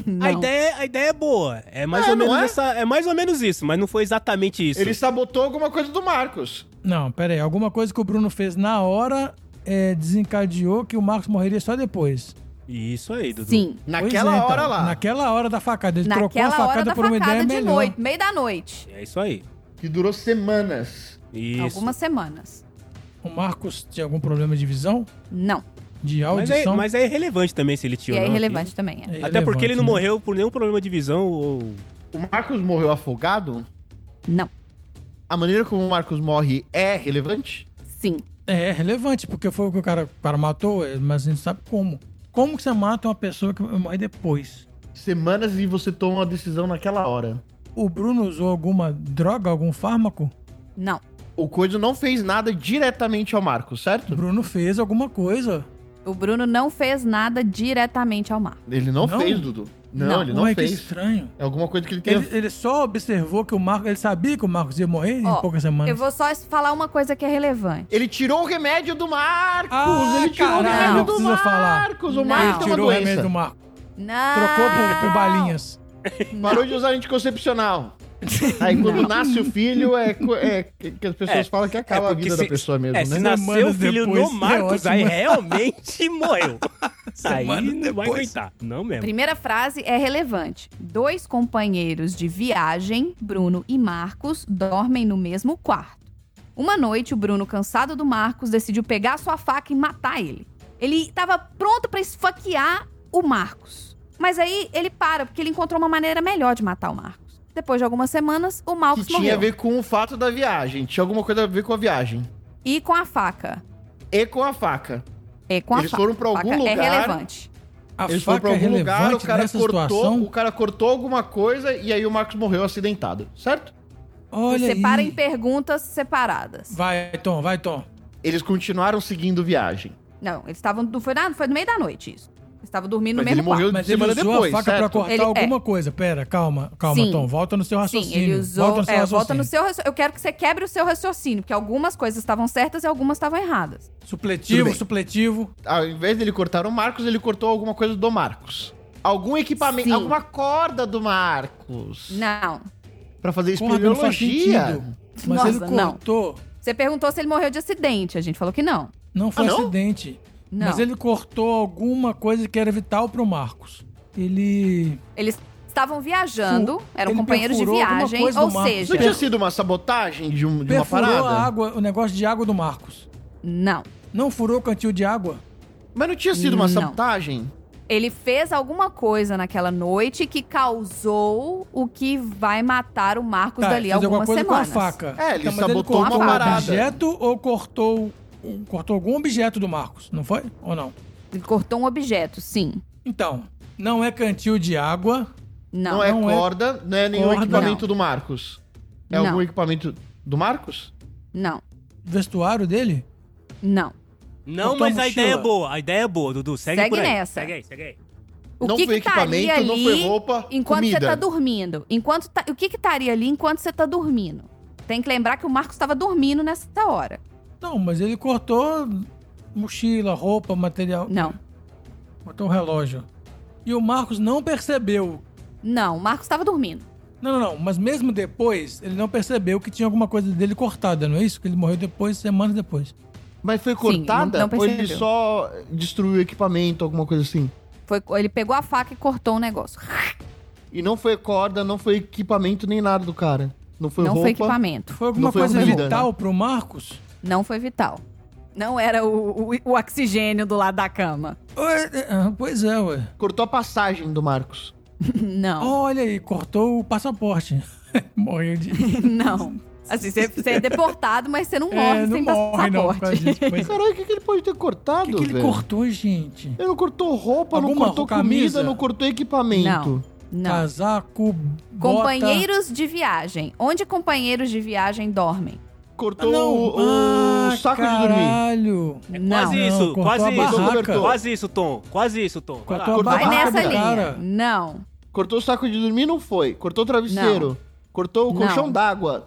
Speaker 2: Não. Ah,
Speaker 1: A ideia, a ideia é boa. É mais,
Speaker 4: É,
Speaker 1: ou
Speaker 4: não
Speaker 1: menos
Speaker 4: é?
Speaker 1: Essa, é mais ou menos isso, mas não foi exatamente isso.
Speaker 4: Ele sabotou alguma coisa do Marcos.
Speaker 3: Não, pera aí. Alguma coisa que o Bruno fez na hora é, desencadeou que o Marcos morreria só depois.
Speaker 1: Isso aí, Dudu.
Speaker 2: Sim.
Speaker 4: Naquela
Speaker 3: Pois é, então,
Speaker 4: hora lá.
Speaker 3: Naquela hora da facada. Ele trocou a
Speaker 2: Naquela hora
Speaker 3: facada
Speaker 2: da
Speaker 3: por uma
Speaker 2: facada
Speaker 3: ideia
Speaker 2: de
Speaker 3: melhor.
Speaker 2: noite, meio da noite.
Speaker 1: É isso aí.
Speaker 4: Que durou semanas.
Speaker 1: Isso.
Speaker 2: Algumas semanas.
Speaker 3: O Marcos tinha algum problema de visão?
Speaker 2: Não.
Speaker 3: De
Speaker 1: Mas, é,
Speaker 3: audição?
Speaker 1: mas é irrelevante também se ele
Speaker 2: E
Speaker 1: tinha. ou
Speaker 2: é
Speaker 1: não aqui.
Speaker 2: irrelevante também. É.
Speaker 3: É
Speaker 1: Até porque ele não
Speaker 3: relevante, né?
Speaker 1: morreu por nenhum problema de visão ou.
Speaker 4: O Marcos morreu afogado?
Speaker 2: Não.
Speaker 4: A maneira como o Marcos morre é relevante?
Speaker 2: Sim.
Speaker 3: É, é relevante, porque foi o que o cara, o cara matou, é, mas a gente sabe como. Como que você mata uma pessoa que morre depois?
Speaker 4: Semanas e você toma uma decisão naquela hora.
Speaker 3: O Bruno usou alguma droga, algum fármaco?
Speaker 2: Não.
Speaker 4: O Coiso não fez nada diretamente ao Marcos,
Speaker 3: O
Speaker 4: certo?
Speaker 3: Bruno fez alguma coisa.
Speaker 2: O Bruno não fez nada diretamente ao mar.
Speaker 4: Ele não,
Speaker 3: Não?
Speaker 4: fez, Dudu. Não,
Speaker 2: Não.
Speaker 4: ele não
Speaker 3: Ué, que
Speaker 4: fez.
Speaker 3: estranho.
Speaker 4: É alguma coisa que ele tem.
Speaker 3: Ele, ele só observou que o Marcos. Ele sabia que o Marcos ia morrer em
Speaker 2: Ó,
Speaker 3: poucas
Speaker 2: Eu
Speaker 3: semanas.
Speaker 2: vou só falar uma coisa que é relevante.
Speaker 4: Ele tirou o remédio do Marcos!
Speaker 3: Ah,
Speaker 4: ele tirou
Speaker 3: caralho,
Speaker 4: o remédio
Speaker 2: não
Speaker 4: do
Speaker 3: precisa falar.
Speaker 4: Marcos!
Speaker 2: Não.
Speaker 4: O Marcos tem uma
Speaker 3: Tirou o
Speaker 4: doença.
Speaker 3: remédio do Marcos.
Speaker 2: Não.
Speaker 3: Trocou por,
Speaker 2: Ah.
Speaker 3: por balinhas.
Speaker 4: Parou de usar anticoncepcional. Aí quando nasce o filho, é, co- é que as pessoas
Speaker 1: É,
Speaker 4: falam que acaba a
Speaker 1: porque
Speaker 4: vida
Speaker 1: se-
Speaker 4: da pessoa mesmo,
Speaker 1: É,
Speaker 4: né?
Speaker 1: se nasceu o
Speaker 3: Semanas
Speaker 1: filho
Speaker 3: depois,
Speaker 1: no Marcos,
Speaker 3: é
Speaker 1: aí
Speaker 3: ótimo.
Speaker 1: realmente morreu. aí
Speaker 3: Semana
Speaker 1: não vai
Speaker 3: depois.
Speaker 1: aguentar. Não mesmo.
Speaker 2: Primeira frase é relevante. Dois companheiros de viagem, Bruno e Marcos, dormem no mesmo quarto. Uma noite, o Bruno, cansado do Marcos, decidiu pegar sua faca e matar ele. Ele estava pronto para esfaquear o Marcos. Mas aí ele para, porque ele encontrou uma maneira melhor de matar o Marcos. Depois de algumas semanas, o
Speaker 4: Que
Speaker 2: Marcos
Speaker 4: tinha
Speaker 2: morreu.
Speaker 4: a ver com o fato da viagem. Tinha alguma coisa a ver com a viagem.
Speaker 2: E com a faca.
Speaker 4: E com a faca.
Speaker 2: É com a
Speaker 4: Eles
Speaker 2: faca.
Speaker 4: foram pra algum
Speaker 2: faca É
Speaker 4: lugar.
Speaker 2: relevante.
Speaker 3: A
Speaker 4: Eles foram
Speaker 3: faca
Speaker 4: pra
Speaker 3: é
Speaker 4: algum
Speaker 3: relevante
Speaker 4: lugar, o cara
Speaker 3: nessa
Speaker 4: cortou,
Speaker 3: situação.
Speaker 4: o cara cortou alguma coisa e aí o Marcos morreu acidentado, certo?
Speaker 3: Olha
Speaker 2: Separa
Speaker 3: aí.
Speaker 2: em perguntas separadas.
Speaker 3: Vai, Tom, vai, Tom.
Speaker 4: Eles continuaram seguindo viagem.
Speaker 2: Não, eles estavam. não Foi, na- foi no meio da noite isso. Eles estavam dormindo
Speaker 4: Mas
Speaker 2: no mesmo
Speaker 4: ele morreu
Speaker 2: quarto.
Speaker 3: Mas ele
Speaker 4: semana
Speaker 3: usou
Speaker 4: depois,
Speaker 3: a faca pra
Speaker 4: certo?
Speaker 3: cortar
Speaker 2: Ele- é.
Speaker 3: alguma coisa. Pera, calma, calma,
Speaker 2: Sim.
Speaker 3: Tom. Volta no seu raciocínio.
Speaker 2: Sim, ele usou.
Speaker 3: Volta no seu
Speaker 2: é,
Speaker 3: raciocínio.
Speaker 2: volta no seu raciocínio. Eu quero que você quebre o seu raciocínio, porque algumas coisas estavam certas e algumas estavam erradas.
Speaker 4: Tudo
Speaker 3: Supletivo,
Speaker 4: bem.
Speaker 3: supletivo.
Speaker 4: Ao invés dele cortar o Marcos, ele cortou alguma coisa do Marcos. Algum equipamento,
Speaker 2: Sim.
Speaker 4: alguma corda do Marcos.
Speaker 2: Não.
Speaker 4: Pra fazer
Speaker 3: Corta, não faz
Speaker 4: espeleologia.
Speaker 3: sentido. Mas ele
Speaker 2: Nossa, não.
Speaker 3: cortou.
Speaker 2: Você perguntou se ele morreu de acidente. A gente falou que não.
Speaker 3: Não foi
Speaker 4: Ah, não?
Speaker 3: acidente.
Speaker 2: Não.
Speaker 3: Mas ele cortou alguma coisa que era vital pro Marcos. Ele.
Speaker 2: Eles estavam viajando, eram
Speaker 3: ele
Speaker 2: companheiros de
Speaker 3: perfurou alguma
Speaker 2: viagem,
Speaker 3: coisa do
Speaker 2: ou
Speaker 3: Marcos.
Speaker 4: Não
Speaker 2: seja.
Speaker 4: tinha sido uma sabotagem de, um- de uma
Speaker 3: perfurou
Speaker 4: parada?
Speaker 3: a água, o negócio de água do Marcos.
Speaker 2: Não.
Speaker 3: Não furou o cantil de água?
Speaker 4: Mas não tinha sido uma
Speaker 2: Não.
Speaker 4: sabotagem?
Speaker 2: Ele fez alguma coisa naquela noite que causou o que vai matar o Marcos
Speaker 3: Tá,
Speaker 2: dali
Speaker 3: fez alguma
Speaker 2: algumas
Speaker 3: coisa
Speaker 2: semanas.
Speaker 3: com a faca.
Speaker 4: É, ele
Speaker 3: mas
Speaker 4: sabotou
Speaker 2: uma
Speaker 3: cortou um
Speaker 2: parada.
Speaker 3: objeto ou cortou, cortou algum objeto do Marcos, não foi? Ou não?
Speaker 2: Ele cortou um objeto, sim.
Speaker 3: Então, não é cantil de água,
Speaker 2: Não.
Speaker 4: Não, é
Speaker 3: não é
Speaker 4: corda, não é nenhum
Speaker 3: corda.
Speaker 4: equipamento
Speaker 2: Não.
Speaker 4: do Marcos. É
Speaker 2: Não.
Speaker 4: algum equipamento do Marcos?
Speaker 2: Não.
Speaker 3: vestuário dele?
Speaker 2: Não.
Speaker 1: Não,
Speaker 3: Cortou
Speaker 1: mas
Speaker 3: a
Speaker 1: a ideia é
Speaker 3: mochila.
Speaker 1: boa. A ideia é boa, Dudu. Segue,
Speaker 2: Segue
Speaker 1: por aí.
Speaker 2: nessa.
Speaker 1: Segue aí, segue aí.
Speaker 2: O
Speaker 4: não
Speaker 2: que
Speaker 4: foi
Speaker 2: que
Speaker 4: equipamento,
Speaker 2: estaria ali
Speaker 4: não foi roupa,
Speaker 2: enquanto
Speaker 4: comida.
Speaker 2: você tá dormindo? Enquanto tá- o que que estaria ali enquanto você tá dormindo? Tem que lembrar que o Marcos estava dormindo nessa hora.
Speaker 3: Não, mas ele cortou mochila, roupa, material.
Speaker 2: Não.
Speaker 3: Cortou o relógio. E o Marcos não percebeu.
Speaker 2: Não, o Marcos estava dormindo.
Speaker 3: Não, não, não. Mas mesmo depois, ele não percebeu que tinha alguma coisa dele cortada, não é isso? Que ele morreu depois, semanas depois.
Speaker 4: Mas foi
Speaker 2: Sim,
Speaker 4: cortada?
Speaker 2: não- não
Speaker 4: ou ele
Speaker 2: percebeu.
Speaker 4: só destruiu o equipamento, alguma coisa assim?
Speaker 2: Foi, ele pegou a faca e cortou o negócio.
Speaker 4: E não foi corda, não foi equipamento nem nada do cara. Não foi
Speaker 2: não
Speaker 4: roupa.
Speaker 2: foi equipamento.
Speaker 3: Foi alguma
Speaker 4: Não foi né?
Speaker 3: coisa
Speaker 4: comida,
Speaker 3: vital pro Marcos?
Speaker 2: Não foi vital. Não era o, o- o oxigênio do lado da cama.
Speaker 3: Ué, é, ah, Pois é, ué.
Speaker 4: Cortou a passagem do Marcos.
Speaker 2: Não,
Speaker 3: Olha aí, cortou o passaporte. Morreu de.
Speaker 2: não. Assim, você, você é deportado, mas você não morre
Speaker 3: É,
Speaker 2: sem passaporte.
Speaker 3: por causa disso, pois é.
Speaker 4: Caralho, o que, que ele pode ter
Speaker 3: O
Speaker 4: cortado,
Speaker 3: que, que ele
Speaker 4: velho?
Speaker 3: cortou, gente?
Speaker 4: Ele não cortou roupa,
Speaker 3: Alguma
Speaker 4: não cortou
Speaker 3: camisa?
Speaker 4: comida, não cortou equipamento.
Speaker 2: Não, não.
Speaker 3: Casaco, bota.
Speaker 2: Companheiros de viagem. Onde companheiros de viagem dormem?
Speaker 4: cortou
Speaker 3: Não.
Speaker 4: o, o
Speaker 3: Ah,
Speaker 4: saco de dormir.
Speaker 3: caralho.
Speaker 1: É Quase
Speaker 2: Não.
Speaker 3: Não,
Speaker 1: isso,
Speaker 3: cortou
Speaker 1: quase
Speaker 3: a
Speaker 1: isso.
Speaker 4: barraca.
Speaker 1: Quase isso, Tom. Quase isso, Tom. Vai lá.
Speaker 3: Cortou a
Speaker 4: Vai
Speaker 2: Vai
Speaker 3: barraca
Speaker 2: nessa
Speaker 3: do
Speaker 2: linha.
Speaker 3: cara.
Speaker 2: Não.
Speaker 4: Cortou o saco de dormir, não foi. Cortou o travesseiro. Cortou o
Speaker 2: Não.
Speaker 4: colchão d'água.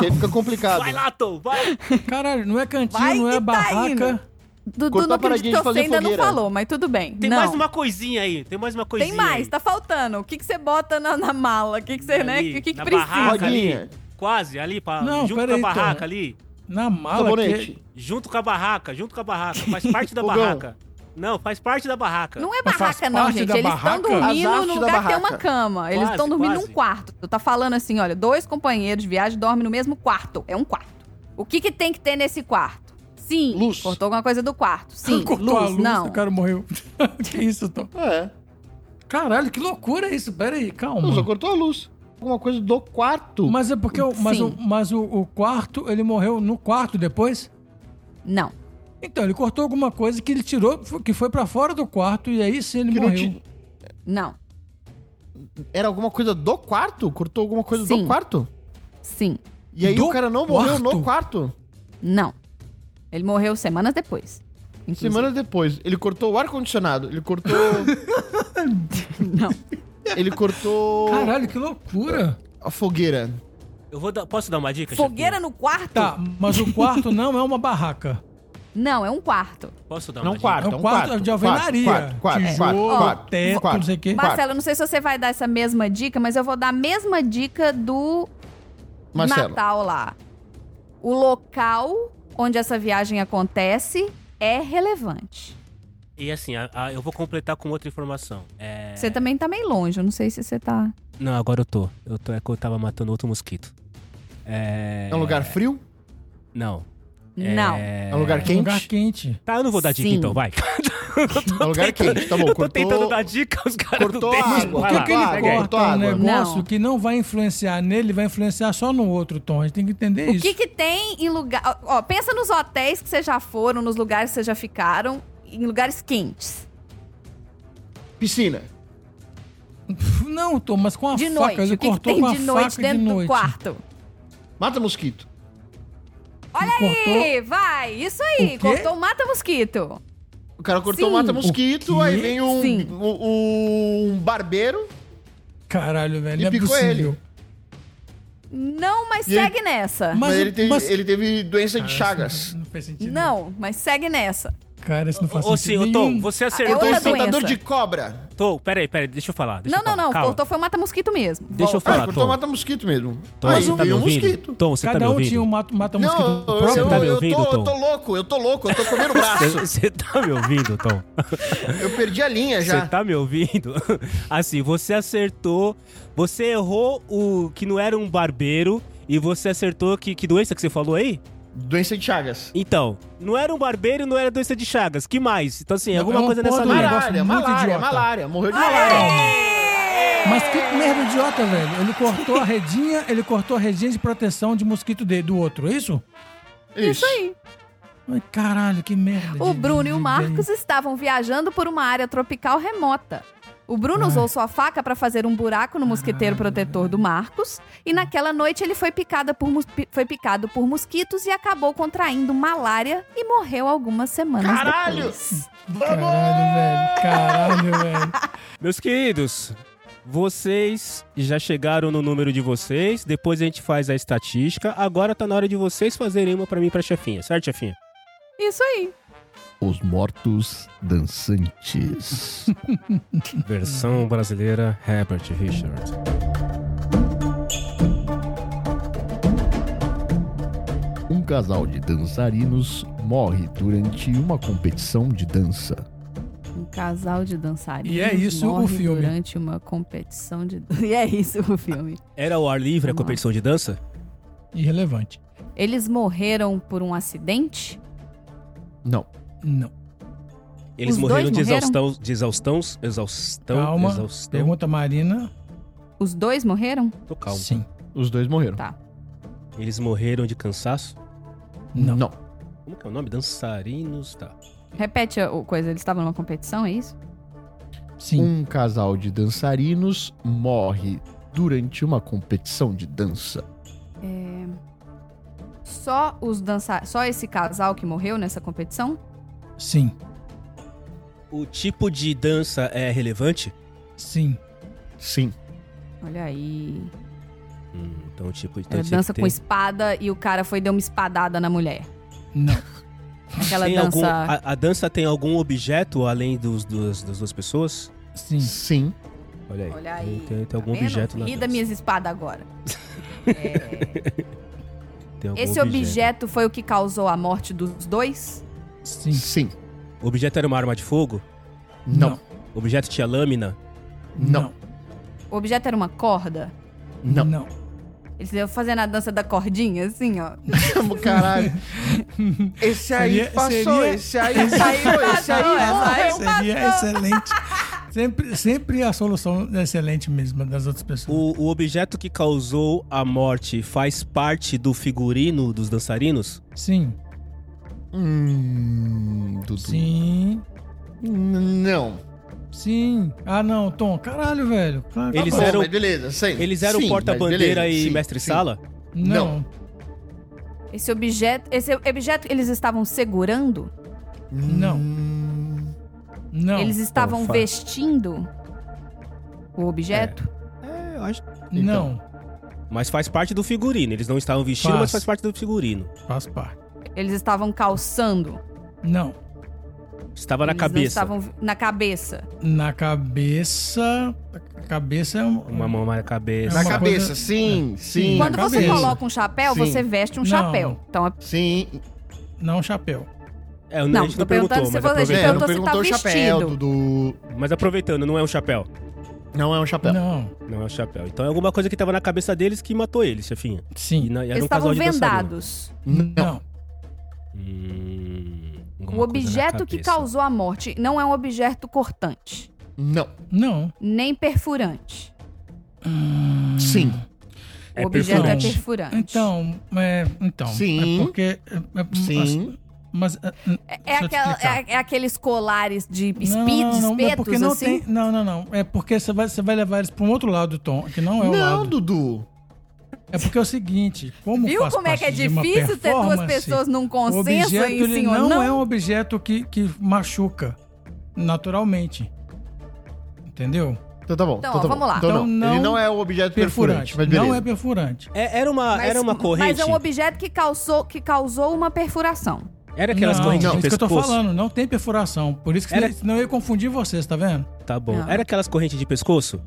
Speaker 4: Que aí fica complicado.
Speaker 1: Vai lá, Tom, vai.
Speaker 3: Caralho, não é cantinho,
Speaker 2: Vai
Speaker 3: não
Speaker 2: que tá
Speaker 3: é barraca.
Speaker 2: indo. Dudu,
Speaker 4: Cortou
Speaker 2: não
Speaker 4: a paradinha
Speaker 2: acredito que
Speaker 4: de
Speaker 2: você
Speaker 4: fazer
Speaker 2: ainda não
Speaker 4: fogueira.
Speaker 2: falou, mas tudo bem.
Speaker 1: Tem
Speaker 2: não.
Speaker 1: mais uma coisinha aí, tem mais uma coisinha
Speaker 2: Tem mais,
Speaker 1: aí.
Speaker 2: tá faltando. O que, que você bota na, na mala? O que, que você, né? O
Speaker 1: Ali,
Speaker 2: que, que
Speaker 1: na
Speaker 2: precisa?
Speaker 1: barraca
Speaker 4: Rodinha.
Speaker 1: ali. Quase, ali, pra,
Speaker 3: Não,
Speaker 1: junto com
Speaker 3: peraí,
Speaker 1: a
Speaker 3: Tom.
Speaker 1: barraca ali.
Speaker 3: Na mala que...
Speaker 4: Sabonete.
Speaker 1: Junto com a barraca, junto com a barraca. Faz parte da
Speaker 4: Fogão.
Speaker 1: barraca. Não, faz parte da barraca.
Speaker 2: Não é
Speaker 3: Mas faz
Speaker 2: barraca, não,
Speaker 3: parte
Speaker 2: gente.
Speaker 3: da
Speaker 2: Eles
Speaker 3: barraca?
Speaker 2: estão dormindo
Speaker 4: As
Speaker 2: num
Speaker 4: hastes da
Speaker 2: lugar que tem
Speaker 4: barraca.
Speaker 2: uma cama. Eles
Speaker 1: Quase,
Speaker 2: estão dormindo
Speaker 1: quase.
Speaker 2: num quarto. Tu tá falando assim, olha, dois companheiros de viagem dormem no mesmo quarto. É um quarto. O que, que tem que ter nesse quarto? Sim.
Speaker 4: Luz.
Speaker 2: Cortou alguma coisa do quarto. Sim.
Speaker 3: Cortou
Speaker 2: luz,
Speaker 3: a luz,
Speaker 2: não.
Speaker 3: o cara morreu. que isso, Tom?
Speaker 4: É.
Speaker 3: Caralho, que loucura é isso? Pera aí,
Speaker 4: Não, só
Speaker 3: calma.
Speaker 4: cortou a luz. Alguma coisa do quarto.
Speaker 3: Mas é porque o, mas
Speaker 2: Sim.
Speaker 3: o, mas o, o quarto, ele morreu no quarto depois?
Speaker 2: Não.
Speaker 3: Então, ele cortou alguma coisa que ele tirou, fo- que foi pra fora do quarto e aí sim ele
Speaker 4: que não
Speaker 3: morreu.
Speaker 4: ti-
Speaker 2: Não.
Speaker 4: Era alguma coisa do quarto? Cortou alguma coisa
Speaker 2: Sim.
Speaker 4: do quarto?
Speaker 2: Sim.
Speaker 4: E aí
Speaker 3: Do
Speaker 4: o cara não morreu no
Speaker 3: quarto?
Speaker 4: quarto.
Speaker 2: Não. Ele morreu semanas depois. Inclusive.
Speaker 4: Semanas depois, ele cortou o ar-condicionado. Ele cortou.
Speaker 2: Não.
Speaker 4: ele cortou
Speaker 3: Caralho, que loucura.
Speaker 4: a fogueira.
Speaker 1: Eu vou dar, posso dar uma dica?
Speaker 2: Fogueira no quarto?
Speaker 3: Tá, mas o quarto não é uma barraca.
Speaker 2: Não, é um quarto.
Speaker 1: Chefinho? Posso dar uma
Speaker 4: Não,
Speaker 1: dica?
Speaker 4: quarto.
Speaker 3: é
Speaker 4: um
Speaker 3: um quarto de alvenaria.
Speaker 4: Quarto, quarto,
Speaker 3: Tijolo,
Speaker 4: quarto, quarto,
Speaker 3: teto,
Speaker 4: quarto.
Speaker 3: não sei o quê.
Speaker 4: Quarto.
Speaker 2: Marcelo, não sei se você vai dar essa mesma dica, mas eu vou dar a mesma dica do
Speaker 4: Marcelo.
Speaker 2: Natal lá. O local onde essa viagem acontece é relevante.
Speaker 1: E assim, a- a- eu vou completar com outra informação. É...
Speaker 2: Você também tá meio longe, eu não sei se você tá.
Speaker 1: Não, agora eu tô. Eu tô. É que eu tava matando outro mosquito. É.
Speaker 4: É um lugar frio?
Speaker 1: Não.
Speaker 2: Não.
Speaker 1: É...
Speaker 4: É um lugar
Speaker 3: Um
Speaker 4: quente?
Speaker 3: lugar quente.
Speaker 1: Tá, eu não vou dar dica
Speaker 2: Sim.
Speaker 1: então, vai.
Speaker 4: É um lugar quente, tá bom.
Speaker 1: eu tô
Speaker 4: cortou...
Speaker 1: tentando dar dica, os caras não
Speaker 4: cortou
Speaker 1: têm.
Speaker 4: a
Speaker 1: Mas
Speaker 4: água.
Speaker 1: por
Speaker 3: Por
Speaker 1: que que
Speaker 3: que,
Speaker 4: Vai
Speaker 1: ele
Speaker 4: água,
Speaker 3: ele
Speaker 1: corta?
Speaker 4: cortou
Speaker 3: corta um
Speaker 4: água.
Speaker 3: negócio
Speaker 2: Não.
Speaker 3: que não vai influenciar nele, vai influenciar só no outro, Tom? A gente tem que entender
Speaker 2: O
Speaker 3: isso.
Speaker 2: que que tem em lugar. Ó, ó, pensa nos hotéis que vocês já foram, nos lugares que vocês já ficaram, em lugares quentes.
Speaker 4: Piscina.
Speaker 3: Não, Tom, mas com a
Speaker 2: de
Speaker 3: faca.
Speaker 2: noite.
Speaker 3: Ele
Speaker 2: o que, que
Speaker 3: cortou
Speaker 2: tem
Speaker 3: com a
Speaker 2: de noite
Speaker 3: faca
Speaker 2: dentro
Speaker 3: de
Speaker 2: do
Speaker 3: noite.
Speaker 2: quarto?
Speaker 4: Mata mosquito.
Speaker 2: Olha
Speaker 3: Ele
Speaker 2: aí, vai. Isso aí.
Speaker 3: O quê?
Speaker 2: Cortou o mata-mosquito.
Speaker 4: O cara cortou
Speaker 2: Sim.
Speaker 4: o mata-mosquito,
Speaker 3: O quê?
Speaker 4: aí vem um,
Speaker 2: Sim.
Speaker 4: um, um barbeiro.
Speaker 3: Caralho, velho,
Speaker 4: E
Speaker 3: não é
Speaker 4: picou
Speaker 3: possível.
Speaker 4: ele.
Speaker 2: Não, mas
Speaker 4: E ele-
Speaker 2: segue nessa.
Speaker 4: Mas,
Speaker 3: Mas-
Speaker 4: ele, teve,
Speaker 3: mas- Ah,
Speaker 4: ele teve doença de
Speaker 3: Isso
Speaker 4: chagas.
Speaker 3: Não, não fez sentido.
Speaker 2: Não, mas segue nessa.
Speaker 3: Cara, isso não faz
Speaker 1: Ô, sim,
Speaker 3: sentido.
Speaker 1: ô, Tom,
Speaker 3: nenhum.
Speaker 1: você
Speaker 2: É
Speaker 1: acertou.
Speaker 2: outra
Speaker 4: Então,
Speaker 1: sim.
Speaker 2: doença.
Speaker 4: tentador de cobra.
Speaker 1: Tom, peraí, peraí, deixa eu falar. Deixa
Speaker 2: não,
Speaker 1: eu
Speaker 2: não,
Speaker 1: falar.
Speaker 2: não.
Speaker 1: Calma.
Speaker 2: Cortou foi o mata-mosquito mesmo.
Speaker 1: Deixa eu
Speaker 2: Volta.
Speaker 4: Ah,
Speaker 1: falar,
Speaker 4: ele cortou
Speaker 1: Tom.
Speaker 4: mata-mosquito mesmo.
Speaker 1: Tom,
Speaker 4: aí
Speaker 1: você tá me
Speaker 4: veio um
Speaker 1: ouvindo?
Speaker 4: mosquito.
Speaker 1: Tom, você
Speaker 3: Cada
Speaker 1: tá me
Speaker 3: um
Speaker 1: ouvindo?
Speaker 3: tinha um mata- mata-mosquito
Speaker 4: Não, eu,
Speaker 3: próprio.
Speaker 4: eu,
Speaker 1: tá me
Speaker 4: eu
Speaker 1: ouvindo,
Speaker 4: tô,
Speaker 1: Tom?
Speaker 4: eu tô louco, eu tô louco, eu tô comendo o
Speaker 1: Você-
Speaker 4: braço.
Speaker 1: Você tá me ouvindo, Tom?
Speaker 4: Eu perdi a linha
Speaker 1: Você
Speaker 4: já.
Speaker 1: tá me ouvindo? Assim, você acertou. Você errou o que não era um barbeiro. E você acertou que, que doença que você falou aí?
Speaker 4: Doença de chagas.
Speaker 1: Então, não era um barbeiro e não era doença de Chagas. Que mais? Então, assim,
Speaker 3: Não,
Speaker 1: alguma
Speaker 3: é uma
Speaker 1: coisa
Speaker 3: porra
Speaker 1: nessa
Speaker 3: do
Speaker 1: linha.
Speaker 3: negócio
Speaker 4: Malária,
Speaker 3: muito
Speaker 4: malária,
Speaker 3: idiota.
Speaker 4: malária. Morreu de malária.
Speaker 2: Aê!
Speaker 3: Mas que merda idiota, velho. Ele cortou a redinha, ele cortou a redinha de proteção de mosquito dele, do outro, é isso?
Speaker 2: Isso aí.
Speaker 3: Ai, caralho, que merda.
Speaker 2: O
Speaker 3: de-
Speaker 2: Bruno
Speaker 3: de-
Speaker 2: e o
Speaker 3: de-
Speaker 2: Marcos estavam viajando por uma área tropical remota. O Bruno usou sua faca para fazer um buraco no mosquiteiro protetor do Marcos e naquela noite ele foi, picada por mos- pi- foi picado por mosquitos e acabou contraindo malária e morreu algumas semanas
Speaker 4: Caralho!
Speaker 2: depois.
Speaker 3: Caralho, velho. Caralho, velho.
Speaker 1: Meus queridos, vocês já chegaram no número de vocês. Depois a gente faz a estatística. Agora tá na hora de vocês fazerem uma pra mim e pra chefinha, certo, chefinha?
Speaker 2: Isso aí.
Speaker 6: Os Mortos Dançantes.
Speaker 1: Versão brasileira, Herbert Richards.
Speaker 6: Um casal de dançarinos morre durante uma competição de dança.
Speaker 2: Um casal de dançarinos
Speaker 3: E é isso o
Speaker 2: morre
Speaker 3: filme.
Speaker 2: durante uma competição de... E é isso o filme.
Speaker 1: Era o ar livre a
Speaker 2: Vamos lá.
Speaker 1: competição de dança?
Speaker 3: Irrelevante.
Speaker 2: Eles morreram por um acidente?
Speaker 6: Não.
Speaker 3: Não.
Speaker 1: Eles
Speaker 2: Os
Speaker 1: morreram,
Speaker 2: dois
Speaker 1: de
Speaker 2: morreram?
Speaker 1: exaustão, de exaustão, exaustão,
Speaker 3: Calma.
Speaker 1: exaustão.
Speaker 3: Pergunta a Marina.
Speaker 2: Os dois morreram?
Speaker 1: Tô calmo.
Speaker 3: Sim.
Speaker 4: Os dois morreram.
Speaker 1: Eles morreram de cansaço?
Speaker 3: Não.
Speaker 1: Como que é o nome? Dançarinos, tá.
Speaker 2: Repete a o coisa, eles estavam numa competição, é isso?
Speaker 3: Sim.
Speaker 6: Um casal de dançarinos morre durante uma competição de dança.
Speaker 2: só os dança... só esse casal que morreu nessa competição?
Speaker 3: Sim,
Speaker 1: O tipo de dança é relevante?
Speaker 3: sim.
Speaker 4: Sim.
Speaker 2: Olha aí.
Speaker 1: Hum, então, o tipo de
Speaker 2: Era É, dança com espada e o cara foi e deu uma espadada na mulher.
Speaker 3: Não.
Speaker 2: Aquela
Speaker 1: tem algum-
Speaker 2: dança.
Speaker 1: a, a dança tem algum objeto além dos, dos- das duas pessoas?
Speaker 3: Sim.
Speaker 4: Sim.
Speaker 1: Olha aí.
Speaker 2: Olha aí.
Speaker 1: Tem, tem- tem
Speaker 2: tá
Speaker 1: algum
Speaker 2: vendo?
Speaker 1: objeto na
Speaker 2: Ri
Speaker 1: dança.
Speaker 2: das minhas espadas agora. É,
Speaker 1: Tem algum
Speaker 2: Esse objeto foi o que causou a morte dos dois?
Speaker 3: Sim.
Speaker 4: Sim.
Speaker 1: O objeto era uma arma de fogo?
Speaker 4: Não.
Speaker 1: O objeto tinha lâmina?
Speaker 4: Não.
Speaker 2: O objeto era uma corda?
Speaker 3: Não.
Speaker 4: Não.
Speaker 3: Não.
Speaker 2: Eles iam fazendo a dança da cordinha, assim, ó.
Speaker 4: Caralho. Esse aí
Speaker 3: Seria-
Speaker 4: passou,
Speaker 3: seria-
Speaker 4: esse aí passou, esse aí
Speaker 2: Passou, essa
Speaker 4: morreu.
Speaker 2: aí
Speaker 3: Seria excelente. Sempre, sempre a solução é excelente mesmo das outras pessoas.
Speaker 1: O, o objeto que causou a morte faz parte do figurino dos dançarinos?
Speaker 3: Sim.
Speaker 4: Hum, Dudu.
Speaker 3: Sim.
Speaker 4: N- Não.
Speaker 3: Sim. Ah, não, Tom. Caralho, velho. Claro,
Speaker 1: Eles
Speaker 3: tá bom.
Speaker 1: eram-
Speaker 4: mas beleza, sim.
Speaker 1: Eles eram
Speaker 4: Sim,
Speaker 1: porta-bandeira
Speaker 4: mas beleza,
Speaker 1: e
Speaker 4: sim, sim.
Speaker 1: mestre-sala?
Speaker 3: Não.
Speaker 2: Esse objeto. Esse objeto que eles estavam segurando?
Speaker 3: Não.
Speaker 4: Hum,
Speaker 3: Não.
Speaker 2: eles estavam
Speaker 1: Ufa.
Speaker 2: vestindo o objeto?
Speaker 1: É, eu acho.
Speaker 3: Não.
Speaker 1: Mas faz parte do figurino. Eles não estavam vestindo,
Speaker 3: Faz.
Speaker 1: mas faz parte do figurino.
Speaker 3: Faz parte.
Speaker 1: É.
Speaker 2: Eles estavam calçando.
Speaker 3: Não.
Speaker 1: Estava na
Speaker 2: Eles não
Speaker 1: cabeça.
Speaker 2: estavam na cabeça.
Speaker 3: Na cabeça. A cabeça é um-
Speaker 1: Uma mão na cabeça.
Speaker 4: Na
Speaker 3: Uma
Speaker 4: cabeça,
Speaker 3: coisa-
Speaker 4: sim, sim.
Speaker 2: Quando
Speaker 3: na
Speaker 2: você
Speaker 3: cabeça.
Speaker 2: coloca um chapéu,
Speaker 4: Sim.
Speaker 2: você veste um
Speaker 3: Não.
Speaker 2: chapéu. Então, é-
Speaker 4: Sim.
Speaker 3: Não um chapéu.
Speaker 1: É, a
Speaker 2: Não,
Speaker 1: gente
Speaker 2: tô
Speaker 1: não perguntou,
Speaker 2: perguntando se
Speaker 1: mas
Speaker 2: você-
Speaker 1: aproveitando.
Speaker 2: Gente,
Speaker 4: É, não
Speaker 2: perguntou se tá
Speaker 4: perguntou o chapéu,
Speaker 2: vestido.
Speaker 4: Dudu.
Speaker 1: Mas aproveitando, não é um chapéu.
Speaker 4: Não é um chapéu.
Speaker 3: Não.
Speaker 1: Não é um chapéu. Então é alguma coisa que tava na cabeça deles que matou eles, chefinha. E
Speaker 3: Sim.
Speaker 1: na- e era
Speaker 2: eles
Speaker 1: um casal
Speaker 2: estavam
Speaker 1: de dançarino.
Speaker 2: vendados.
Speaker 3: Não.
Speaker 1: Hum,
Speaker 2: O
Speaker 1: alguma coisa na
Speaker 2: objeto que
Speaker 1: cabeça.
Speaker 2: causou a morte não é um objeto cortante,
Speaker 4: Não.
Speaker 3: Não.
Speaker 2: nem perfurante.
Speaker 4: Sim.
Speaker 1: É
Speaker 2: o objeto
Speaker 1: perfurante.
Speaker 2: é perfurante.
Speaker 3: Então, é, então.
Speaker 4: Sim.
Speaker 3: É porque. é- é-
Speaker 4: Sim.
Speaker 3: Mas. mas, é,
Speaker 2: É, é
Speaker 3: Deixa eu te
Speaker 2: aquela-
Speaker 3: explicar.
Speaker 2: é- é aqueles colares de espi-
Speaker 3: não, não, não, é
Speaker 2: espetos,
Speaker 3: porque não
Speaker 2: assim.
Speaker 3: tem. Não, não, não. É porque você vai, você vai levar eles para um outro lado, Tom, que não é o
Speaker 4: Não,
Speaker 3: lado.
Speaker 4: Dudu.
Speaker 3: É porque é o seguinte, como
Speaker 2: Viu
Speaker 3: faz
Speaker 2: como é que é
Speaker 3: parte de uma
Speaker 2: difícil ter duas
Speaker 3: performance,
Speaker 2: pessoas num
Speaker 3: O
Speaker 2: consenso
Speaker 3: objeto
Speaker 2: aí em
Speaker 3: ele
Speaker 2: sim ou
Speaker 3: não,
Speaker 2: não?
Speaker 3: é um objeto que, que machuca naturalmente. Entendeu?
Speaker 4: Então tá bom.
Speaker 2: Então,
Speaker 4: tá
Speaker 2: ó,
Speaker 4: bom.
Speaker 2: vamos lá.
Speaker 4: Então,
Speaker 3: Então,
Speaker 4: não, ele
Speaker 3: não
Speaker 4: não é o objeto
Speaker 3: Perfurante.
Speaker 4: perfurante, mas
Speaker 3: não é
Speaker 4: beleza.
Speaker 3: perfurante.
Speaker 1: É, era uma, era uma corrente.
Speaker 2: Mas é um objeto que causou, que causou uma perfuração.
Speaker 1: Era aquelas
Speaker 3: não,
Speaker 1: correntes
Speaker 3: não,
Speaker 1: de
Speaker 3: isso que eu
Speaker 1: pescoço.
Speaker 3: tô falando, não tem perfuração. Por isso que
Speaker 1: Era-
Speaker 3: senão eu ia confundir vocês, tá vendo?
Speaker 1: Tá bom.
Speaker 2: Não.
Speaker 1: Era aquelas correntes de pescoço?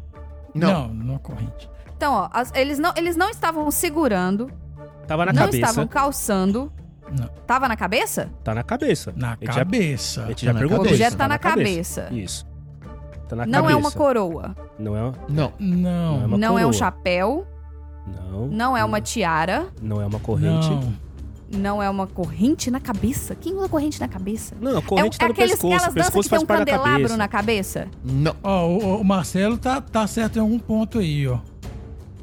Speaker 4: Não.
Speaker 3: não, não é corrente.
Speaker 2: Então, ó, as- eles, não, eles não estavam segurando,
Speaker 1: Tava na
Speaker 2: não
Speaker 1: cabeça.
Speaker 2: estavam calçando.
Speaker 3: Não.
Speaker 2: Tava na cabeça?
Speaker 1: Tá na cabeça.
Speaker 3: Na
Speaker 1: A gente já-
Speaker 3: cabeça.
Speaker 1: A gente Ah, já
Speaker 4: Tá na
Speaker 2: O
Speaker 1: perguntou.
Speaker 4: cabeça.
Speaker 1: isso,
Speaker 2: objeto tá na cabeça.
Speaker 1: Isso. Tá na
Speaker 2: não
Speaker 1: cabeça.
Speaker 2: é uma coroa.
Speaker 1: Não é,
Speaker 4: Não.
Speaker 3: Não.
Speaker 1: Não é uma
Speaker 2: não é um
Speaker 1: coroa.
Speaker 2: chapéu.
Speaker 1: não,
Speaker 2: Não é uma tiara.
Speaker 1: não é uma corrente.
Speaker 3: Não.
Speaker 2: Não é uma corrente na cabeça. Quem usa corrente na cabeça?
Speaker 1: Não, a
Speaker 2: É, um-
Speaker 1: corrente
Speaker 2: é
Speaker 1: tá no
Speaker 2: aqueles,
Speaker 1: pescoço.
Speaker 2: aquelas
Speaker 1: O
Speaker 2: danças
Speaker 1: pescoço
Speaker 2: que tem
Speaker 1: faz
Speaker 2: um
Speaker 1: parte da
Speaker 2: candelabro
Speaker 1: cabeça.
Speaker 2: na cabeça?
Speaker 4: Não.
Speaker 3: Ó, o, o Marcelo tá, tá certo em algum ponto aí, ó.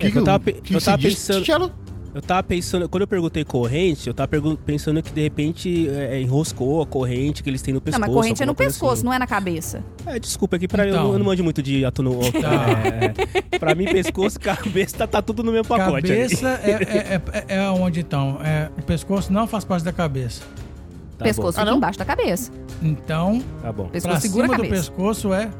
Speaker 1: É que eu tava pe- eu
Speaker 4: você
Speaker 1: tava
Speaker 4: disse,
Speaker 1: pensando-
Speaker 4: Tiago?
Speaker 1: Eu tava pensando, quando eu perguntei corrente, eu tava pergun- pensando que de repente é, é, enroscou a corrente que eles têm no
Speaker 2: não,
Speaker 1: pescoço.
Speaker 2: mas corrente é no
Speaker 1: alguma coisa
Speaker 2: pescoço,
Speaker 1: assim.
Speaker 2: não é na cabeça.
Speaker 1: É, desculpa aqui, pra eu,
Speaker 3: Então. Tá.
Speaker 1: eu não manjo muito de ato no. É, é. pra mim, pescoço, cabeça, tá, tá tudo no mesmo pacote. ali.
Speaker 3: Cabeça é, é, é, é onde então? É, o pescoço não faz parte da cabeça.
Speaker 1: Tá
Speaker 2: pescoço
Speaker 4: Ah,
Speaker 2: fica
Speaker 4: não?
Speaker 2: embaixo da cabeça.
Speaker 3: Então,
Speaker 1: Bom, tá bom.
Speaker 2: Pescoço
Speaker 3: pra
Speaker 2: segura a
Speaker 3: cima do
Speaker 2: cabeça.
Speaker 3: pescoço é.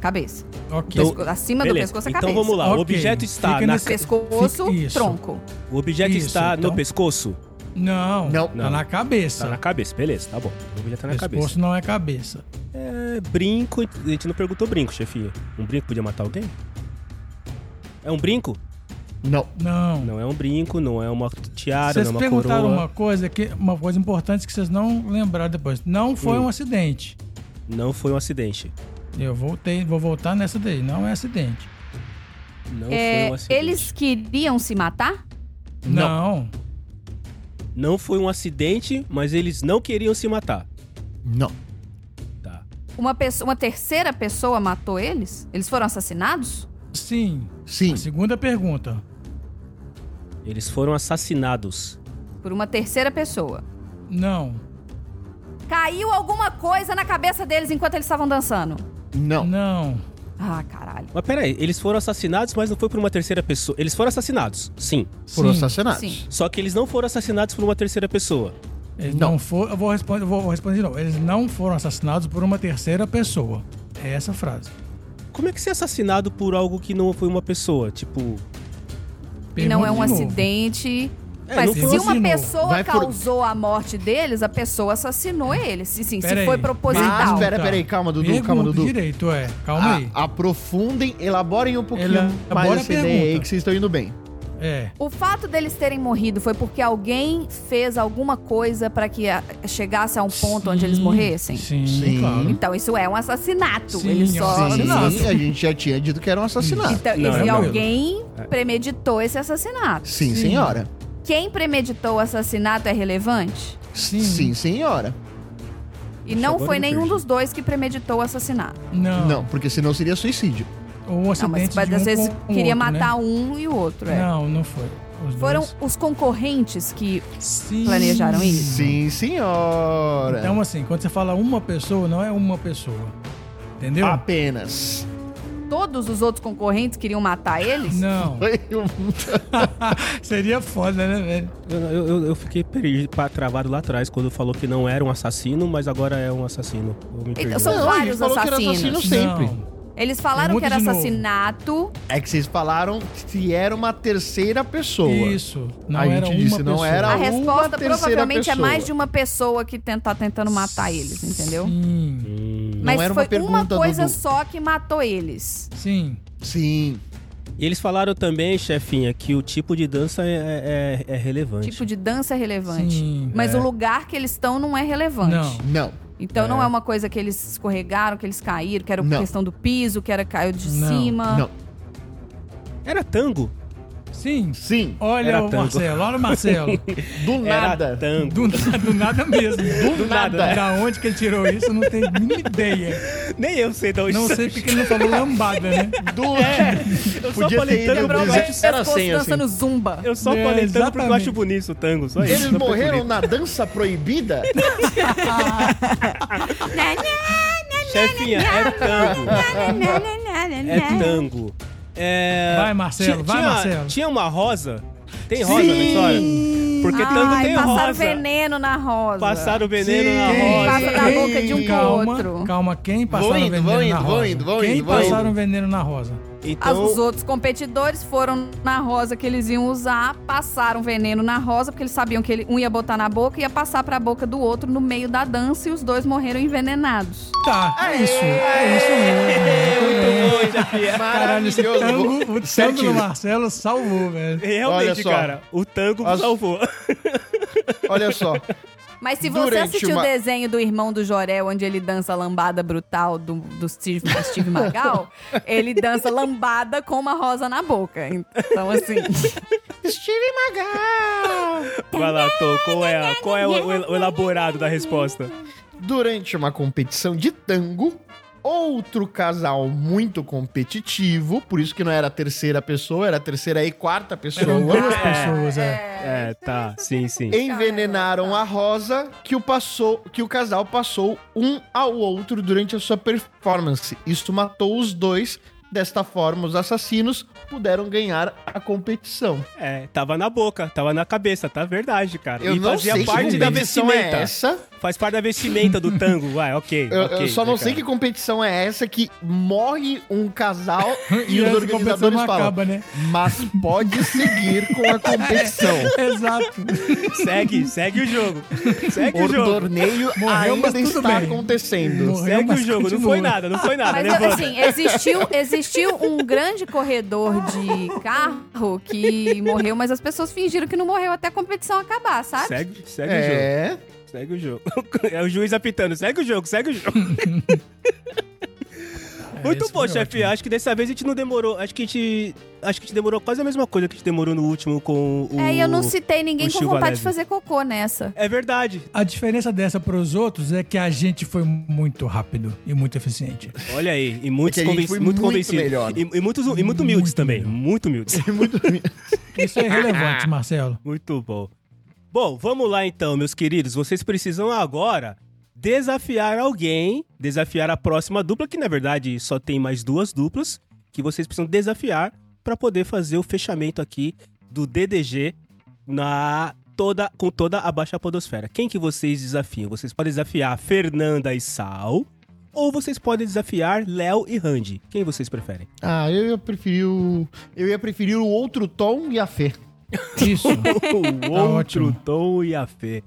Speaker 2: Cabeça.
Speaker 3: Ok.
Speaker 1: Então-
Speaker 2: Pesco- acima do
Speaker 1: Beleza.
Speaker 2: pescoço é
Speaker 1: então
Speaker 2: cabeça.
Speaker 1: vamos lá. O
Speaker 3: Ok.
Speaker 1: objeto está
Speaker 3: Fica
Speaker 1: na.
Speaker 3: nesse-
Speaker 2: Pescoço,
Speaker 3: Fica- isso.
Speaker 2: tronco.
Speaker 1: O objeto
Speaker 3: Isso,
Speaker 1: está
Speaker 3: então.
Speaker 1: no pescoço?
Speaker 3: Não,
Speaker 4: Não.
Speaker 3: Tá
Speaker 1: Não.
Speaker 3: na cabeça.
Speaker 1: Tá na cabeça, beleza, tá bom. O objeto tá na
Speaker 3: pescoço
Speaker 1: cabeça.
Speaker 3: não é cabeça.
Speaker 1: É, brinco. A gente não perguntou brinco, chefia. Um brinco podia matar alguém? É um brinco?
Speaker 4: Não.
Speaker 3: Não.
Speaker 1: Não é um brinco, não é uma tiara,
Speaker 3: Vocês
Speaker 1: não é uma
Speaker 3: perguntaram
Speaker 1: coroa.
Speaker 3: uma coisa que uma coisa importante que vocês não lembraram depois. Não foi
Speaker 1: Hum.
Speaker 3: um acidente.
Speaker 1: Não foi um acidente.
Speaker 3: Eu voltei, vou voltar nessa daí. Não é acidente.
Speaker 1: Não
Speaker 2: É,
Speaker 1: foi um acidente.
Speaker 2: eles queriam se matar?
Speaker 3: Não.
Speaker 1: Não foi um acidente, mas eles não queriam se matar.
Speaker 4: Não.
Speaker 1: Tá.
Speaker 2: Uma, pessoa, uma terceira pessoa matou eles? Eles foram assassinados?
Speaker 3: Sim.
Speaker 4: Sim.
Speaker 3: A
Speaker 2: Assim?
Speaker 3: segunda pergunta.
Speaker 1: Eles foram assassinados.
Speaker 2: Por uma terceira pessoa.
Speaker 3: Não.
Speaker 2: Caiu alguma coisa na cabeça deles enquanto eles estavam dançando?
Speaker 4: Não.
Speaker 3: Não.
Speaker 2: Ah, caralho.
Speaker 1: Mas peraí, eles foram assassinados, mas não foi por uma terceira pessoa. Eles foram assassinados, sim.
Speaker 4: Foram
Speaker 3: Sim,
Speaker 4: assassinados.
Speaker 2: Sim.
Speaker 1: Só que eles não foram assassinados por uma terceira pessoa.
Speaker 3: Eles não, foram. Eu vou responder, eu vou, vou responder de novo. Eles não foram assassinados por uma terceira pessoa. É essa a frase.
Speaker 1: Como é que você é assassinado por algo que não foi uma pessoa? Tipo.
Speaker 2: E não é um
Speaker 3: Pergunta de novo.
Speaker 2: acidente.
Speaker 1: É,
Speaker 2: Mas
Speaker 1: não
Speaker 2: se
Speaker 1: foi
Speaker 3: um
Speaker 2: uma
Speaker 3: assassino.
Speaker 2: pessoa
Speaker 4: Vai por-
Speaker 2: causou a morte deles, a pessoa assassinou eles. Se, sim, se
Speaker 3: Pera
Speaker 2: foi
Speaker 3: aí.
Speaker 2: proposital.
Speaker 4: Mas,
Speaker 3: Hospital.
Speaker 4: pera, pera aí, calma, Dudu,
Speaker 3: Tá. Pergunta
Speaker 4: calma, Dudu. Ah,
Speaker 3: direito, é. Calma
Speaker 4: A-
Speaker 3: aí.
Speaker 4: aprofundem, elaborem um pouquinho
Speaker 3: Ela-
Speaker 4: mais
Speaker 3: elabora
Speaker 4: essa
Speaker 3: a
Speaker 4: ideia aí
Speaker 3: pergunta.
Speaker 4: que vocês estão indo bem.
Speaker 3: É.
Speaker 2: O fato deles terem morrido foi porque alguém fez alguma coisa pra que a- chegasse a um ponto onde eles
Speaker 3: Sim,
Speaker 2: morressem?
Speaker 3: Sim,
Speaker 4: Sim.
Speaker 3: claro.
Speaker 2: Então isso é um assassinato.
Speaker 3: Sim,
Speaker 2: eles
Speaker 3: é um
Speaker 2: só.
Speaker 3: assassinato.
Speaker 4: Sim, a gente já tinha dito que era um assassinato.
Speaker 2: Então,
Speaker 1: Não,
Speaker 2: e
Speaker 1: é um
Speaker 2: alguém premeditou esse assassinato.
Speaker 4: Sim,
Speaker 3: Sim.
Speaker 4: senhora.
Speaker 2: Quem premeditou o assassinato é relevante?
Speaker 3: Sim.
Speaker 4: Sim, senhora.
Speaker 2: E não
Speaker 1: agora
Speaker 2: foi
Speaker 1: eu me
Speaker 2: nenhum
Speaker 1: perdi.
Speaker 2: dos dois que premeditou o assassinato.
Speaker 3: Não.
Speaker 4: Não, porque senão seria suicídio.
Speaker 3: Ou um
Speaker 2: Não, mas
Speaker 3: acidente
Speaker 2: mas
Speaker 3: de um
Speaker 2: às vezes
Speaker 3: com o
Speaker 2: queria
Speaker 3: outro, né?
Speaker 2: matar um e o outro, é.
Speaker 3: Não, não foi. Os
Speaker 2: Foram
Speaker 3: dois.
Speaker 2: os concorrentes que
Speaker 3: Sim.
Speaker 2: planejaram isso?
Speaker 4: Sim, senhora.
Speaker 3: Então, assim, quando você fala uma pessoa, não é uma pessoa. Entendeu?
Speaker 4: Ah, Apenas.
Speaker 2: todos os outros concorrentes queriam matar eles?
Speaker 3: Não.
Speaker 4: Foi um-
Speaker 3: Seria foda, né, velho?
Speaker 1: Eu, eu- eu fiquei perdido, pá, travado lá atrás quando falou que não era um assassino, mas agora é um assassino. Eu me
Speaker 2: Então,
Speaker 1: perdi.
Speaker 2: são-
Speaker 4: Não, a gente
Speaker 2: vários
Speaker 4: falou que era assassino
Speaker 2: assassinos.
Speaker 4: sempre.
Speaker 3: Não.
Speaker 2: Eles falaram
Speaker 3: Pergunta
Speaker 2: que era
Speaker 3: de novo.
Speaker 2: assassinato.
Speaker 4: É que vocês falaram que era uma terceira pessoa.
Speaker 3: Isso. Não
Speaker 4: A
Speaker 3: era
Speaker 4: gente
Speaker 3: uma
Speaker 4: disse,
Speaker 3: pessoa.
Speaker 4: não era um
Speaker 2: A
Speaker 4: uma
Speaker 2: resposta
Speaker 4: terceira
Speaker 2: provavelmente é
Speaker 4: pessoa.
Speaker 2: mais de uma pessoa que ten- tá tentando matar eles, entendeu?
Speaker 3: Sim.
Speaker 1: Hum.
Speaker 2: Mas
Speaker 4: era uma
Speaker 2: foi uma
Speaker 4: pergunta,
Speaker 2: coisa
Speaker 4: Dudu.
Speaker 2: só que matou eles.
Speaker 3: Sim.
Speaker 4: Sim.
Speaker 1: E eles falaram também, chefinha, que o tipo de dança é, é- é relevante.
Speaker 2: Tipo de dança é relevante.
Speaker 3: Sim,
Speaker 2: mas
Speaker 3: é.
Speaker 2: o lugar que eles estão não é relevante.
Speaker 3: Não.
Speaker 4: Não.
Speaker 2: Então não é uma coisa que eles escorregaram, que eles caíram, que era
Speaker 4: Não.
Speaker 2: questão do piso, que era caiu de
Speaker 3: Não,
Speaker 2: cima.
Speaker 4: Não.
Speaker 1: Era tango?
Speaker 3: Sim.
Speaker 4: Sim.
Speaker 3: Olha
Speaker 1: Era
Speaker 3: o
Speaker 1: tango.
Speaker 3: Marcelo, olha o Marcelo.
Speaker 4: Do
Speaker 1: Era
Speaker 4: nada.
Speaker 1: tango.
Speaker 3: Do, na- do nada mesmo. Do,
Speaker 4: nada.
Speaker 3: Da onde que ele tirou isso, eu não tenho nenhuma ideia.
Speaker 1: Nem eu sei de onde
Speaker 3: Não
Speaker 1: saiu.
Speaker 4: é
Speaker 3: sei porque ele não falou lambada, né?
Speaker 4: Do é.
Speaker 1: Eu só
Speaker 4: Podia
Speaker 1: falei
Speaker 4: ter
Speaker 1: tango
Speaker 4: ido pro
Speaker 1: porque eu acho...
Speaker 2: Provavelmente
Speaker 4: Brasil.
Speaker 2: eles
Speaker 4: era
Speaker 2: fossem
Speaker 4: senha,
Speaker 2: dançando zumba.
Speaker 1: Eu só
Speaker 3: É,
Speaker 1: falei tango porque eu acho
Speaker 3: exatamente.
Speaker 1: bonito o tango, só isso.
Speaker 4: Eles
Speaker 1: Só foi
Speaker 4: morreram
Speaker 1: bonito.
Speaker 4: na dança proibida?
Speaker 2: Né,
Speaker 1: Chefinha, é tango.
Speaker 2: né,
Speaker 1: É tango. É...
Speaker 3: Vai, Marcelo,
Speaker 1: Tinha-
Speaker 3: vai,
Speaker 1: tinha-
Speaker 3: Marcelo.
Speaker 1: Tinha uma rosa? Tem rosa na história? Porque tango
Speaker 2: Ai,
Speaker 1: tem
Speaker 2: passaram
Speaker 1: rosa.
Speaker 2: veneno na rosa.
Speaker 1: Passaram veneno na
Speaker 4: Sim.
Speaker 1: rosa.
Speaker 2: Passa da boca de um pro
Speaker 3: calma,
Speaker 2: outro.
Speaker 3: Calma, quem passaram
Speaker 4: indo,
Speaker 3: veneno
Speaker 4: vou
Speaker 3: um na
Speaker 4: indo,
Speaker 3: rosa?
Speaker 4: vou indo, vou
Speaker 3: quem
Speaker 4: indo, vou
Speaker 3: passaram
Speaker 4: indo.
Speaker 3: veneno um na rosa?
Speaker 2: As-
Speaker 1: Então,
Speaker 2: Os outros competidores foram na rosa que eles iam usar, passaram veneno na rosa, porque eles sabiam que ele, um ia botar na boca e ia passar pra boca do outro no meio da dança e os dois morreram envenenados.
Speaker 3: Tá, é isso. É isso mesmo. Muito
Speaker 1: é.
Speaker 3: bem. Caralho, esse
Speaker 4: É Maravilhoso.
Speaker 3: tango, o tango do
Speaker 4: Certinho.
Speaker 3: Marcelo salvou, velho.
Speaker 1: realmente,
Speaker 4: Olha só.
Speaker 1: cara, o tango
Speaker 4: As-
Speaker 1: salvou.
Speaker 4: Olha só.
Speaker 2: Mas se você
Speaker 4: Durante
Speaker 2: assistiu
Speaker 4: uma-
Speaker 2: o desenho do irmão do Jorel, onde ele dança lambada brutal do, do Steve, Steve Magal, ele dança lambada com uma rosa na boca. Então, assim.
Speaker 4: Steve Magal!
Speaker 1: Vai lá, Tom, qual é, qual é o, o elaborado da resposta?
Speaker 4: Durante uma competição de tango, outro casal muito competitivo, por isso que não era a terceira pessoa, era a terceira e quarta pessoa,
Speaker 3: Eram duas
Speaker 2: tá.
Speaker 3: pessoas, é.
Speaker 1: É, tá, sim, sim.
Speaker 4: envenenaram a rosa que o, passou, que o casal passou um ao outro durante a sua performance. Isto matou os dois. Desta forma, os assassinos puderam ganhar a competição.
Speaker 1: É, tava na boca, tava na cabeça, tá verdade, cara.
Speaker 4: Eu
Speaker 1: e
Speaker 4: não
Speaker 1: fazia
Speaker 4: sei
Speaker 1: parte
Speaker 4: que
Speaker 1: da
Speaker 4: competição é
Speaker 1: vestimenta.
Speaker 4: essa.
Speaker 1: Faz parte da vestimenta do tango, vai, ok.
Speaker 4: Eu,
Speaker 1: ok,
Speaker 4: eu só
Speaker 1: né,
Speaker 4: não sei
Speaker 1: cara?
Speaker 4: que competição é essa que morre um casal e, os
Speaker 3: essa competição
Speaker 4: organizadores
Speaker 3: não
Speaker 4: falam.
Speaker 3: acaba, né?
Speaker 4: Mas pode seguir com a competição.
Speaker 3: Exato.
Speaker 1: Segue, segue o jogo. Segue
Speaker 4: O
Speaker 1: o É jogo.
Speaker 4: torneio
Speaker 3: Morreu, mas
Speaker 4: ainda
Speaker 3: tudo
Speaker 4: está
Speaker 3: bem.
Speaker 4: acontecendo.
Speaker 3: Morreu.
Speaker 1: Segue o
Speaker 3: mas
Speaker 1: jogo, não
Speaker 3: continua.
Speaker 1: foi nada, não foi nada,
Speaker 2: Mas
Speaker 1: né, Wanda?
Speaker 2: assim, existiu, existiu um grande corredor de carro que morreu, mas as pessoas fingiram que não morreu até a competição acabar, sabe?
Speaker 1: Segue, segue o jogo,
Speaker 4: É.
Speaker 1: segue o jogo. É o juiz apitando, segue o jogo, segue o jogo.
Speaker 4: É,
Speaker 1: Muito
Speaker 3: esse
Speaker 1: bom,
Speaker 3: foi
Speaker 1: chefe. Acho que dessa vez a gente não demorou. Acho que a gente. Acho que a gente demorou quase a mesma coisa que a gente demorou no último com o.
Speaker 2: É, e eu não citei ninguém
Speaker 1: o
Speaker 2: com
Speaker 1: Silva
Speaker 2: vontade
Speaker 1: Leve.
Speaker 2: de fazer cocô nessa.
Speaker 1: É verdade.
Speaker 3: A diferença dessa para os outros é que a gente foi muito rápido e muito eficiente.
Speaker 1: Olha aí. E muitos
Speaker 4: É que a gente
Speaker 1: convenci-
Speaker 4: foi
Speaker 1: muito
Speaker 4: muito
Speaker 1: convencidos.
Speaker 4: melhor.
Speaker 1: E, e muitos, e muito humildes
Speaker 3: Muito
Speaker 1: também.
Speaker 3: melhor.
Speaker 1: Muito humildes.
Speaker 3: Isso é relevante, Marcelo.
Speaker 1: Muito bom. Bom, vamos lá então, meus queridos. Vocês precisam agora desafiar alguém, desafiar a próxima dupla, que na verdade só tem mais duas duplas, que vocês precisam desafiar para poder fazer o fechamento aqui do DDG na toda com toda a baixa podosfera. Quem que vocês desafiam? Vocês podem desafiar Fernanda e Sal, ou vocês podem desafiar Léo e Randy. Quem vocês preferem?
Speaker 4: Ah, eu ia preferir o... Eu ia preferir o outro Tom e a Fê.
Speaker 3: Isso.
Speaker 1: o outro
Speaker 3: Tá ótimo.
Speaker 1: Tom e a Fê.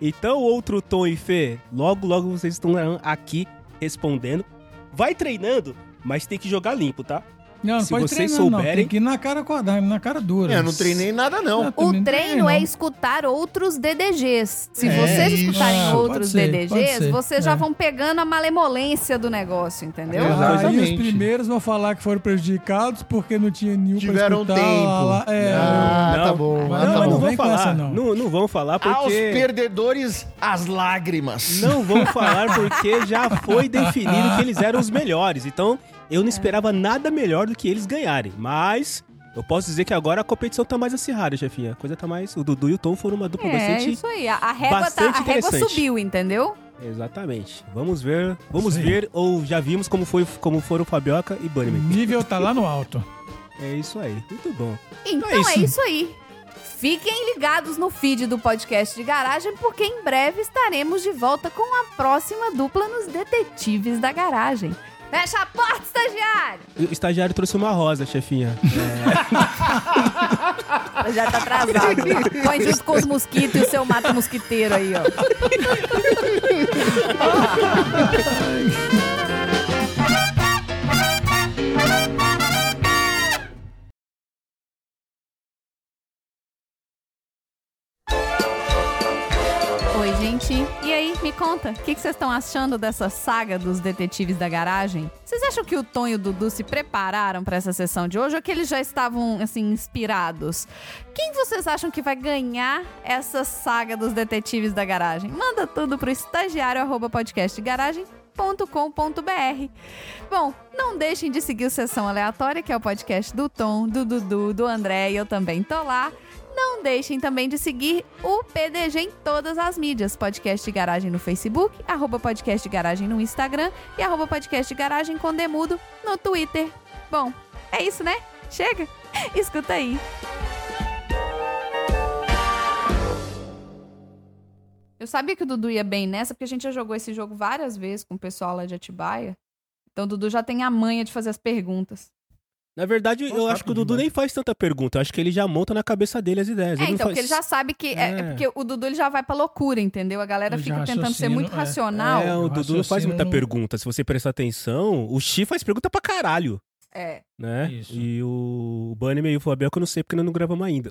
Speaker 1: Então, outro Tom e Fê, logo, logo vocês estão aqui respondendo. Vai treinando, mas tem que jogar limpo, tá?
Speaker 3: Não, não
Speaker 1: Se
Speaker 3: pode
Speaker 1: vocês
Speaker 3: treinar, não.
Speaker 1: souberem-
Speaker 3: Tem que ir na cara acordar, na cara dura.
Speaker 4: É, Eu não treinei nada, não.
Speaker 3: Ah, também
Speaker 2: O
Speaker 3: não
Speaker 2: treino é
Speaker 3: treinei,
Speaker 2: escutar outros DDGs. Se
Speaker 4: É,
Speaker 2: vocês
Speaker 4: isso.
Speaker 2: escutarem
Speaker 3: Ah,
Speaker 2: outros
Speaker 3: pode ser, pode
Speaker 2: DDGs,
Speaker 3: ser.
Speaker 2: vocês já
Speaker 3: É.
Speaker 2: vão pegando a malemolência do negócio, entendeu?
Speaker 4: É.
Speaker 3: não. Aí os
Speaker 4: Exatamente.
Speaker 3: primeiros vão falar que foram prejudicados porque não tinha nenhum pra
Speaker 4: Tiveram
Speaker 3: escutar,
Speaker 4: tempo.
Speaker 3: lá, lá. É,
Speaker 4: ah,
Speaker 1: não.
Speaker 4: tá bom. Ah,
Speaker 1: não,
Speaker 4: tá
Speaker 1: mas
Speaker 4: bom. Ah,
Speaker 1: não vão
Speaker 3: vem com
Speaker 1: falar.
Speaker 3: essa,
Speaker 1: não.
Speaker 3: não.
Speaker 1: Não, vão falar
Speaker 4: Aos
Speaker 1: porque.
Speaker 4: perdedores, as lágrimas.
Speaker 1: Não vão falar porque já foi definido que eles eram os melhores. Então, eu
Speaker 2: É.
Speaker 1: não esperava nada melhor do que eles ganharem. Mas. Eu posso dizer que agora a competição tá mais acirrada, chefinha. A coisa tá mais. O Dudu e o Tom foram uma dupla
Speaker 2: É,
Speaker 1: bastante
Speaker 2: isso aí. A, a régua, tá,
Speaker 1: bastante
Speaker 2: a régua
Speaker 1: interessante.
Speaker 2: subiu, entendeu?
Speaker 1: Exatamente. Vamos ver, vamos
Speaker 3: Sim.
Speaker 1: ver ou já vimos como foi como foram Fabioca e
Speaker 3: O
Speaker 1: Bunnyman.
Speaker 3: nível tá lá no alto.
Speaker 1: É isso aí. Muito bom.
Speaker 2: Então
Speaker 1: É isso.
Speaker 2: é isso aí. Fiquem ligados no feed do podcast de garagem, porque em breve estaremos de volta com a próxima dupla nos Detetives da Garagem. Fecha a porta, estagiário!
Speaker 1: O estagiário trouxe uma rosa, chefinha.
Speaker 2: Já tá atrasado. Põe junto com os mosquitos e o seu mata mosquiteiro aí, ó. Oi, gente. E aí, me conta, o que que vocês estão achando dessa saga dos detetives da garagem? Vocês acham que o Tom e o Dudu se prepararam pra essa sessão de hoje ou que eles já estavam, assim, inspirados? Quem vocês acham que vai ganhar essa saga dos detetives da garagem? Manda tudo pro estagiário arroba podcastgaragem.com.br. Bom, não deixem de seguir o Sessão Aleatória, que é o podcast do Tom, do Dudu, do André e eu também tô lá. Não deixem também de seguir o PDG em todas as mídias. Podcast Garagem no Facebook, arroba Podcast Garagem no Instagram e arroba Podcast Garagem com Demudo no Twitter. Bom, é isso, né? Chega! Escuta aí. Eu sabia que o Dudu ia bem nessa, porque a gente já jogou esse jogo várias vezes com o pessoal lá de Atibaia. Então o Dudu já tem a manha de fazer as perguntas.
Speaker 1: Na verdade, eu
Speaker 3: Nossa,
Speaker 1: acho que o Dudu
Speaker 3: demais.
Speaker 1: nem faz tanta pergunta. Eu acho que ele já monta na cabeça dele as ideias. não
Speaker 2: É, então,
Speaker 1: faz-
Speaker 2: porque ele já sabe que. É,
Speaker 1: É.
Speaker 2: é porque o Dudu ele já vai pra loucura, entendeu? A galera
Speaker 3: Ele
Speaker 2: fica
Speaker 3: já
Speaker 2: tentando ser
Speaker 3: raciocina,
Speaker 2: muito
Speaker 3: é.
Speaker 2: racional.
Speaker 1: É, o
Speaker 3: Eu
Speaker 1: Dudu não faz
Speaker 3: raciocino
Speaker 1: muita
Speaker 3: no-
Speaker 1: pergunta. Se você prestar atenção, o Xi faz pergunta pra caralho,
Speaker 2: É.
Speaker 1: né?
Speaker 3: Isso.
Speaker 1: E o Bunnyman e o Fabioca eu não sei porque nós não gravamos ainda.